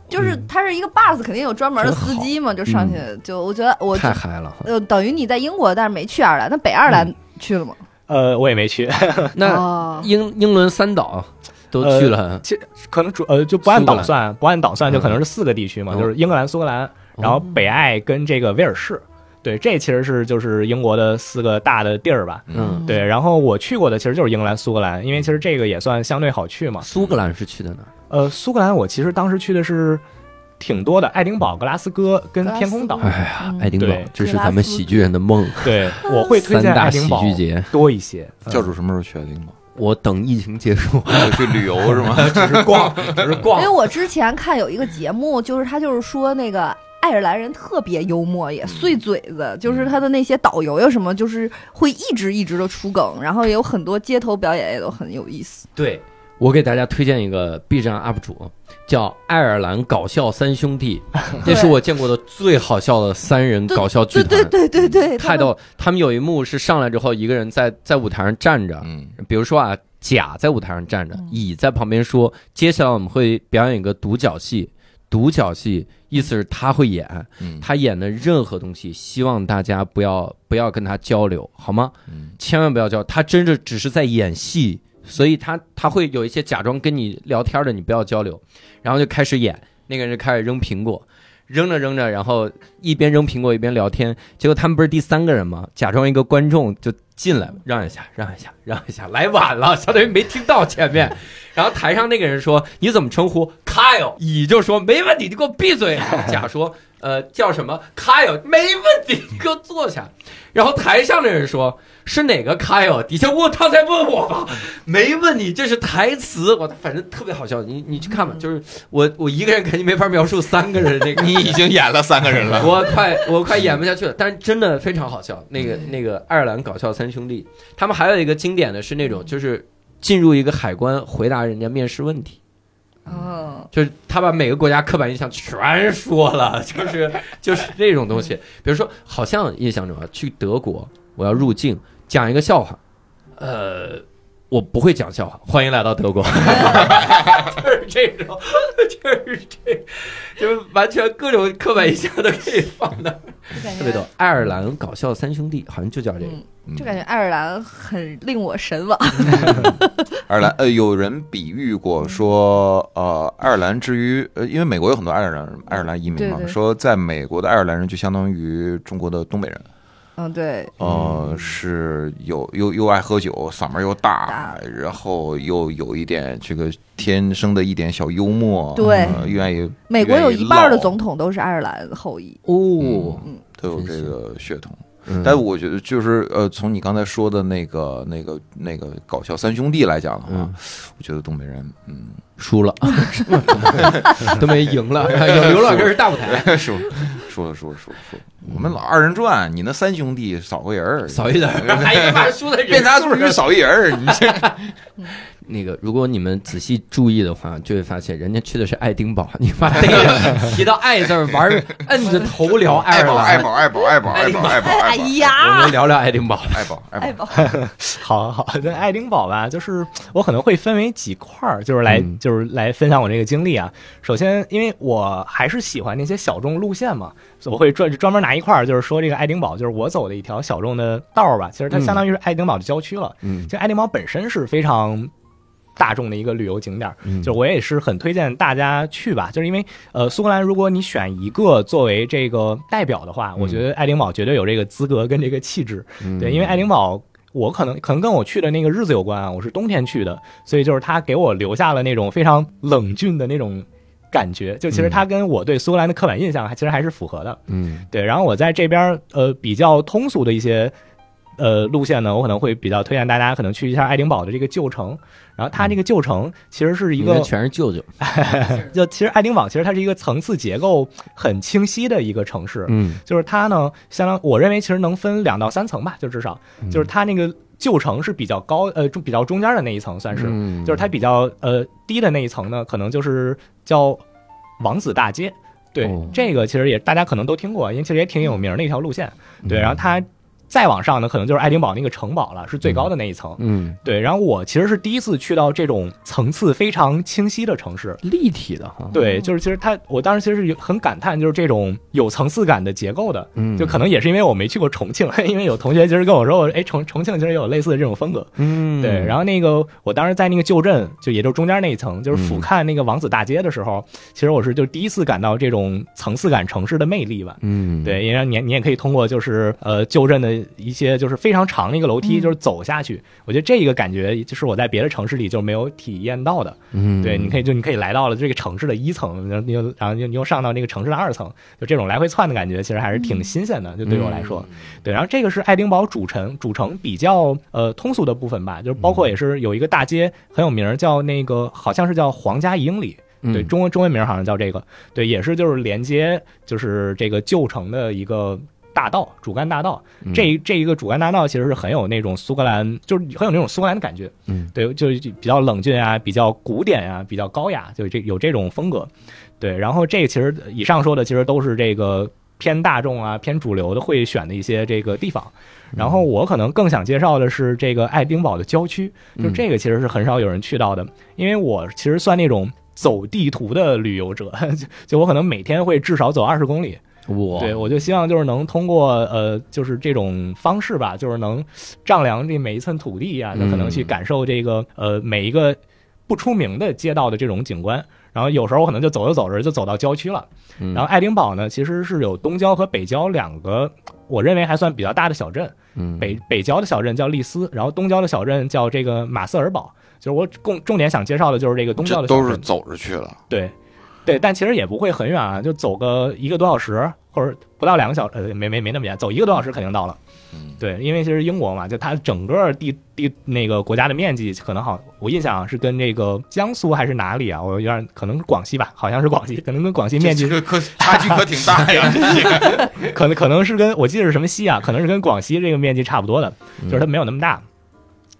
Speaker 4: 就是
Speaker 3: 嗯
Speaker 4: 它是一个 bus，肯定有专门的司机嘛，就上去就我觉得我
Speaker 1: 太嗨了！
Speaker 4: 呃等于你在英国，但是没去爱尔兰，那北爱尔
Speaker 1: 嗯
Speaker 4: 兰去了吗？
Speaker 2: 呃，我也没去，
Speaker 1: 那
Speaker 4: 哦
Speaker 1: 英英伦三岛都去了，
Speaker 2: 可能主呃就不按
Speaker 1: 苏格兰
Speaker 2: 岛算，不按岛算就可能是四个地区嘛，
Speaker 1: 嗯
Speaker 2: 就是英格兰、苏格兰，然后北爱跟这个威尔士，对，这其实是就是英国的四个大的地儿吧。
Speaker 1: 嗯，
Speaker 2: 对，然后我去过的其实就是英格兰、苏格兰，因为其实这个也算相对好去
Speaker 3: 嗯
Speaker 2: 嘛。
Speaker 1: 苏格兰是去的哪儿？
Speaker 2: 呃，苏格兰我其实当时去的是挺多的，爱丁堡、格拉斯哥跟天空岛
Speaker 4: 格拉斯哥。
Speaker 1: 哎呀
Speaker 4: 嗯，
Speaker 1: 爱丁堡
Speaker 2: 对，
Speaker 1: 这是咱们喜剧人的梦，
Speaker 2: 对，我会推
Speaker 1: 三
Speaker 2: 荐爱
Speaker 1: 大
Speaker 2: 丁
Speaker 1: 喜
Speaker 2: 堡
Speaker 1: 剧节。
Speaker 2: 多一些。嗯
Speaker 3: 教主什么时候去啊爱丁堡？
Speaker 1: 我等疫情结 束，
Speaker 3: 我 去旅游是
Speaker 2: 呃
Speaker 3: 吗？
Speaker 1: 只是逛，只是
Speaker 4: 因
Speaker 1: 逛
Speaker 4: 为。我之前看有一个节目，就是他就是说那个。爱尔兰人特别幽默，
Speaker 1: 嗯
Speaker 4: 也碎嘴子，就是他的那些导游呀什么，就是会一直一直的出梗，然后也有很多街头表演也都很有意思。
Speaker 1: 对，我给大家推荐一个 B 站 UP 主，叫爱尔兰搞笑三兄 弟，这是我见过的最好笑的三人搞笑剧
Speaker 4: 对对
Speaker 1: 团。嗯
Speaker 4: 对对对，他
Speaker 1: 太
Speaker 4: 们
Speaker 1: 逗了！他们有一幕是上来之后，一个人在在舞台上站着，
Speaker 3: 嗯，
Speaker 1: 比如说啊，甲在舞台上站着
Speaker 4: 嗯，
Speaker 1: 乙在旁边说，接下来我们会表演一个独角戏。独角戏意思是他会演，
Speaker 3: 嗯
Speaker 1: 他演的任何东西，希望大家不要不要跟他交流，好吗？
Speaker 3: 嗯
Speaker 1: 千万不要交流，他真的只是在演戏，所以他他会有一些假装跟你聊天的，你不要交流，然后就开始演，那个人就开始扔苹果，扔着扔着，然后一边扔苹果一边聊天。结果他们不是第三个人吗？假装一个观众就进来了，让一下，让一下，让一下，来晚了，相当于没听到前面。然后台上那个人说：“你怎么称呼？”Kyle，乙就说：“没问题，你给我闭嘴。”甲说：“呃，叫什么？Kyle，没问题，你给我坐下。”然后台上的人说：“是哪个 Kyle？” 底下我他才问我吧， 没问你，这是台词，我反正特别好笑，你你去看吧，就是我我一个人肯定没法描述三个人那个。
Speaker 3: 你已经演了三个人了，
Speaker 1: 我快我快演不下去了，但是真的非常好笑。那个那个爱尔兰搞笑三兄弟，他们还有一个经典的是那种，就是进入一个海关回答人家面试问题，
Speaker 4: 哦，
Speaker 1: 就是他把每个国家刻板印象全说了， 就是就是这种东西。比如说，好像印象中啊，去德国我要入境，讲一个笑话，呃，我不会讲笑话，欢迎来到德国， 就是这种， 就是这，就是完全各种刻板印象都可以放到。
Speaker 4: 就感
Speaker 1: 特别
Speaker 4: 觉
Speaker 2: 嗯
Speaker 1: 逗，爱尔兰搞笑三兄弟好像就叫这个，
Speaker 4: 嗯，就感觉爱尔兰很令我神 往。
Speaker 3: 爱尔兰，呃，有人比喻过说，呃，爱尔兰之于，呃，因为美国有很多爱尔兰爱尔兰移民嘛，
Speaker 4: 对对
Speaker 3: 说在美国的爱尔兰人就相当于中国的东北人，
Speaker 4: 嗯，对，
Speaker 3: 呃，是有又又爱喝酒，嗓门又大
Speaker 4: 大，
Speaker 3: 然后又有一点这个天生的一点小幽
Speaker 1: 哦
Speaker 3: 默，
Speaker 4: 对
Speaker 1: 嗯
Speaker 3: 呃愿意
Speaker 4: 美国有一半儿的
Speaker 3: 愿意唠
Speaker 4: 总统都是爱尔兰后 裔。
Speaker 1: 哦
Speaker 3: 都有
Speaker 1: 真
Speaker 3: 这
Speaker 1: 是
Speaker 3: 个血统。
Speaker 1: 嗯
Speaker 3: 但我觉得就是呃，从你刚才说的那个、那个、那个搞笑三兄弟来讲的话，
Speaker 1: 嗯
Speaker 3: 我觉得东北人，嗯，
Speaker 1: 输了， 都没赢 了，有刘老根是大舞台，
Speaker 3: 说说说说说，我们老二人转，你那三兄弟少个人儿，
Speaker 1: 少一点， 还一半输的人
Speaker 3: 变大数据少一人儿，你这
Speaker 1: 那个，如果你们仔细注意的话，就会发现人家去的是爱丁堡， 你把那 个提到爱字儿玩儿摁着头聊爱
Speaker 3: 爱
Speaker 1: 尔
Speaker 3: 宝 爱
Speaker 1: 兰。
Speaker 3: 宝爱宝爱宝爱宝爱宝
Speaker 4: 哎
Speaker 3: 爱宝
Speaker 1: 我
Speaker 4: 呀
Speaker 1: 们，聊聊爱丁堡，
Speaker 3: 爱宝爱
Speaker 4: 哎
Speaker 3: 宝，
Speaker 4: 不，
Speaker 2: 好好，那爱丁堡吧，就是我可能会分为几块儿，就是来、
Speaker 1: 嗯
Speaker 2: 就是来分享我这个经历啊。首先，因为我还是喜欢那些小众路线嘛，所以我会专专门拿一块儿，就是说这个爱丁堡就是我走的一条小众的道儿吧。其实它
Speaker 1: 嗯
Speaker 2: 相当于是爱丁堡的郊区了。
Speaker 1: 嗯
Speaker 2: 其实爱丁堡本身是非常大众的一个旅游景点儿，就我也是很推荐大家去吧，就是因为呃，苏格兰如果你选一个作为这个代表的话，我觉得爱丁堡绝对有这个资格跟这个气质。
Speaker 1: 嗯
Speaker 2: 对，因为爱丁堡。我可能可能跟我去的那个日子有关啊，我是冬天去的，所以就是它给我留下了那种非常冷峻的那种感觉，就其实它跟我对苏格兰的刻板印象还其实还是符合的。
Speaker 1: 嗯
Speaker 2: 对，然后我在这边儿呃比较通俗的一些呃路线呢，我可能会比较推荐大家可能去一下爱丁堡的这个旧城。然后它
Speaker 1: 嗯
Speaker 2: 这个旧城其实是一
Speaker 1: 应
Speaker 2: 个
Speaker 1: 该，全是舅舅，
Speaker 2: 就其实爱丁堡其实它是一个层次结构很清晰的一个城市，
Speaker 1: 嗯，
Speaker 2: 就是它呢，相当我认为其实能分两到三层吧，就至少
Speaker 1: 嗯
Speaker 2: 嗯就是它那个旧城是比较高呃中比较中间的那一层算是，
Speaker 1: 嗯
Speaker 2: 就是它比较呃低的那一层呢，可能就是叫王子大街。对，
Speaker 1: 哦
Speaker 2: 这个其实也大家可能都听过，因为其实也挺有名儿的一条路线。对，
Speaker 1: 嗯
Speaker 2: 然后它再往上呢，可能就是爱丁堡那个城堡了，是最高的那一层。
Speaker 1: 嗯
Speaker 2: 对，然后我其实是第一次去到这种层次非常清晰的城市。
Speaker 1: 立体的哈，
Speaker 2: 对，就是其实它，我当时其实是有很感叹，就是这种有层次感的结构的。
Speaker 1: 嗯
Speaker 2: 就可能也是因为我没去过重庆， 因为有同学其实跟我说，哎，重重庆其实也有类似的这种风格。
Speaker 1: 嗯
Speaker 2: 对，然
Speaker 1: 后
Speaker 2: 后那个我当时在那个旧镇，就也就中间那一层，
Speaker 1: 嗯
Speaker 2: 就是俯瞰那个王子大街的时候，其实我是就第一次感到这种层次感城市的魅力吧。
Speaker 1: 嗯
Speaker 2: 对，也让你你也可以通过就是呃旧镇的一些就是非常长的一个楼梯，
Speaker 4: 嗯
Speaker 2: 就是走下去，我觉得这个感觉就是我在别的城市里就没有体验到的。
Speaker 1: 嗯
Speaker 2: 对，你可
Speaker 1: 以
Speaker 2: 以就你可以来到了这个城市的一层，然后你又然后你又你又上到那个城市的二层，就这种来回窜的感觉，其实还是挺新鲜的，就对我来说。
Speaker 1: 嗯
Speaker 2: 对，然后这个是爱丁堡主城主城比较呃通俗的部分吧，就是包
Speaker 1: 嗯
Speaker 2: 括也是有一个大街很有名儿，叫那个好像是叫皇家一英里。
Speaker 1: 嗯
Speaker 2: 对，中文中文名儿好像叫这个，对，也是就是连接就是这个旧城的一个大道，主干大道。
Speaker 1: 嗯
Speaker 2: 这这一个主干大道其实是很有那种苏格兰，就是很有那种苏格兰的感觉。
Speaker 1: 嗯，
Speaker 2: 对，就是比较冷峻啊，比较古典啊，比较高雅，就这有这种风格。对，然后这个其实以上说的其实都是这个偏大众啊、偏主流的会选的一些这个地方。然
Speaker 1: 嗯
Speaker 2: 后我可能更想介绍的是这个爱丁堡的郊区，就
Speaker 1: 嗯
Speaker 2: 这个其实是很少有人去到的，因为我其实算那种走地图的旅游者， 就就我可能每天会至少走二十公里。
Speaker 1: 我
Speaker 2: 对，我就希望就是能通过呃，就是这种方式吧，就是能丈量这每一寸土地啊，就可能去
Speaker 1: 嗯
Speaker 2: 感受这个呃每一个不出名的街道的这种景观。然后有时候我可能就走着走着就走到郊区了。
Speaker 1: 嗯
Speaker 2: 然后爱丁堡呢，其实是有东郊和北郊两个，我认为还算比较大的小镇。
Speaker 1: 嗯
Speaker 2: 北北郊的小镇叫利斯，然后东郊的小镇叫这个马瑟尔堡。就是我重重点想介绍的就是这哎个东郊
Speaker 3: 这
Speaker 2: 的小
Speaker 3: 都
Speaker 2: 镇，
Speaker 3: 是走着去了。
Speaker 2: 对，对，但其实也不会很远啊，就走个一个多小时，或者不到两个小时，呃，没没没那么远，走一个多小时肯定到了。
Speaker 3: 嗯，
Speaker 2: 对，因为其实英国嘛，就它整个地地那个国家的面积可能好，我印象啊是跟这个江苏还是哪里啊，我有点可能是广西吧，好像是广西，可能跟广西面积
Speaker 3: 这可差距可挺大呀，这个
Speaker 2: 可能可能是跟我记得是什么西啊，可能是跟广西这个面积差不多的，
Speaker 1: 嗯
Speaker 2: 就是它没有那么大。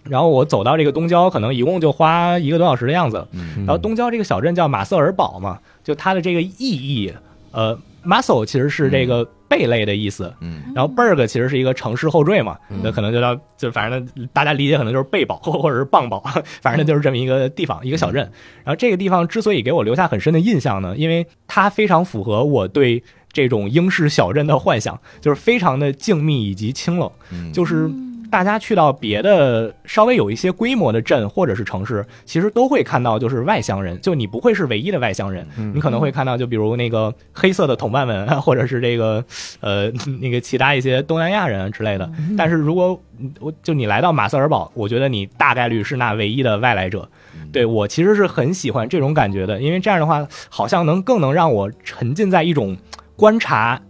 Speaker 2: 然后我走到这个东郊，可能一共就花一个多小时的样子。
Speaker 3: 嗯
Speaker 1: 嗯
Speaker 2: 然后东郊这个小镇叫马瑟尔堡嘛，就它的这个意义，呃，muscle 其实是这个贝类的意思，
Speaker 3: 嗯
Speaker 2: 然后 berg 其实是一个城市后缀嘛，
Speaker 1: 嗯
Speaker 2: 那可能就叫就反正大家理解可能就是贝堡或者是棒堡， 反正就是这么一个地方一个小镇。然后这个地方之所以给我留下很深的印象呢，因为它非常符合我对这种英式小镇的幻想，就是非常的静谧以及清冷，
Speaker 3: 嗯，
Speaker 2: 就是。大家去到别的稍微有一些规模的镇或者是城市，其实都会看到就是外乡人，就你不会是唯一的外乡人，
Speaker 1: 嗯
Speaker 2: 你可能会看到就比如那个黑色的同伴们，或者是这个呃那个其他一些东南亚人啊之类的。但是如果我就你来到马瑟尔堡，我觉得你大概率是那唯一的外来者。
Speaker 3: 嗯
Speaker 2: 对我其实是很喜欢这种感觉的，因为这样的话好像能更能让我沉浸在一种观察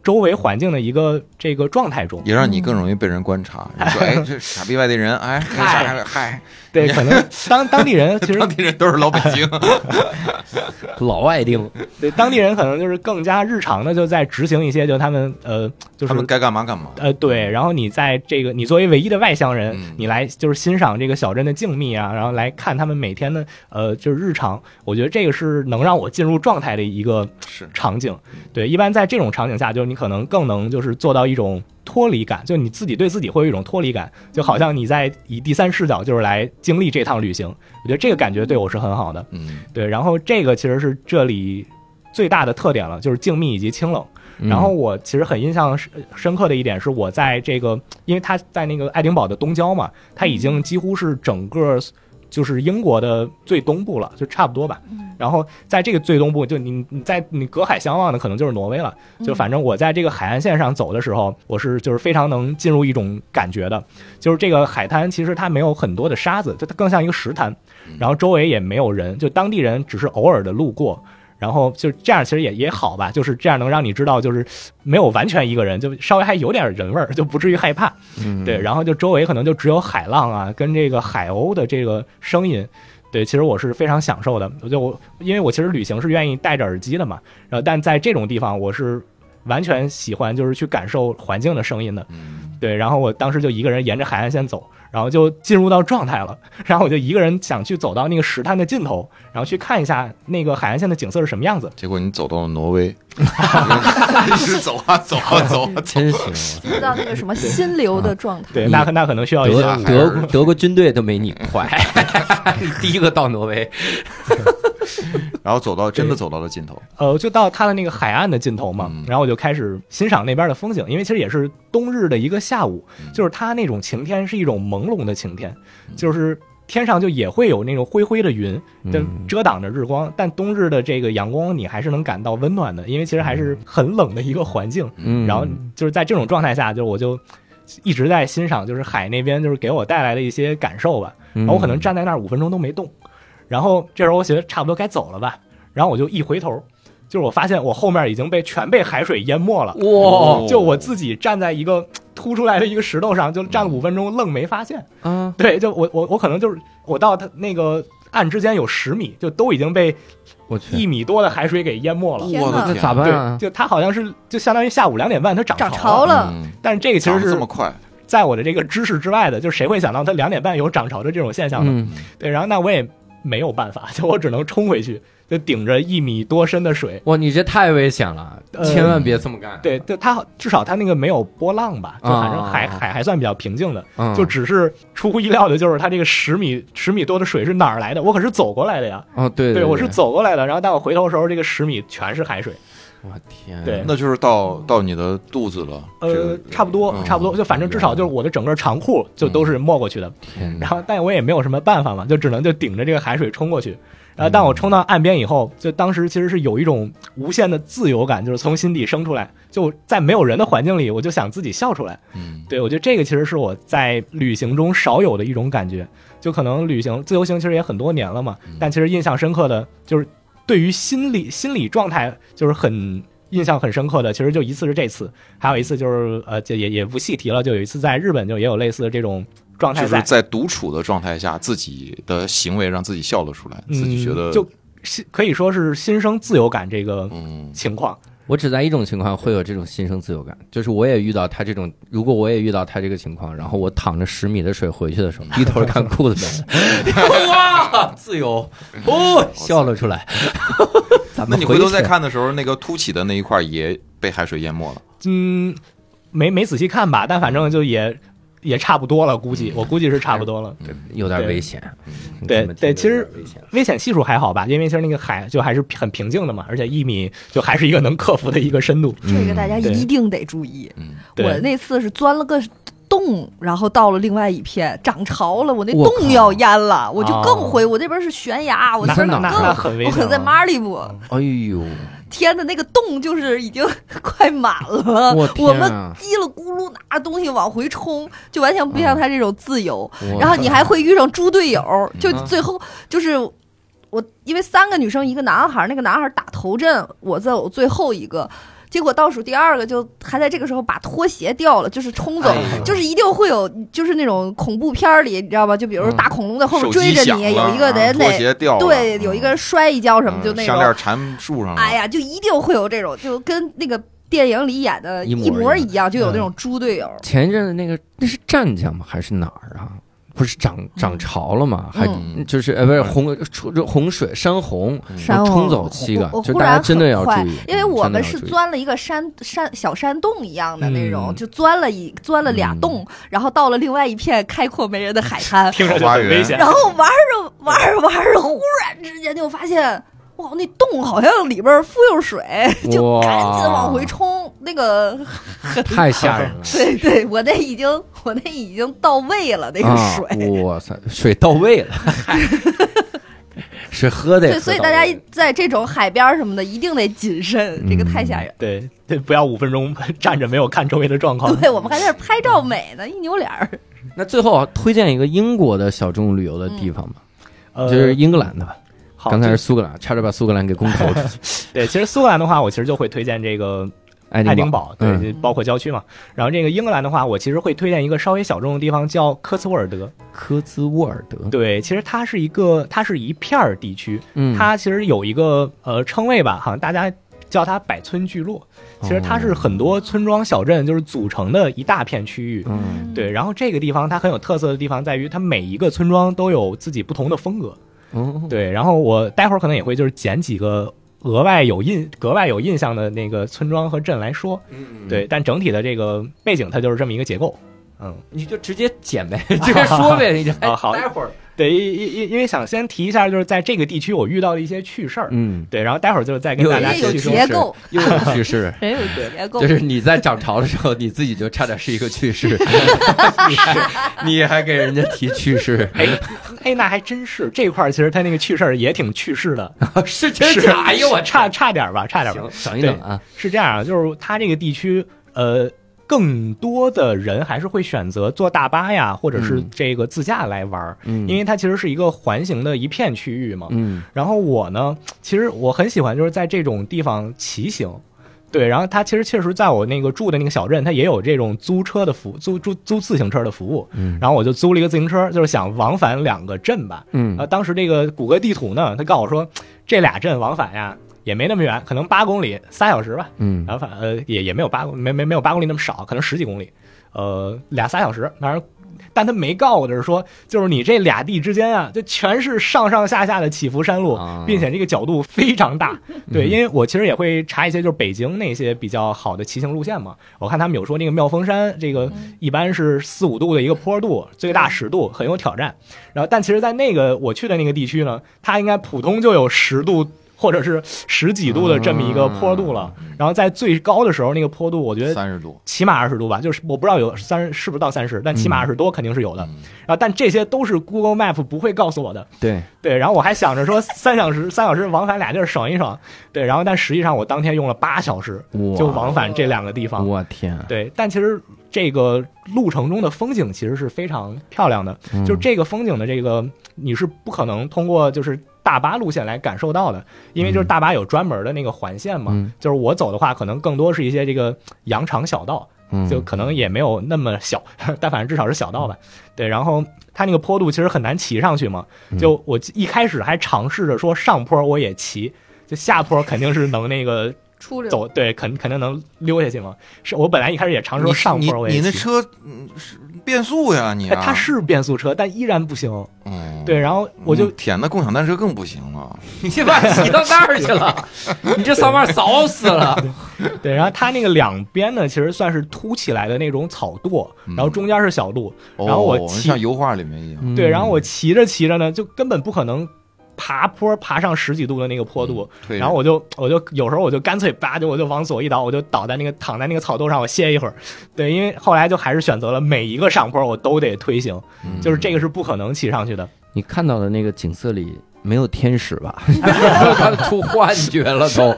Speaker 2: 周围环境的一个这个状态中。
Speaker 3: 也让你更容易被人观察。你说，哎，这傻逼外地人，哎，
Speaker 2: 嗨
Speaker 3: 嗨嗨，
Speaker 2: 对，可 能当当地人其实
Speaker 3: 当地人都是老北京，
Speaker 1: 老外丁，
Speaker 2: 对当地人可能就是更加日常的就在执行一些就他们呃就
Speaker 3: 他
Speaker 2: 是
Speaker 3: 们该干嘛干嘛。
Speaker 2: 呃对，然后你在这个你作为唯一的外乡人，
Speaker 3: 嗯
Speaker 2: 你来就是欣赏这个小镇的静谧啊，然后来看他们每天的呃就是日常，我觉得这个是能让我进入状态的一个
Speaker 3: 是，
Speaker 2: 场景。
Speaker 3: 嗯
Speaker 2: 对，一般在这种场景下，就是你可能更能就是做到一种脱离感，就你自己对自己会有一种脱离感，就好像你在以第三视角就是来经历这趟旅行。我觉得这个感觉对我是很好的。
Speaker 3: 嗯，
Speaker 2: 对，然后这个其实是这里最大的特点了，就是静谧以及清冷。
Speaker 1: 嗯
Speaker 2: 然后我其实很印象深深刻的一点是，我在这个，因为他在那个爱丁堡的东郊嘛，它已经几乎是整个就是英国的最东部了，就差不多吧。然后在这个最东部，就你你在你隔海相望的可能就是挪威了。
Speaker 4: 嗯
Speaker 2: 就反正我在这个海岸线上走的时候，我是就是非常能进入一种感觉的，就是这个海滩其实它没有很多的沙子，就它更像一个石滩，
Speaker 3: 嗯
Speaker 2: 然后周围也没有人，就当地人只是偶尔的路过。然后就这样，其实也也好吧，就是这样能让你知道，就是没有完全一个人，就稍微还有点人味儿，就不至于害怕。
Speaker 1: 嗯
Speaker 2: 对，然后就周围可能就只有海浪啊，跟这个海鸥的这个声音。对，其实我是非常享受的。我就我，因为我其实旅行是愿意戴着耳机的嘛，然后但在这种地方，我是完全喜欢就是去感受环境的声音的。
Speaker 3: 嗯，
Speaker 2: 对，然后我当时就一个人沿着海岸线走，然后就进入到状态了。 然后我就一个人想去走到那个石滩的尽头，然后去看一下那个海岸线的景色是什么样子。
Speaker 3: 结果你走到了 挪威，一直走啊走啊走啊，
Speaker 1: 真行，
Speaker 4: 进入到那个什么心流的状态。
Speaker 2: 对，
Speaker 1: 嗯
Speaker 2: 那可那可能需要一些
Speaker 1: 德
Speaker 3: 啊
Speaker 1: 德德国军队都没你快， 第一个到挪威，
Speaker 3: 然后走到真的走到了尽头。
Speaker 2: 呃，就到它的那个海岸的尽头嘛，
Speaker 3: 嗯
Speaker 2: 然后我就开始欣赏那边的风景，因为其实也是冬日的一个下午，
Speaker 3: 嗯
Speaker 2: 就是它那种晴天是一种朦胧的晴天，就是天上就也会有那种灰灰的云，就遮挡着日光，但冬日的这个阳光你还是能感到温暖的，因为其实还是
Speaker 3: 嗯
Speaker 2: 很冷的一个环境，
Speaker 1: 嗯
Speaker 2: 然后就是在这种状态下，就是我就一直在欣赏，就是海那边就是给我带来的一些感受吧。
Speaker 1: 嗯
Speaker 2: 然后我可能站在那儿五分钟都没动，然后这时候我觉得差不多该走了吧，然后我就一回头，就是我发现我后面已经被全被海水淹没了，
Speaker 1: 哇
Speaker 2: 就我自己站在一个凸出来的一个石头上，就站了五分钟愣没发现。
Speaker 1: 啊，
Speaker 2: 对，就我我我可能就是我到它那个岸之间有十米，就都已经被
Speaker 1: 我去，
Speaker 2: 一米多的海水给淹没了。
Speaker 4: 天
Speaker 3: 我的
Speaker 1: 那
Speaker 3: 天
Speaker 4: 哪，
Speaker 1: 咋办
Speaker 2: 对，
Speaker 1: 啊？
Speaker 2: 就它好像是就相当于下午两点半它涨
Speaker 4: 涨
Speaker 2: 潮
Speaker 4: 潮
Speaker 2: 了，
Speaker 4: 了，
Speaker 3: 嗯，
Speaker 2: 但是这个其
Speaker 3: 长
Speaker 2: 实
Speaker 3: 得这
Speaker 2: 是
Speaker 3: 么快，
Speaker 2: 在我的这个知识之外的，就是谁会想到它两点半有涨潮的这种现象呢？
Speaker 1: 嗯，
Speaker 2: 对，然后那我也没有办法，就 我只能冲回去，就顶着一米多深的水。
Speaker 1: 哇，你这太危险了，
Speaker 2: 呃
Speaker 1: 千万别这么干。
Speaker 2: 对，对，它至少它那个没有波浪吧，就反正海、
Speaker 1: 啊
Speaker 2: 海还算比较平静的，
Speaker 1: 嗯，
Speaker 2: 就只是出乎意料的，就是它这个十米十米多的水是哪儿来的？我可是走过来的呀，
Speaker 1: 哦，对
Speaker 2: 我是，走过来的。然后但我回头的时候，这个十米全是海水，
Speaker 1: 我天，啊
Speaker 2: 对
Speaker 3: 那就是到到你的肚子了。
Speaker 2: 呃，差不多
Speaker 3: 嗯
Speaker 2: 差不多，就反正至少就是我的整个长裤
Speaker 1: 嗯
Speaker 2: 就都是没过去的。
Speaker 1: 天
Speaker 3: 嗯
Speaker 2: 然后但我也没有什么办法嘛，就只能就顶着这个海水冲过去。然后，但我冲到岸边以后，就当时其实是有一种无限的自由感，就是从心底生出来。就在没有人的环境里，我就想自己笑出来。
Speaker 3: 嗯，
Speaker 2: 对我觉得这个其实是我在旅行中少有的一种感觉。就可能旅行自由行其实也很多年了嘛
Speaker 3: 嗯，
Speaker 2: 但其实印象深刻的就是对于心理心理状态就是很印象很深刻的，其实就一次是这次，还有一次就是呃，这也也不细提了，就有一次在日本就也有类似的这种状态
Speaker 3: 就是
Speaker 2: 在，
Speaker 3: 在独处的状态下，自己的行为让自己笑了出来，自己觉得
Speaker 2: 嗯、就是可以说是心生自由感这个
Speaker 3: 嗯
Speaker 2: 情况。
Speaker 1: 我只在一种情况会有这种心生自由感，就是我也遇到他这种，如果我也遇到他这个情况，然后我淌着十米的水回去的 时候，低头看裤子，哇，自由，哦，笑了出来。咱
Speaker 3: 那
Speaker 1: 们
Speaker 3: 你回头
Speaker 1: 去
Speaker 3: 再，看的时候，那个凸起的那一块也被海水淹没了。
Speaker 2: 嗯，没没仔细看吧，但反正就也也差不多了，估计我估计是差不多了。
Speaker 1: 有点危险。嗯
Speaker 2: 对
Speaker 1: 你怎么
Speaker 2: 对
Speaker 1: 听着
Speaker 2: 其实
Speaker 1: 有点危险
Speaker 2: 危险系数还好吧，因为其实那个海就还是很平静的嘛，而且一米就还是一个能克服的一个深度。
Speaker 4: 这个大家
Speaker 2: 对
Speaker 4: 一定得注意。
Speaker 3: 嗯，
Speaker 2: 对
Speaker 4: 我那次是钻了个洞，然后到了另外一片，涨潮了，我那
Speaker 1: 我靠
Speaker 4: 洞要淹了，我就更
Speaker 2: 哦
Speaker 4: 灰。我这边是悬崖，我
Speaker 1: 那
Speaker 4: 这边
Speaker 1: 那
Speaker 4: 更
Speaker 1: 那
Speaker 2: 很危险
Speaker 4: 我在
Speaker 2: 了
Speaker 4: 马里布，
Speaker 1: 哎呦，
Speaker 4: 天呐，那个洞就是已经 快满了，
Speaker 1: 我
Speaker 4: 我
Speaker 1: 天啊
Speaker 4: 们叽里咕噜拿东西往回冲，就完全不像他这种自由。
Speaker 1: 我
Speaker 4: 然后你还会遇上猪队友，就
Speaker 1: 嗯
Speaker 4: 最后就是我，因为三个女生一个男孩，那个男孩打头阵，我在我最后一个。结果倒数第二个就还在这个时候把拖鞋掉了，就是冲
Speaker 3: 哎
Speaker 4: 走，
Speaker 2: 嗯
Speaker 4: 就是一定会有，就是那种恐怖片儿里，你知道吧？就比如说
Speaker 1: 嗯
Speaker 4: 大恐龙在后面
Speaker 3: 手
Speaker 4: 追
Speaker 3: 机
Speaker 4: 着
Speaker 3: 响
Speaker 4: 你，
Speaker 3: 了，
Speaker 4: 有一个
Speaker 3: 啊
Speaker 4: 人
Speaker 3: 拖
Speaker 4: 得
Speaker 3: 鞋掉了，
Speaker 4: 对，有一个人摔一跤什么，
Speaker 3: 嗯
Speaker 4: 就那种
Speaker 3: 项链缠树上了。
Speaker 4: 哎呀，就一定会有这种，就跟那个电影里演的
Speaker 1: 一模
Speaker 4: 一模
Speaker 1: 一
Speaker 4: 一
Speaker 1: 样
Speaker 4: 样，就
Speaker 3: 嗯
Speaker 4: 有那种猪队友。
Speaker 1: 前一阵子那个那是湛江吗？还是哪儿啊？不是涨
Speaker 4: 嗯
Speaker 1: 涨潮了吗？还
Speaker 3: 嗯
Speaker 1: 就是呃，不是洪出洪水山洪，
Speaker 3: 嗯
Speaker 4: 山
Speaker 1: 冲
Speaker 4: 洪
Speaker 1: 走七个
Speaker 4: 我我，
Speaker 1: 就
Speaker 4: 忽
Speaker 1: 大家
Speaker 4: 然
Speaker 1: 真的要
Speaker 4: 很快
Speaker 1: 注意，嗯
Speaker 4: 因为我们是
Speaker 1: 真的要注意
Speaker 4: 钻了一个山山小山洞一样的那种，
Speaker 2: 嗯
Speaker 4: 就钻了一钻了
Speaker 1: 嗯
Speaker 4: 俩洞，然后到了另外一片开阔没人的海滩，
Speaker 2: 听着就很危险
Speaker 4: 然。后玩着玩着玩着，忽然之间就发现，哇，那洞好像里边富有水，就
Speaker 1: 哇
Speaker 4: 赶紧往回冲。那个，
Speaker 1: 太吓人了。
Speaker 4: 对对，我那已经我那已经到位了，那个哎水。
Speaker 1: 啊，哇塞，水到位 了，水喝的也
Speaker 4: 对，
Speaker 1: 喝
Speaker 4: 所以
Speaker 1: 到
Speaker 4: 大家
Speaker 1: 位了
Speaker 4: 在这种海边儿什么的，一定得谨慎，这个太吓
Speaker 1: 嗯
Speaker 4: 人。
Speaker 2: 对对，不要五分钟 站着没有看周围的状 况。
Speaker 4: 对我们还在这儿拍照美呢，一扭脸儿。
Speaker 1: 那最后啊推荐一个英国的小众旅游的地方吧，
Speaker 2: 呃，
Speaker 1: 就是英格兰的吧。
Speaker 2: 好
Speaker 1: 刚才
Speaker 2: 就是
Speaker 1: 苏格兰，差点把苏格兰给公投 出去。
Speaker 2: 对，其实苏格兰的话，我其实就会推荐这个
Speaker 1: 爱
Speaker 2: 爱
Speaker 1: 丁
Speaker 2: 丁
Speaker 1: 堡，嗯
Speaker 2: 堡，对，就包括郊区嘛。然后这个英格兰的话，我其实会推荐一个稍微小众的地方，叫科茨沃尔德。
Speaker 1: 科兹沃尔德，
Speaker 2: 对，其实它是一个，它是一片儿地区，
Speaker 1: 嗯，
Speaker 2: 它其实有一个呃称谓吧，好像大家叫它百村聚落。其实它是很多村庄小镇就是组成的一大片区域。
Speaker 1: 嗯，
Speaker 2: 对，然后这个地方它很有特色的地方在于，它每一个村庄都有自己不同的风格。
Speaker 1: 哦，
Speaker 2: 对，然后我待会儿可能也会就是捡几个额外有印、格外有印象的那个村庄和镇来说。
Speaker 1: 嗯
Speaker 2: 对，但整体的这个背景它就是这么一个结构。嗯，
Speaker 1: 你就直接剪呗，直接说呗， 你就
Speaker 2: 啊好
Speaker 1: 哎待会儿，
Speaker 2: 对，因因因因为想先提一下，就是在这个地区我遇到的一些趣事儿。
Speaker 1: 嗯，
Speaker 2: 对，然后待会儿就是再跟
Speaker 1: 有
Speaker 2: 大
Speaker 1: 人
Speaker 2: 家
Speaker 4: 人家有
Speaker 2: 细说
Speaker 4: 结构，
Speaker 1: 又 有趋
Speaker 4: 。
Speaker 1: 势
Speaker 4: 人有结构。
Speaker 1: 就是你在涨潮的时候，你自己就差点是一个趋 势，你还给人家提趋势，
Speaker 2: 哎哎，那还真是这块儿，其实它那个趣事儿也挺趣事的，
Speaker 1: 是 真假？哎呦我
Speaker 2: 差差点儿吧，差点儿吧
Speaker 1: 行，。等一等啊，
Speaker 2: 是这样啊，就是它这个地区，呃，更多的人还是会选择坐大巴呀，或者是
Speaker 1: 嗯
Speaker 2: 这个自驾来玩儿，
Speaker 1: 嗯
Speaker 2: 因为它其实是一个环形的一片区域嘛。
Speaker 1: 嗯，
Speaker 2: 然后我呢，其实我很喜欢就是在这种地方骑行。对，然后它其实确实在我那个住的那个小镇，它也有这种租车的服租租租自行车的服务。
Speaker 1: 嗯
Speaker 2: 然后我就租了一个自行车，就是想往返两个镇吧。
Speaker 1: 嗯
Speaker 2: 然后当时这个谷歌地图呢，它告诉我说，这俩镇往返呀也没那么远，可能八公里，仨小时吧。
Speaker 1: 嗯
Speaker 2: 然后反呃也也没有八公没没没有八公里那么少，可能十几公里，呃俩仨小时，反正。但他没告我的是说，就是你这俩地之间啊，就全是上上下下的起伏山路，
Speaker 1: 啊
Speaker 2: 并且这个角度非常 大。对，
Speaker 1: 嗯
Speaker 2: 因为我其实也会查一些就是北京那些比较好的骑行路线嘛，我看他们有说那个妙峰山这个
Speaker 3: 嗯
Speaker 2: 一般是四五度的一个坡度，最大十度，很有挑战。然后，但其实，在那个我去的那个地区呢，它应该普通就有十度或者是十几度的这么一个坡度了。然后在最高的时候，那个坡度我觉得
Speaker 3: 嗯三十度，
Speaker 2: 起码二十度吧，就是我不知道有三十是不是到三十，但起码二十多肯定是有的。
Speaker 3: 嗯
Speaker 2: 然后但这些都是 Google Map 不会告诉我的。
Speaker 1: 对，
Speaker 2: 对，然后我还想着说三小时三小时往返俩地儿省一省，对，然后但实际上我当天用了八小时就
Speaker 1: 我
Speaker 2: 往返这两个地方。
Speaker 1: 我天啊，
Speaker 2: 对，但其实这个路程中的风景其实是非常漂亮的，
Speaker 1: 嗯
Speaker 2: 就是这个风景的这个你是不可能通过就是大巴路线来感受到的，因为就是大巴有专门的那个环线嘛，
Speaker 1: 嗯
Speaker 2: 就是我走的话，可能更多是一些这个羊肠小道，
Speaker 1: 嗯
Speaker 2: 就可能也没有那么小， 但反正至少是小道吧。
Speaker 1: 嗯
Speaker 2: 对，然后它那个坡度其实很难骑上去嘛。就我一开始还尝试着说上坡我也骑，就下坡肯定是能那个
Speaker 4: 出溜
Speaker 2: 走，对，肯肯定能溜下去嘛。是我本来一开始也尝试
Speaker 3: 你
Speaker 2: 说上坡我
Speaker 3: 你
Speaker 2: 也
Speaker 3: 你那
Speaker 2: 骑，
Speaker 3: 车嗯是变速呀，你
Speaker 2: 哎，
Speaker 3: 啊
Speaker 2: 它是变速车，但依然不行。
Speaker 3: 嗯
Speaker 2: 对，然后我就
Speaker 3: 嗯天，那共享单车更不行了，
Speaker 1: 你先把骑到那儿去了，你这扫把扫死了。
Speaker 3: 嗯
Speaker 2: 对，然后它那个两边呢，其实算是凸起来的那种草垛，
Speaker 3: 嗯
Speaker 2: 然后中间是小路，然后我
Speaker 3: 哦
Speaker 2: 骑嗯
Speaker 3: 像油画里面一
Speaker 1: 嗯
Speaker 3: 样，
Speaker 2: 对，然后我骑着骑着呢，就根本不可能爬坡爬上十几度的那个坡度，
Speaker 3: 推着
Speaker 2: 然后我就我就有时候我就干脆叭就我就往左一倒，我就倒在那个躺在那个草垛上，我歇一会儿。对，因为后来就还是选择了每一个上坡我都得推行，
Speaker 3: 嗯
Speaker 2: 就是这个是不可能骑上去的。
Speaker 1: 你看到的那个景色里没有天使吧？ 他出幻觉了都。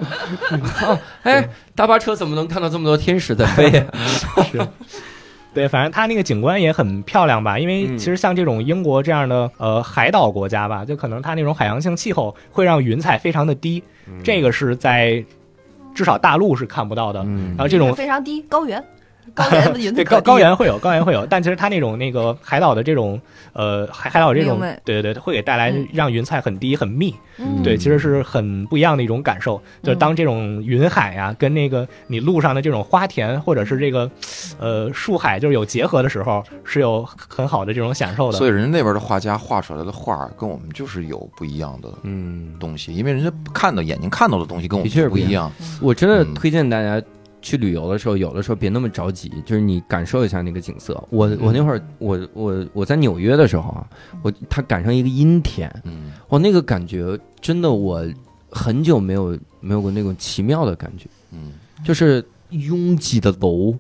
Speaker 1: 哎，大巴车怎么能看到这么多天使在飞？
Speaker 2: 对，反正它那个景观也很漂亮吧，因为
Speaker 5: 嗯
Speaker 2: 其实像这种英国这样的呃海岛国家吧，就可能它那种海洋性气候会让云彩非常的低，
Speaker 1: 嗯
Speaker 2: 这个是在至少大陆是看不到的。
Speaker 1: 嗯
Speaker 2: 然后这种
Speaker 4: 非常低，高原，高原的云
Speaker 2: 对
Speaker 4: 特
Speaker 2: 高
Speaker 4: 低
Speaker 2: 高原会有高原会有，但其实它那种那个海岛的这种呃海海岛这种
Speaker 4: 明白
Speaker 2: 对对对，会给带来
Speaker 4: 嗯
Speaker 2: 让云彩很低很密，
Speaker 4: 嗯
Speaker 2: 对，其实是很不一样的一种感受。就是当这种云海啊，跟那个你路上的这种花田或者是这个呃树海就是有结合的时候，是有很好的这种享受的。
Speaker 3: 所以人哦家那边的画家画出来的画跟我们就是有不一样的
Speaker 1: 嗯，
Speaker 3: 东西，因为人家看到眼睛看到的东西跟我
Speaker 1: 的确是
Speaker 3: 们
Speaker 1: 不
Speaker 3: 不
Speaker 1: 一
Speaker 3: 一样。
Speaker 1: 我真的
Speaker 3: 嗯
Speaker 1: 推荐大家去旅游的时候，有的时候别那么着急，就是你感受一下那个景色。我我那会儿我我我在纽约的时候啊，我它赶上一个阴天，
Speaker 3: 嗯，
Speaker 1: 我那个感觉真的我很久没有没有过那种奇妙的感觉，
Speaker 3: 嗯，
Speaker 1: 就是拥挤的楼，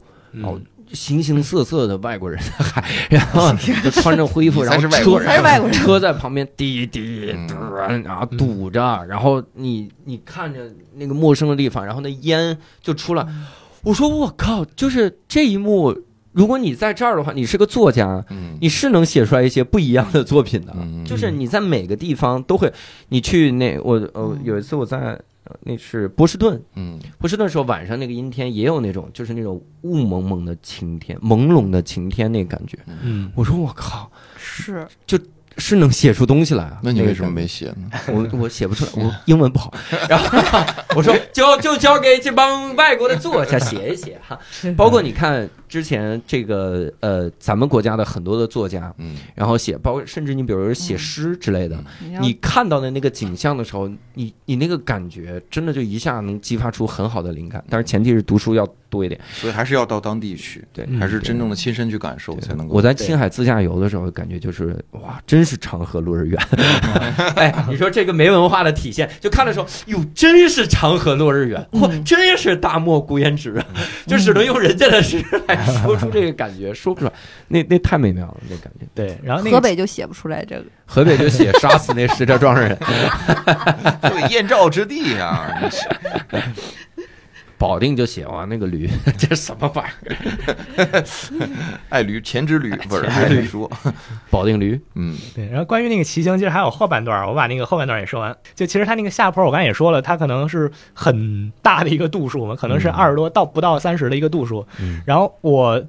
Speaker 1: 哦
Speaker 2: 嗯，
Speaker 1: 形形色色的外国人，嗨，然后就穿着灰衣服，
Speaker 3: 你
Speaker 1: 然
Speaker 3: 才
Speaker 1: 后
Speaker 3: 是外
Speaker 1: 车
Speaker 3: 国
Speaker 4: 还是外国人，
Speaker 1: 车在旁边滴滴
Speaker 3: 嗯
Speaker 1: 嘟，啊然后堵
Speaker 4: 嗯
Speaker 1: 着，然后你你看着那个陌生的地方，然后那烟就出来。
Speaker 4: 嗯
Speaker 1: 我说我靠，就是这一幕，如果你在这儿的话，你是个作家，
Speaker 3: 嗯，
Speaker 1: 你是能写出来一些不一样的作品的。
Speaker 3: 嗯
Speaker 1: 就是你在每个地方都会，你去那我呃
Speaker 4: 嗯
Speaker 1: 有一次我在呃那是波士顿，
Speaker 3: 嗯
Speaker 1: 波士顿时候晚上那个阴天也有那种就是那种雾蒙蒙的晴天，朦胧的晴天那感觉。
Speaker 2: 嗯，
Speaker 1: 我说我靠，
Speaker 4: 是
Speaker 1: 是能写出东西来啊！
Speaker 3: 那你
Speaker 1: 个
Speaker 3: 为什么
Speaker 1: 感
Speaker 3: 没写呢？
Speaker 1: 我我写不出来， 我英文不好。然后我说就就交给这帮外国的作家写一写哈。包括你看之前这个呃，咱们国家的很多的作家，
Speaker 3: 嗯，
Speaker 1: 然后写，包括甚至你比如说写诗之类的，
Speaker 3: 嗯
Speaker 4: 要
Speaker 1: 你看到的那个景象的时候，你你那个感觉真的就一下能激发出很好的灵感。但是前提是读书要多一点，
Speaker 3: 所以还是要到当地去，
Speaker 1: 对。
Speaker 2: 嗯
Speaker 3: 还是真正的亲身去感受才能够。
Speaker 1: 我在青海自驾游的时候，感觉就是哇，真是长河落日圆。 哎，你说这个没文化的体现，就看的时候，哟，真是长河落日圆，
Speaker 2: 嗯
Speaker 1: 嚯，真是大漠孤烟直，啊，
Speaker 3: 嗯
Speaker 1: 就只能用人家的诗来说出这个感觉，说不出来，那那太美妙了，那感觉。
Speaker 2: 对，然后那
Speaker 4: 河
Speaker 2: 个
Speaker 4: 北就写不出来这个。
Speaker 1: 河北就写杀死那石家庄人，
Speaker 3: 这个燕赵之地啊呀，你是
Speaker 1: 保定就写哇那个驴， 这什么玩意儿？
Speaker 3: 爱驴前之驴不是
Speaker 1: 前
Speaker 3: 爱
Speaker 1: 之驴
Speaker 3: 驴说，
Speaker 1: 保定驴，
Speaker 3: 嗯
Speaker 2: 对，然后关于那个骑行，其实还有后半段儿，我把那个后半段儿也说完。就其实它那个下坡，我刚才也说了，它可能是很大的一个度数嘛，可能是
Speaker 1: 嗯
Speaker 2: 二十多到不到三十的一个度数。
Speaker 1: 嗯
Speaker 2: 然后我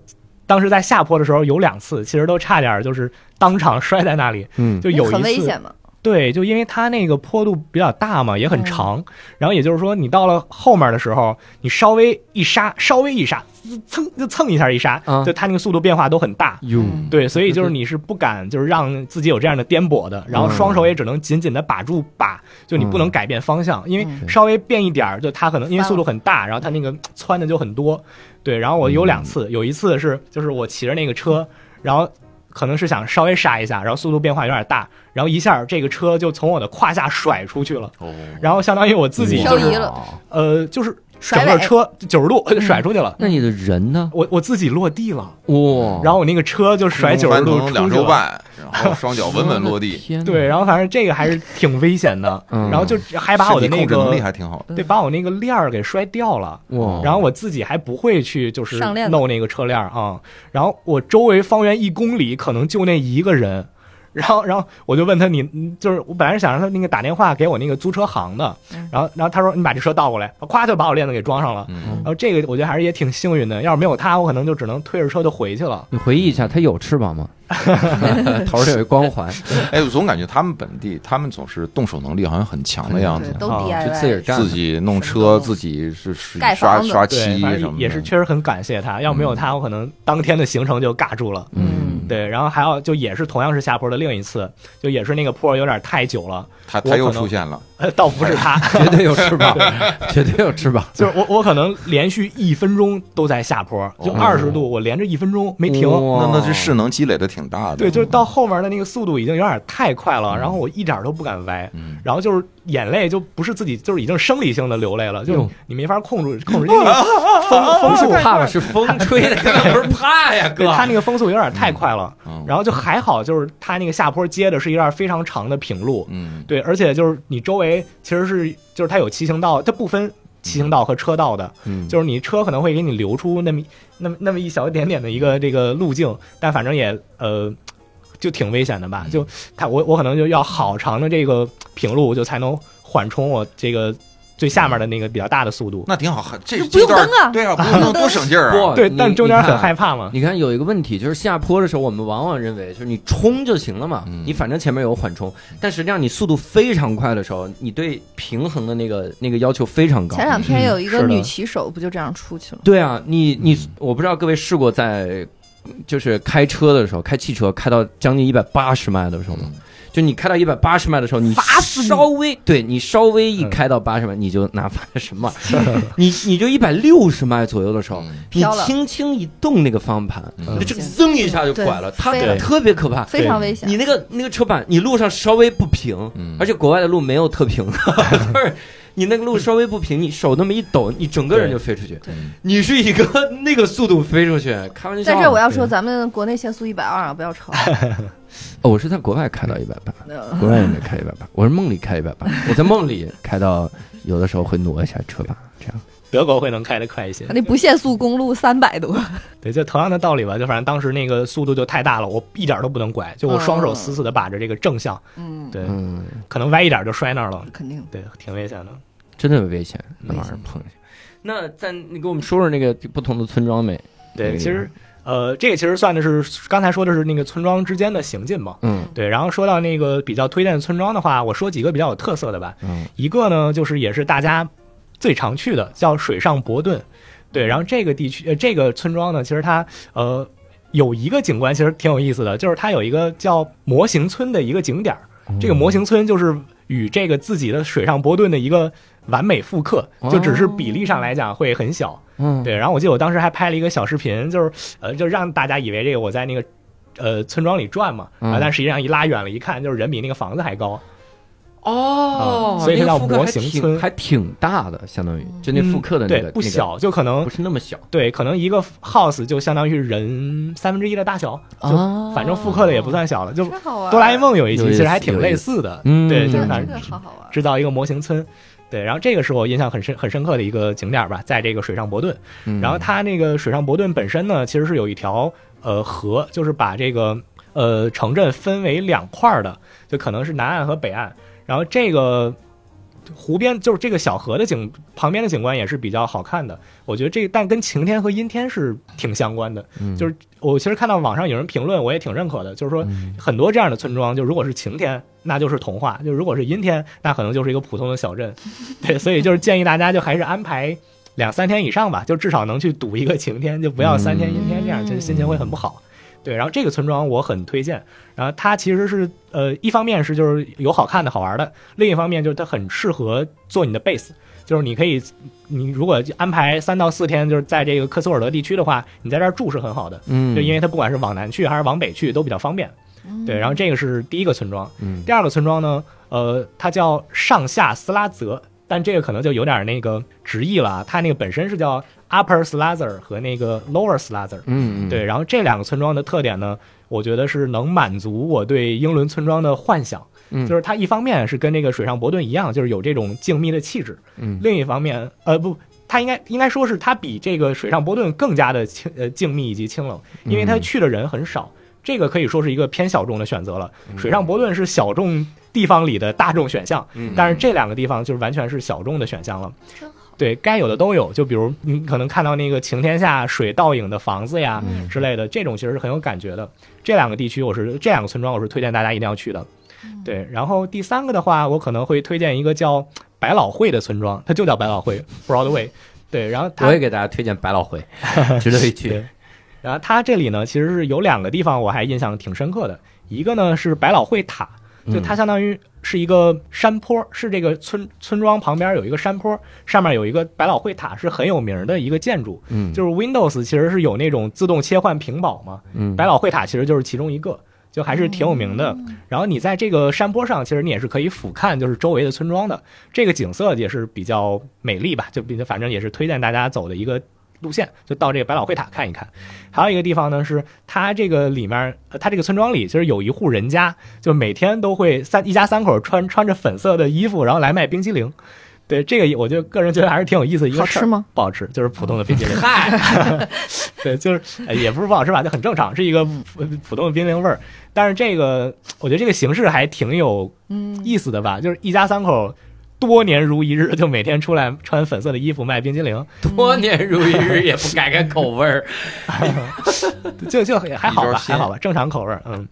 Speaker 2: 当时在下坡的时候有两次，其实都差点儿就是当场摔在那里，
Speaker 1: 嗯
Speaker 2: 就有一次
Speaker 4: 很危险嘛，
Speaker 2: 对，就因为它那个坡度比较大嘛，也很
Speaker 4: 嗯
Speaker 2: 长，然后也就是说，你到了后面的时候，你稍微一刹，稍微一刹，蹭就蹭一下一刹，
Speaker 1: 啊
Speaker 2: 就它那个速度变化都很大。
Speaker 1: 哟
Speaker 4: 嗯
Speaker 2: 对，所 以就是你是不敢就是让自己有这样的颠簸的，然后双
Speaker 3: 嗯
Speaker 2: 手也只能紧紧的把住把，就你不能改变方向，因为
Speaker 4: 嗯
Speaker 2: 稍微变一点儿，就它可能因为速度很大，然后它那
Speaker 3: 嗯
Speaker 2: 个窜的就很多。对，然后我有两次，有一次是就是我骑着那个车，然后可能是想稍微刹一下，然后速度变化有点大，然后一下这个车就从我的胯下甩出去了，
Speaker 3: 哦，
Speaker 2: 然后相当于我自己
Speaker 4: 漂
Speaker 2: 就
Speaker 4: 移
Speaker 2: 是
Speaker 4: 了
Speaker 3: 了，
Speaker 2: 呃就是整
Speaker 4: 甩
Speaker 2: 个
Speaker 4: 尾嗯
Speaker 2: 车九十度甩出去了，
Speaker 1: 那你的人呢？
Speaker 2: 我我自己落地
Speaker 3: 哦
Speaker 2: 了，
Speaker 1: 哇、
Speaker 2: 然后我那个车就甩九十度出去
Speaker 3: 两周
Speaker 2: 了。
Speaker 3: 半，然后双脚稳稳 落地，
Speaker 1: 天哪
Speaker 2: 对，然后反正这个还是挺危险的，
Speaker 1: 嗯
Speaker 2: 然后就还把我的
Speaker 3: 身
Speaker 2: 那
Speaker 3: 体控制能力
Speaker 2: 个
Speaker 3: 还哦挺好的。
Speaker 4: 嗯
Speaker 2: 对，把我那个链儿给摔掉了。
Speaker 1: 哇，
Speaker 2: 然后我自己还不会去，就是
Speaker 4: 上链子
Speaker 2: 弄那个车链儿啊、然后我周围方圆一公里可能就那一个人，然后然后我就问他你，你就是我本来是想让他那个打电话给我那个租车行的
Speaker 4: 嗯，
Speaker 2: 然后然后他说你把这车倒过来，咵就把我链子给装上了。
Speaker 3: 嗯
Speaker 2: 然后这个我觉得还是也挺幸运的，要是没有他，我可能就只能推着车就回去了。
Speaker 1: 你回忆一下，它有翅膀 吗？头上有一光环，
Speaker 3: 哎，我总感觉他们本地，他们总是动手能力好像很强的样
Speaker 4: 对
Speaker 3: 子，
Speaker 4: 都
Speaker 2: 啊
Speaker 4: DIY，
Speaker 1: 就自己儿干
Speaker 3: 自己弄车，自己是是
Speaker 4: 盖
Speaker 3: 刷
Speaker 4: 房子
Speaker 3: 刷
Speaker 2: 对，
Speaker 3: 漆
Speaker 2: 反
Speaker 3: 什
Speaker 2: 正
Speaker 3: 么
Speaker 2: 也
Speaker 3: 的
Speaker 2: 是确实很感谢他，要没有他，我可能当天的行程就尬住了。
Speaker 4: 嗯，
Speaker 2: 对，然后还有就也是同样是下坡的另一次，就也是那个坡有点太久了，
Speaker 3: 他
Speaker 2: 我
Speaker 3: 他又
Speaker 2: 可能
Speaker 3: 出现了，
Speaker 2: 呃，倒不是他，
Speaker 1: 绝对有翅膀，绝对有翅 膀。
Speaker 2: 就是我我可能连续一分钟都在下坡，就
Speaker 3: 哦
Speaker 2: 二十度，我连着一分钟没停。
Speaker 1: 哇
Speaker 3: 那那这势能积累的挺大的。
Speaker 2: 对，就是到后面的那个速度已经有点太快了，然后我一点儿都不敢歪，
Speaker 3: 嗯，
Speaker 2: 然后就是眼泪就不是自己，就是已经生理性的流泪了，就
Speaker 1: 哟
Speaker 2: 你没法控制控制，因为那个风风速
Speaker 1: 怕 吧是风吹的，根本不是怕呀，
Speaker 2: 对它那个风速有点太快了，
Speaker 3: 嗯
Speaker 2: 然后就还好，就是它那个下坡接的是一段非常长的平路，
Speaker 3: 嗯，
Speaker 2: 对，而且就是你周围其实是就是它有骑行道，它不分骑行道和车道的，
Speaker 1: 嗯
Speaker 2: 就是你车可能会给你留出那么一那么那么一小一点点的一个这个路径，但反正也呃就挺危险的
Speaker 1: 嗯
Speaker 2: 吧，就它我我可能就要好长的这个平路，就才能缓冲我这个最下面的那个比较大的速度。
Speaker 3: 那挺好，还这
Speaker 4: 就不
Speaker 3: 这
Speaker 4: 用
Speaker 3: 段
Speaker 4: 蹬啊
Speaker 3: 对啊，不用蹬多省劲儿啊。
Speaker 1: 不，
Speaker 2: 对，
Speaker 1: 你
Speaker 2: 但中间很害。
Speaker 1: 你看
Speaker 2: 怕嘛。
Speaker 1: 你看有一个问题，就是下坡的时候，我们往往认为就是你冲就行了嘛，
Speaker 3: 嗯
Speaker 1: 你反正前面有缓冲。但实际上你速度非常快的时候，你对平衡的那个那个要求非常高。
Speaker 4: 前两天有一
Speaker 2: 是
Speaker 4: 个
Speaker 2: 的
Speaker 4: 女骑手不就这样出去了？
Speaker 1: 对啊，你你
Speaker 3: 嗯
Speaker 1: 我不知道各位试过在就是开车的时候，开汽车开到将近一百八十迈的时候
Speaker 3: 嗯
Speaker 1: 吗？就你开到一百八十迈的时候，你
Speaker 4: 罚死你
Speaker 1: 稍微对你稍微一
Speaker 2: 嗯
Speaker 1: 开到八十迈，你就哪怕是什 么，你你就一百六十迈左右的时候，
Speaker 3: 嗯
Speaker 1: 你
Speaker 4: 飘了
Speaker 1: 轻轻一动那个方向盘，
Speaker 3: 嗯
Speaker 1: 你这个
Speaker 4: 嗯
Speaker 1: 噌一下就拐了，它
Speaker 4: 飞
Speaker 2: 了
Speaker 1: 特别可怕。
Speaker 4: 非常危险
Speaker 1: 你。那个那个车板，你路上稍微不平，
Speaker 3: 嗯
Speaker 1: 而且国外的路没有特平的， 就是你那个路稍微不平，你手那么一抖，你整个人就飞出去。
Speaker 4: 对
Speaker 3: 嗯
Speaker 1: 你是一个那个速度飞出去，开玩笑。
Speaker 4: 在这我要说，
Speaker 1: 对，
Speaker 4: 咱们国内限速一百二啊，不要超。
Speaker 1: 哦我是在国外开到一百八，
Speaker 4: 呃
Speaker 1: 国外也没开一百八，我是梦里开一百 八，我在梦里开到有的时候会挪一下车把，这样。
Speaker 2: 德国会能开得快一些，
Speaker 4: 那不限速公路三百多，
Speaker 2: 对，就同样的道理吧，就反正当时那个速度就太大了，我一点都不能拐，就我双手死死的把着这个正向，
Speaker 4: 嗯，
Speaker 2: 对，
Speaker 1: 嗯，
Speaker 2: 可能歪一点就摔那儿了，
Speaker 4: 肯定。
Speaker 2: 对，挺危险的。
Speaker 1: 真的有危险，那
Speaker 4: 危
Speaker 1: 玩意儿碰一下。嗯那在你给我们说说那个不同的村庄呗。
Speaker 2: 对，
Speaker 1: 嗯
Speaker 2: 其实呃，这个其实算的是刚才说的是那个村庄之间的行进嘛。
Speaker 1: 嗯
Speaker 2: 对，然后说到那个比较推荐的村庄的话，我说几个比较有特色的吧。
Speaker 1: 嗯，
Speaker 2: 一个呢，就是也是大家最常去的，叫水上伯顿。对，然后这个地区呃，这个村庄呢，其实它呃有一个景观其实挺有意思的，就是它有一个叫模型村的一个景点儿。这个模型村就是与这个自己的水上伯顿的一个完美复刻，就只是比例上来讲会很小。
Speaker 1: 哦嗯，
Speaker 2: 对，然后我记得我当时还拍了一个小视频，就是呃，就让大家以为这个我在那个呃村庄里转嘛，
Speaker 1: 嗯
Speaker 2: 啊，但实际上一拉远了一看，就是人比那个房子还高。
Speaker 1: 哦，
Speaker 2: 啊所以它
Speaker 1: 那个
Speaker 2: 叫
Speaker 1: 复刻
Speaker 2: 模
Speaker 1: 还
Speaker 2: 型
Speaker 1: 挺
Speaker 2: 村
Speaker 1: 还挺大的，相当于就那
Speaker 2: 嗯
Speaker 1: 复刻的那个
Speaker 2: 对不
Speaker 1: 那个
Speaker 2: 小，就可能
Speaker 1: 不是那么小
Speaker 2: 对，可能一个 house 就相当于人三分之一的大小，就
Speaker 1: 啊
Speaker 2: 反正复刻的也不算小了。就
Speaker 4: 真好玩。
Speaker 2: 哆啦 A，梦有一
Speaker 1: 哦有
Speaker 2: 集
Speaker 1: 意
Speaker 2: 其
Speaker 1: 思
Speaker 2: 实还挺
Speaker 1: 有意
Speaker 2: 类
Speaker 1: 思
Speaker 2: 似的，
Speaker 1: 嗯
Speaker 2: 对，就
Speaker 4: 这
Speaker 2: 是
Speaker 4: 个
Speaker 2: 反
Speaker 4: 这
Speaker 2: 正
Speaker 4: 个好好玩。
Speaker 2: 制造一个模型村。对，然后这个是我印象很深很深刻的一个景点吧，在这个水上伯顿。
Speaker 1: 嗯
Speaker 2: 然后它那个水上伯顿本身呢，其实是有一条呃河，就是把这个呃城镇分为两块儿的，就可能是南岸和北岸。然后这个湖边就是这个小河的景旁边的景观也是比较好看的，我觉得这但跟晴天和阴天是挺相关的。
Speaker 1: 嗯
Speaker 2: 就是我其实看到网上有人评论，我也挺认可的，就是说
Speaker 1: 嗯
Speaker 2: 很多这样的村庄，就如果是晴天，那就是童话；就如果是阴天，那可能就是一个普通的小镇。对，所以就是建议大家就还是安排两三天以上吧，就至少能去赌一个晴天，就不要三天阴天，这样其实心情会很不好。对，然后这个村庄我很推荐。然后它其实是呃，一方面是就是有好看的好玩的，另一方面就是它很适合做你的 base，就是你可以，你如果安排三到四天就是在这个克苏尔德地区的话，你在这儿住是很好的，
Speaker 1: 嗯，
Speaker 2: 就因为它不管是往南去还是往北去都比较方便。
Speaker 4: 嗯
Speaker 2: 对，然后这个是第一个村庄，
Speaker 1: 嗯
Speaker 2: 第二个村庄呢，呃，它叫上下斯拉泽，但这个可能就有点那个直译了啊，它那个本身是叫 Upper Slazer 和那个 Lower Slazer。
Speaker 1: 嗯，嗯，
Speaker 2: 对，然后这两个村庄的特点呢，我觉得是能满足我对英伦村庄的幻想。
Speaker 1: 嗯
Speaker 2: 就是它一方面是跟那个水上伯顿一样，就是有这种静谧的气质；
Speaker 1: 嗯
Speaker 2: 另一方面，呃，不，它应该应该说是它比这个水上伯顿更加的清呃静谧以及清冷，因为它
Speaker 1: 嗯
Speaker 2: 去的人很少。这个可以说是一个偏小众的选择了。水上伯顿是小众地方里的大众选项，
Speaker 1: 嗯
Speaker 2: 但是这两个地方就是完全是小众的选项了。
Speaker 4: 真好，
Speaker 2: 对该有的都有，就比如你可能看到那个晴天下水倒影的房子呀、
Speaker 4: 嗯
Speaker 2: 之类的，这种其实是很有感觉的。这两个地区我是这两个村庄我是推荐大家一定要去的。对，然后第三个的话，我可能会推荐一个叫百老汇的村庄，它就叫百老汇 （Broadway）。对，然后它
Speaker 1: 我也给大家推荐百老 汇，值得一去。
Speaker 2: 对然后它这里呢，其实是有两个地方我还印象挺深刻的，一个呢是百老汇塔，就
Speaker 1: 嗯
Speaker 2: 它相当于是一个山坡，是这个村村庄旁边有一个山坡，上面有一个百老汇塔，是很有名的一个建筑。
Speaker 1: 嗯，
Speaker 2: 就是 Windows 其实是有那种自动切换屏保嘛，
Speaker 1: 嗯
Speaker 2: 百老汇塔其实就是其中一个，就还是挺有名
Speaker 4: 嗯
Speaker 2: 的。然后你在这个山坡上，其实你也是可以俯瞰就是周围的村庄的，这个景色也是比较美丽吧，就比较反正也是推荐大家走的一个。路线就到这个百老汇塔看一看，还有一个地方呢是它这个里面，呃它这个村庄里其实有一户人家，就每天都会三一家三口穿穿着粉色的衣服，然后来卖冰激凌。对这个也，我就个人觉得还是挺有意思的一个
Speaker 4: 好
Speaker 2: 事儿。
Speaker 4: 吃吗？
Speaker 2: 不好吃， 就是普通的冰淇淋。嗨， 对，就是呃也不是不好吃吧，就很正常，是一个普普通的冰淇淋味儿。但是这个，我觉得这个形式还挺有
Speaker 4: 嗯，
Speaker 2: 意思的吧，就是一家三口。多年如一日，就每天出来穿粉色的衣服卖冰激凌，
Speaker 1: 多年如一日也不改改口味儿。
Speaker 2: 就就还好
Speaker 3: 一
Speaker 2: 吧，
Speaker 3: 招鲜
Speaker 2: 还好吧，正常口味儿，嗯，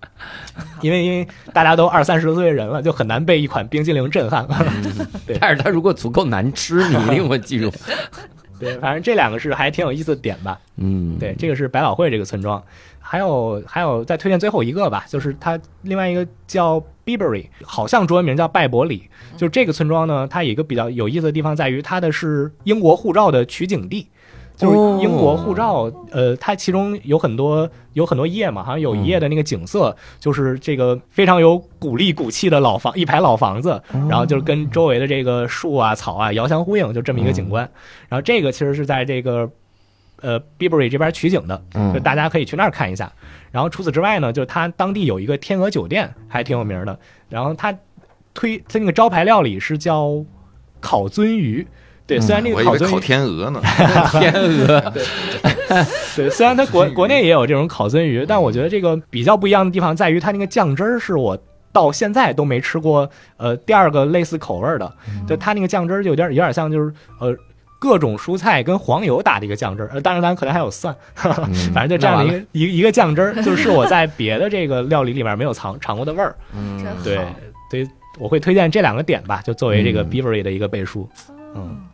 Speaker 2: 因为因为大家都二三十岁的人了，就很难被一款冰激凌震撼。
Speaker 1: 但是它如果足够难吃，你一定会记住。
Speaker 2: 对，反正这两个是还挺有意思的点吧。
Speaker 1: 嗯，
Speaker 2: 对，，这个是百老汇这个村庄，还有还有再推荐最后一个吧，就是它另外一个叫 Bibury，好像中文名叫拜伯里。就这个村庄呢，它有一个比较有意思的地方在于，它的是英国护照的取景地。就是英国护照，呃，它其中有很多有很多页嘛，好像有一页的那个景色，就是这个非常有古丽古气的老房，一排老房子，
Speaker 3: 哦
Speaker 2: 然后就是跟周围的这个树啊、草啊遥相呼应，就这么一个景
Speaker 3: 嗯
Speaker 2: 观。然后这个其实是在这个呃 Bibury 这边取景的，
Speaker 1: 嗯
Speaker 2: 就大家可以去那儿看一下。然后除此之外呢，就是它当地有一个天鹅酒店，还挺有名的。然后它推它那个招牌料理是叫烤鳟鱼，对，虽然这
Speaker 3: 嗯我
Speaker 2: 个
Speaker 3: 以
Speaker 2: 烤
Speaker 3: 为
Speaker 2: 鳟
Speaker 3: 烤
Speaker 2: 鱼，
Speaker 3: 天鹅 呢，
Speaker 1: 天鹅，
Speaker 2: 对，虽然它国
Speaker 3: 鳟鱼
Speaker 2: 国内也有这种烤鳟鱼，但我觉得这个比较不一样的地方在于它那个酱汁儿是我。到现在都没吃过，呃，第二个类似口味儿的，就它那个酱汁儿就有点有点像就是呃各种蔬菜跟黄油打的一个酱汁儿，呃，当然咱可能还有蒜，
Speaker 1: 嗯
Speaker 2: 反正就这样的一个一个一个酱汁儿，就是我在别的这个料理里面没有尝尝过的味儿。
Speaker 3: 嗯
Speaker 4: 真好
Speaker 2: 对，对，我会推荐这两个点吧，就作为这个
Speaker 1: 嗯
Speaker 2: Beavery 的一个背书。嗯，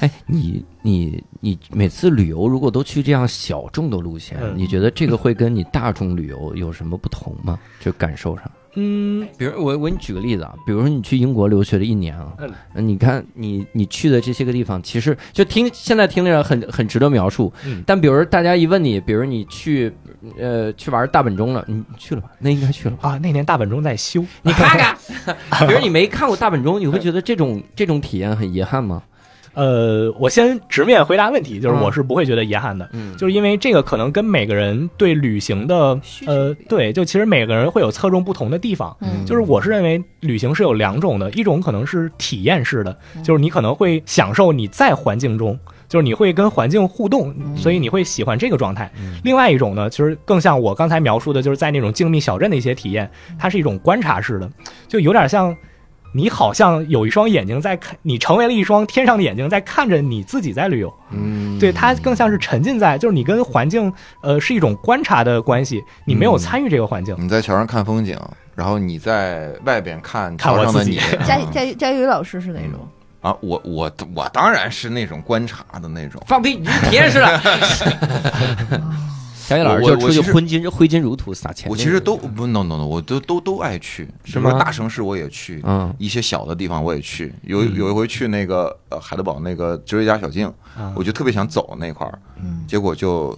Speaker 1: 哎，你你你每次旅游如果都去这样小众的路线，
Speaker 2: 嗯
Speaker 1: 你觉得这个会跟你大众旅游有什么不同 吗？就感受上，
Speaker 2: 嗯，
Speaker 1: 比如我我给你举个例子啊，比如说你去英国留学了一年啊，你看你你去的这些个地方，其实就听现在听着很很值得描述，
Speaker 2: 嗯
Speaker 1: 但比如大家一问你，比如你去呃去玩大本钟了，你去了吧？那应该去了吧？
Speaker 2: 啊，那年大本钟在修，
Speaker 1: 你看看， 比如你没看过大本钟，你会觉得这种这种体验很遗憾吗？
Speaker 2: 呃，我先直面回答问题，就是
Speaker 1: 嗯
Speaker 2: 我是不会觉得遗憾的，
Speaker 1: 嗯
Speaker 2: 就是因为这个可能跟每个人对旅行的
Speaker 4: 需求
Speaker 2: 呃
Speaker 4: 不一，样
Speaker 2: 对，就其实每个人会有侧重不同的地方。
Speaker 4: 嗯
Speaker 2: 就是我是认为旅行是有两种的，一种可能是体验式的，
Speaker 4: 嗯
Speaker 2: 就是你可能会享受你在环境中，就是你会跟环境互动，
Speaker 4: 嗯
Speaker 2: 所以你会喜欢这个状态。
Speaker 1: 嗯
Speaker 2: 另外一种呢，其实更像我刚才描述的，就是在那种静谧小镇的一些体验，它是一种观察式的，就有点像。你好像有一双眼睛在看，你成为了一双天上的眼睛在看着你自己在旅游，
Speaker 1: 嗯
Speaker 2: 对它更像是沉浸在，就是你跟环境，呃，是一种观察的关系，你没有参与这个环境，
Speaker 3: 你在桥上看风景，然后你在外边看
Speaker 2: 看
Speaker 3: 桥
Speaker 2: 我
Speaker 3: 上的
Speaker 2: 自己
Speaker 3: 你。
Speaker 4: 佳
Speaker 3: 嗯
Speaker 4: 佳佳宇老师是哪种？
Speaker 3: 啊，我我我当然是那种观察的那种，
Speaker 1: 放屁，你是体验式的。小野老师
Speaker 3: 我
Speaker 1: 就
Speaker 3: 我
Speaker 1: 出去
Speaker 3: 我其实
Speaker 1: 挥金挥金如土撒钱那种。
Speaker 3: 我其实都不 no no no，我都都都爱去，
Speaker 1: 是
Speaker 3: 什
Speaker 1: 吗
Speaker 3: 么大城市我也去，
Speaker 1: 嗯
Speaker 3: 一些小的地方我也去。有有一回去那个呃海德堡那个哲学家小径，
Speaker 1: 啊
Speaker 3: 我就特别想走那块儿，
Speaker 1: 嗯
Speaker 3: 结果就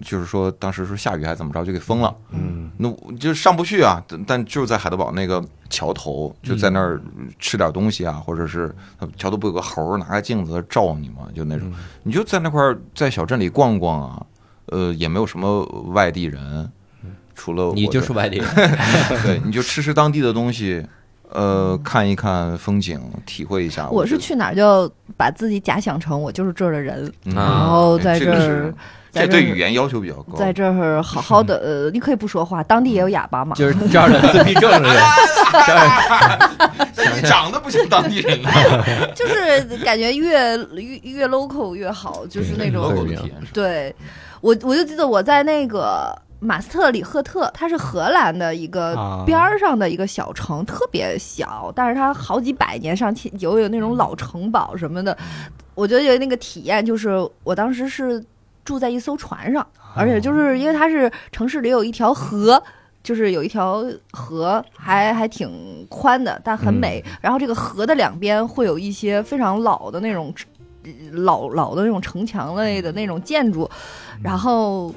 Speaker 3: 就是说当时说下雨还怎么着就给封了，
Speaker 1: 嗯
Speaker 3: 那我就上不去啊。但但就在海德堡那个桥头，就在那儿
Speaker 1: 嗯
Speaker 3: 吃点东西啊，或者是呃桥头不有个猴儿拿个镜子照你嘛，就那
Speaker 1: 嗯
Speaker 3: 种，你就在那块儿在小镇里逛逛啊，呃，也没有什么外地人。除了
Speaker 1: 嗯你
Speaker 3: 我
Speaker 1: 就
Speaker 3: 在
Speaker 1: 是外地人，
Speaker 3: 对，你就吃吃当地的东西，呃，看一看风景，体会一下。
Speaker 4: 我是
Speaker 3: 觉
Speaker 4: 去哪儿就把自己假想成我就是这儿的人，
Speaker 3: 得，嗯
Speaker 1: 啊
Speaker 4: 然后在
Speaker 3: 这
Speaker 4: 这
Speaker 3: 个
Speaker 4: 儿
Speaker 3: 是，
Speaker 4: 在
Speaker 3: 这
Speaker 4: 这
Speaker 3: 对
Speaker 4: 儿
Speaker 3: 语言要求比较高。
Speaker 4: 在这儿好好的，呃，你可以不说话，当地也有哑巴嘛，
Speaker 1: 就是这样的自闭症的人。
Speaker 3: 但是你长得不像当地人呢，
Speaker 4: 就是感觉越越越 local 越好，就是那种
Speaker 1: 对
Speaker 3: 我的体验是
Speaker 4: 对，我我就记得我在那个马斯特里赫特，它是荷兰的一个
Speaker 5: 啊
Speaker 4: 边儿上的一个小城，特别小，但是它好几百年上千，有有那种老城堡什么的。我觉得有那个体验，就是我当时是住在一艘船上，而且就是因为它是城市里有一条河。就是有一条河还还挺宽的，但很美。然后这个河的两边会有一些非常老的那种老老的那种城墙类的那种建筑，
Speaker 1: 嗯
Speaker 4: 然后。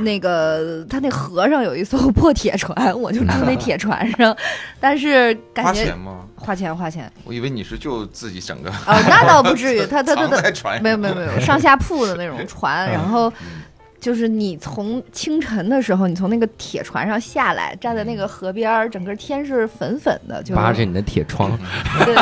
Speaker 4: 那个，他那河上有一艘破铁船，我就住那铁船 上，但是
Speaker 3: 花
Speaker 4: 感觉
Speaker 3: 钱吗？
Speaker 4: 花钱花钱
Speaker 3: 我以为你是就自己整个
Speaker 4: 啊、那倒 不至于，他他他
Speaker 3: 藏
Speaker 4: 他
Speaker 3: 在船
Speaker 4: 没
Speaker 3: 上。
Speaker 4: 有没有没有上下铺的那种
Speaker 1: 嗯
Speaker 4: 船，然后就是你从清晨的时候，你从那个铁船上下来，站在那个河边儿，整个天是粉粉的，就
Speaker 1: 扒着你的铁 窗，
Speaker 4: 对，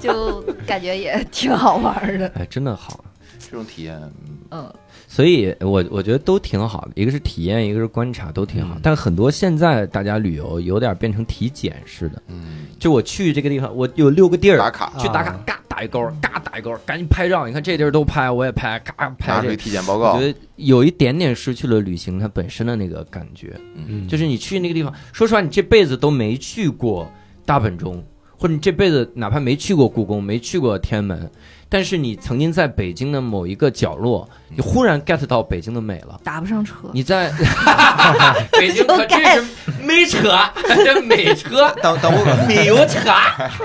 Speaker 4: 就感觉也挺好玩儿的，
Speaker 1: 哎，真的好。
Speaker 3: 这种体验，嗯
Speaker 4: 嗯，
Speaker 1: 所以我我觉得都挺好的，一个是体验，一个是观察，都挺好。
Speaker 3: 嗯
Speaker 1: 但很多现在大家旅游有点变成体检似的，
Speaker 3: 嗯，
Speaker 1: 就我去这个地方，我有六个地儿
Speaker 3: 打卡
Speaker 1: 去打卡，嘎打一勾，嘎打一勾，赶紧拍照。你看这地儿都拍，我也拍，嘎拍
Speaker 3: 拿出
Speaker 1: 这。
Speaker 3: 体检报
Speaker 1: 我
Speaker 3: 告
Speaker 1: 觉，得有一点点失去了旅行它本身的那个感觉，
Speaker 3: 嗯
Speaker 1: 就是你去那个地方，说实话，你这辈子都没去过大本钟，或者你这辈子哪怕没去过故宫，没去过天安门，但是你曾经在北京的某一个角落，
Speaker 3: 嗯
Speaker 1: 你忽然 get 到北京的美了。
Speaker 4: 打不上车。
Speaker 1: 你 在北京可真是没车，这没车，
Speaker 3: 但但我
Speaker 1: 没有车。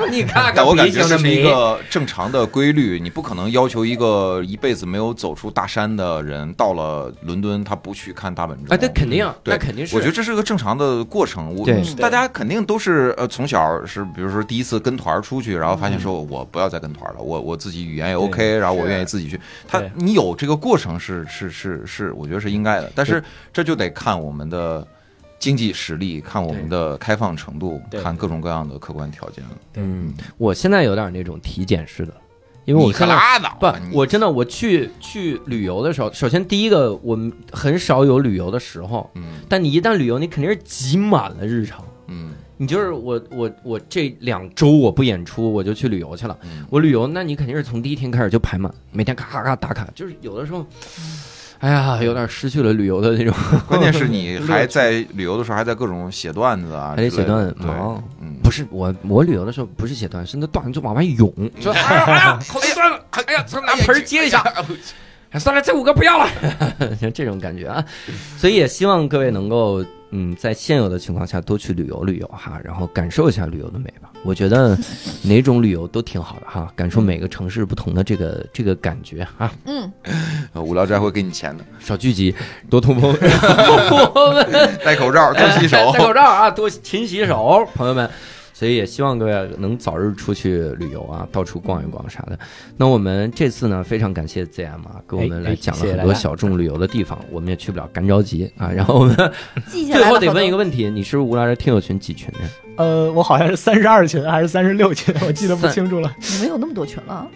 Speaker 1: 你看
Speaker 3: 但
Speaker 1: 看
Speaker 3: 我感
Speaker 1: 北
Speaker 3: 觉
Speaker 1: 京
Speaker 3: 这
Speaker 1: 的
Speaker 3: 是一
Speaker 1: 美，
Speaker 3: 个正常的规律，你不可能要求一个一辈子没有走出大山的人，到了伦敦他不去看大本钟。
Speaker 1: 哎，那肯定，
Speaker 3: 嗯对
Speaker 1: 那肯定是。
Speaker 3: 我觉得这是个正常的过程。我
Speaker 1: 对
Speaker 3: 大家肯定都是呃，从小是比如说第一次跟团儿出去，然后发现说
Speaker 1: 嗯
Speaker 3: 我不要再跟团儿了，我我自己语言也 OK，然后我愿意自己去。他
Speaker 1: 对
Speaker 3: 你有这个过程是是是是，我觉得是应该的。但是这就得看我们的。经济实力，看我们的开放程度，
Speaker 1: 对
Speaker 3: 看各种各样的客观条件了。
Speaker 1: 嗯，我现在有点那种体检式的，因为我
Speaker 3: 你可
Speaker 1: 现在
Speaker 3: 拉倒
Speaker 1: 不
Speaker 3: 吧，你
Speaker 1: 我真的我去去旅游的时候，首先第一个我们很少有旅游的时候，
Speaker 3: 嗯
Speaker 1: 但你一旦旅游，你肯定是挤满了日常。
Speaker 3: 嗯
Speaker 1: 你就是我我我这两周我不演出，我就去旅游去了。
Speaker 3: 嗯，
Speaker 1: 我旅游，那你肯定是从第一天开始就排满，每天咔咔咔打卡，就是有的时候，哎呀，有点失去了旅游的那种，
Speaker 3: 关键 是你还在旅游的时候还在各种写段子啊
Speaker 1: 还
Speaker 3: 之
Speaker 1: 得写
Speaker 3: 类的，
Speaker 1: 段哦啊
Speaker 3: 对，
Speaker 1: 忙。
Speaker 3: 嗯，
Speaker 1: 不是我，我旅游的时候不是写段，是那段就往外涌，就哎呀哎 呀，口袋断了，哎呀，拿盆儿接一下，哎算了，这五个不要了，就 这种感觉啊。所以也希望各位能够，嗯，在现有的情况下多去旅游旅游哈，然后感受一下旅游的美吧。我觉得哪种旅游都挺好的哈，感受每个城市不同的这个这个感觉啊。
Speaker 4: 嗯，
Speaker 3: 呃无聊斋会给你钱的。
Speaker 1: 少聚集，多通风，我们
Speaker 3: 戴口罩，多洗手
Speaker 1: 戴。口罩 啊，多勤洗手，朋友们。所以也希望各位能早日出去旅游啊，到处逛一逛啥的。那我们这次呢，非常感谢 ZM 啊，给我们
Speaker 2: 哎
Speaker 1: 来
Speaker 2: 哎
Speaker 1: 讲了
Speaker 2: 谢谢
Speaker 1: 很
Speaker 2: 大
Speaker 1: 多
Speaker 2: 家
Speaker 1: 小众旅游的地方，我们也去不了，干着急啊。然后我们
Speaker 4: 记下
Speaker 1: 最
Speaker 4: 来
Speaker 1: 后
Speaker 4: 了。
Speaker 1: 得问一个问题，你是不是无聊斋听友群几群呀？
Speaker 6: 呃，我好像是三十二群还是三十六群，我记得不
Speaker 1: 三
Speaker 6: 清楚了。
Speaker 4: 你们有那么多群了？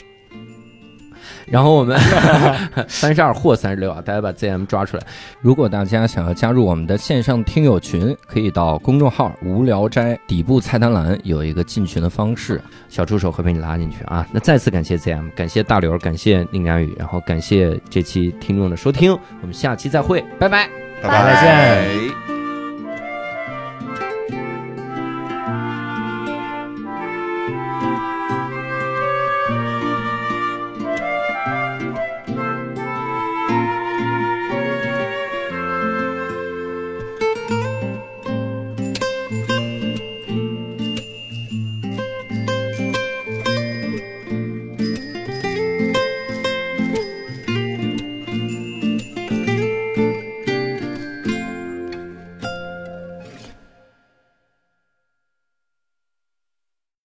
Speaker 1: 然后我们 三十二或三十六啊，大家把 ZM 抓出来。如果大家想要加入我们的线上听友群，可以到公众号“无聊斋”底部菜单栏有一个进群的方式，小助手会被你拉进去啊。那再次感谢 ZM，感谢大刘，感谢宁佳宇，然后感谢这期听众的收听，我们下期再会，拜拜。
Speaker 4: 拜拜
Speaker 3: 拜。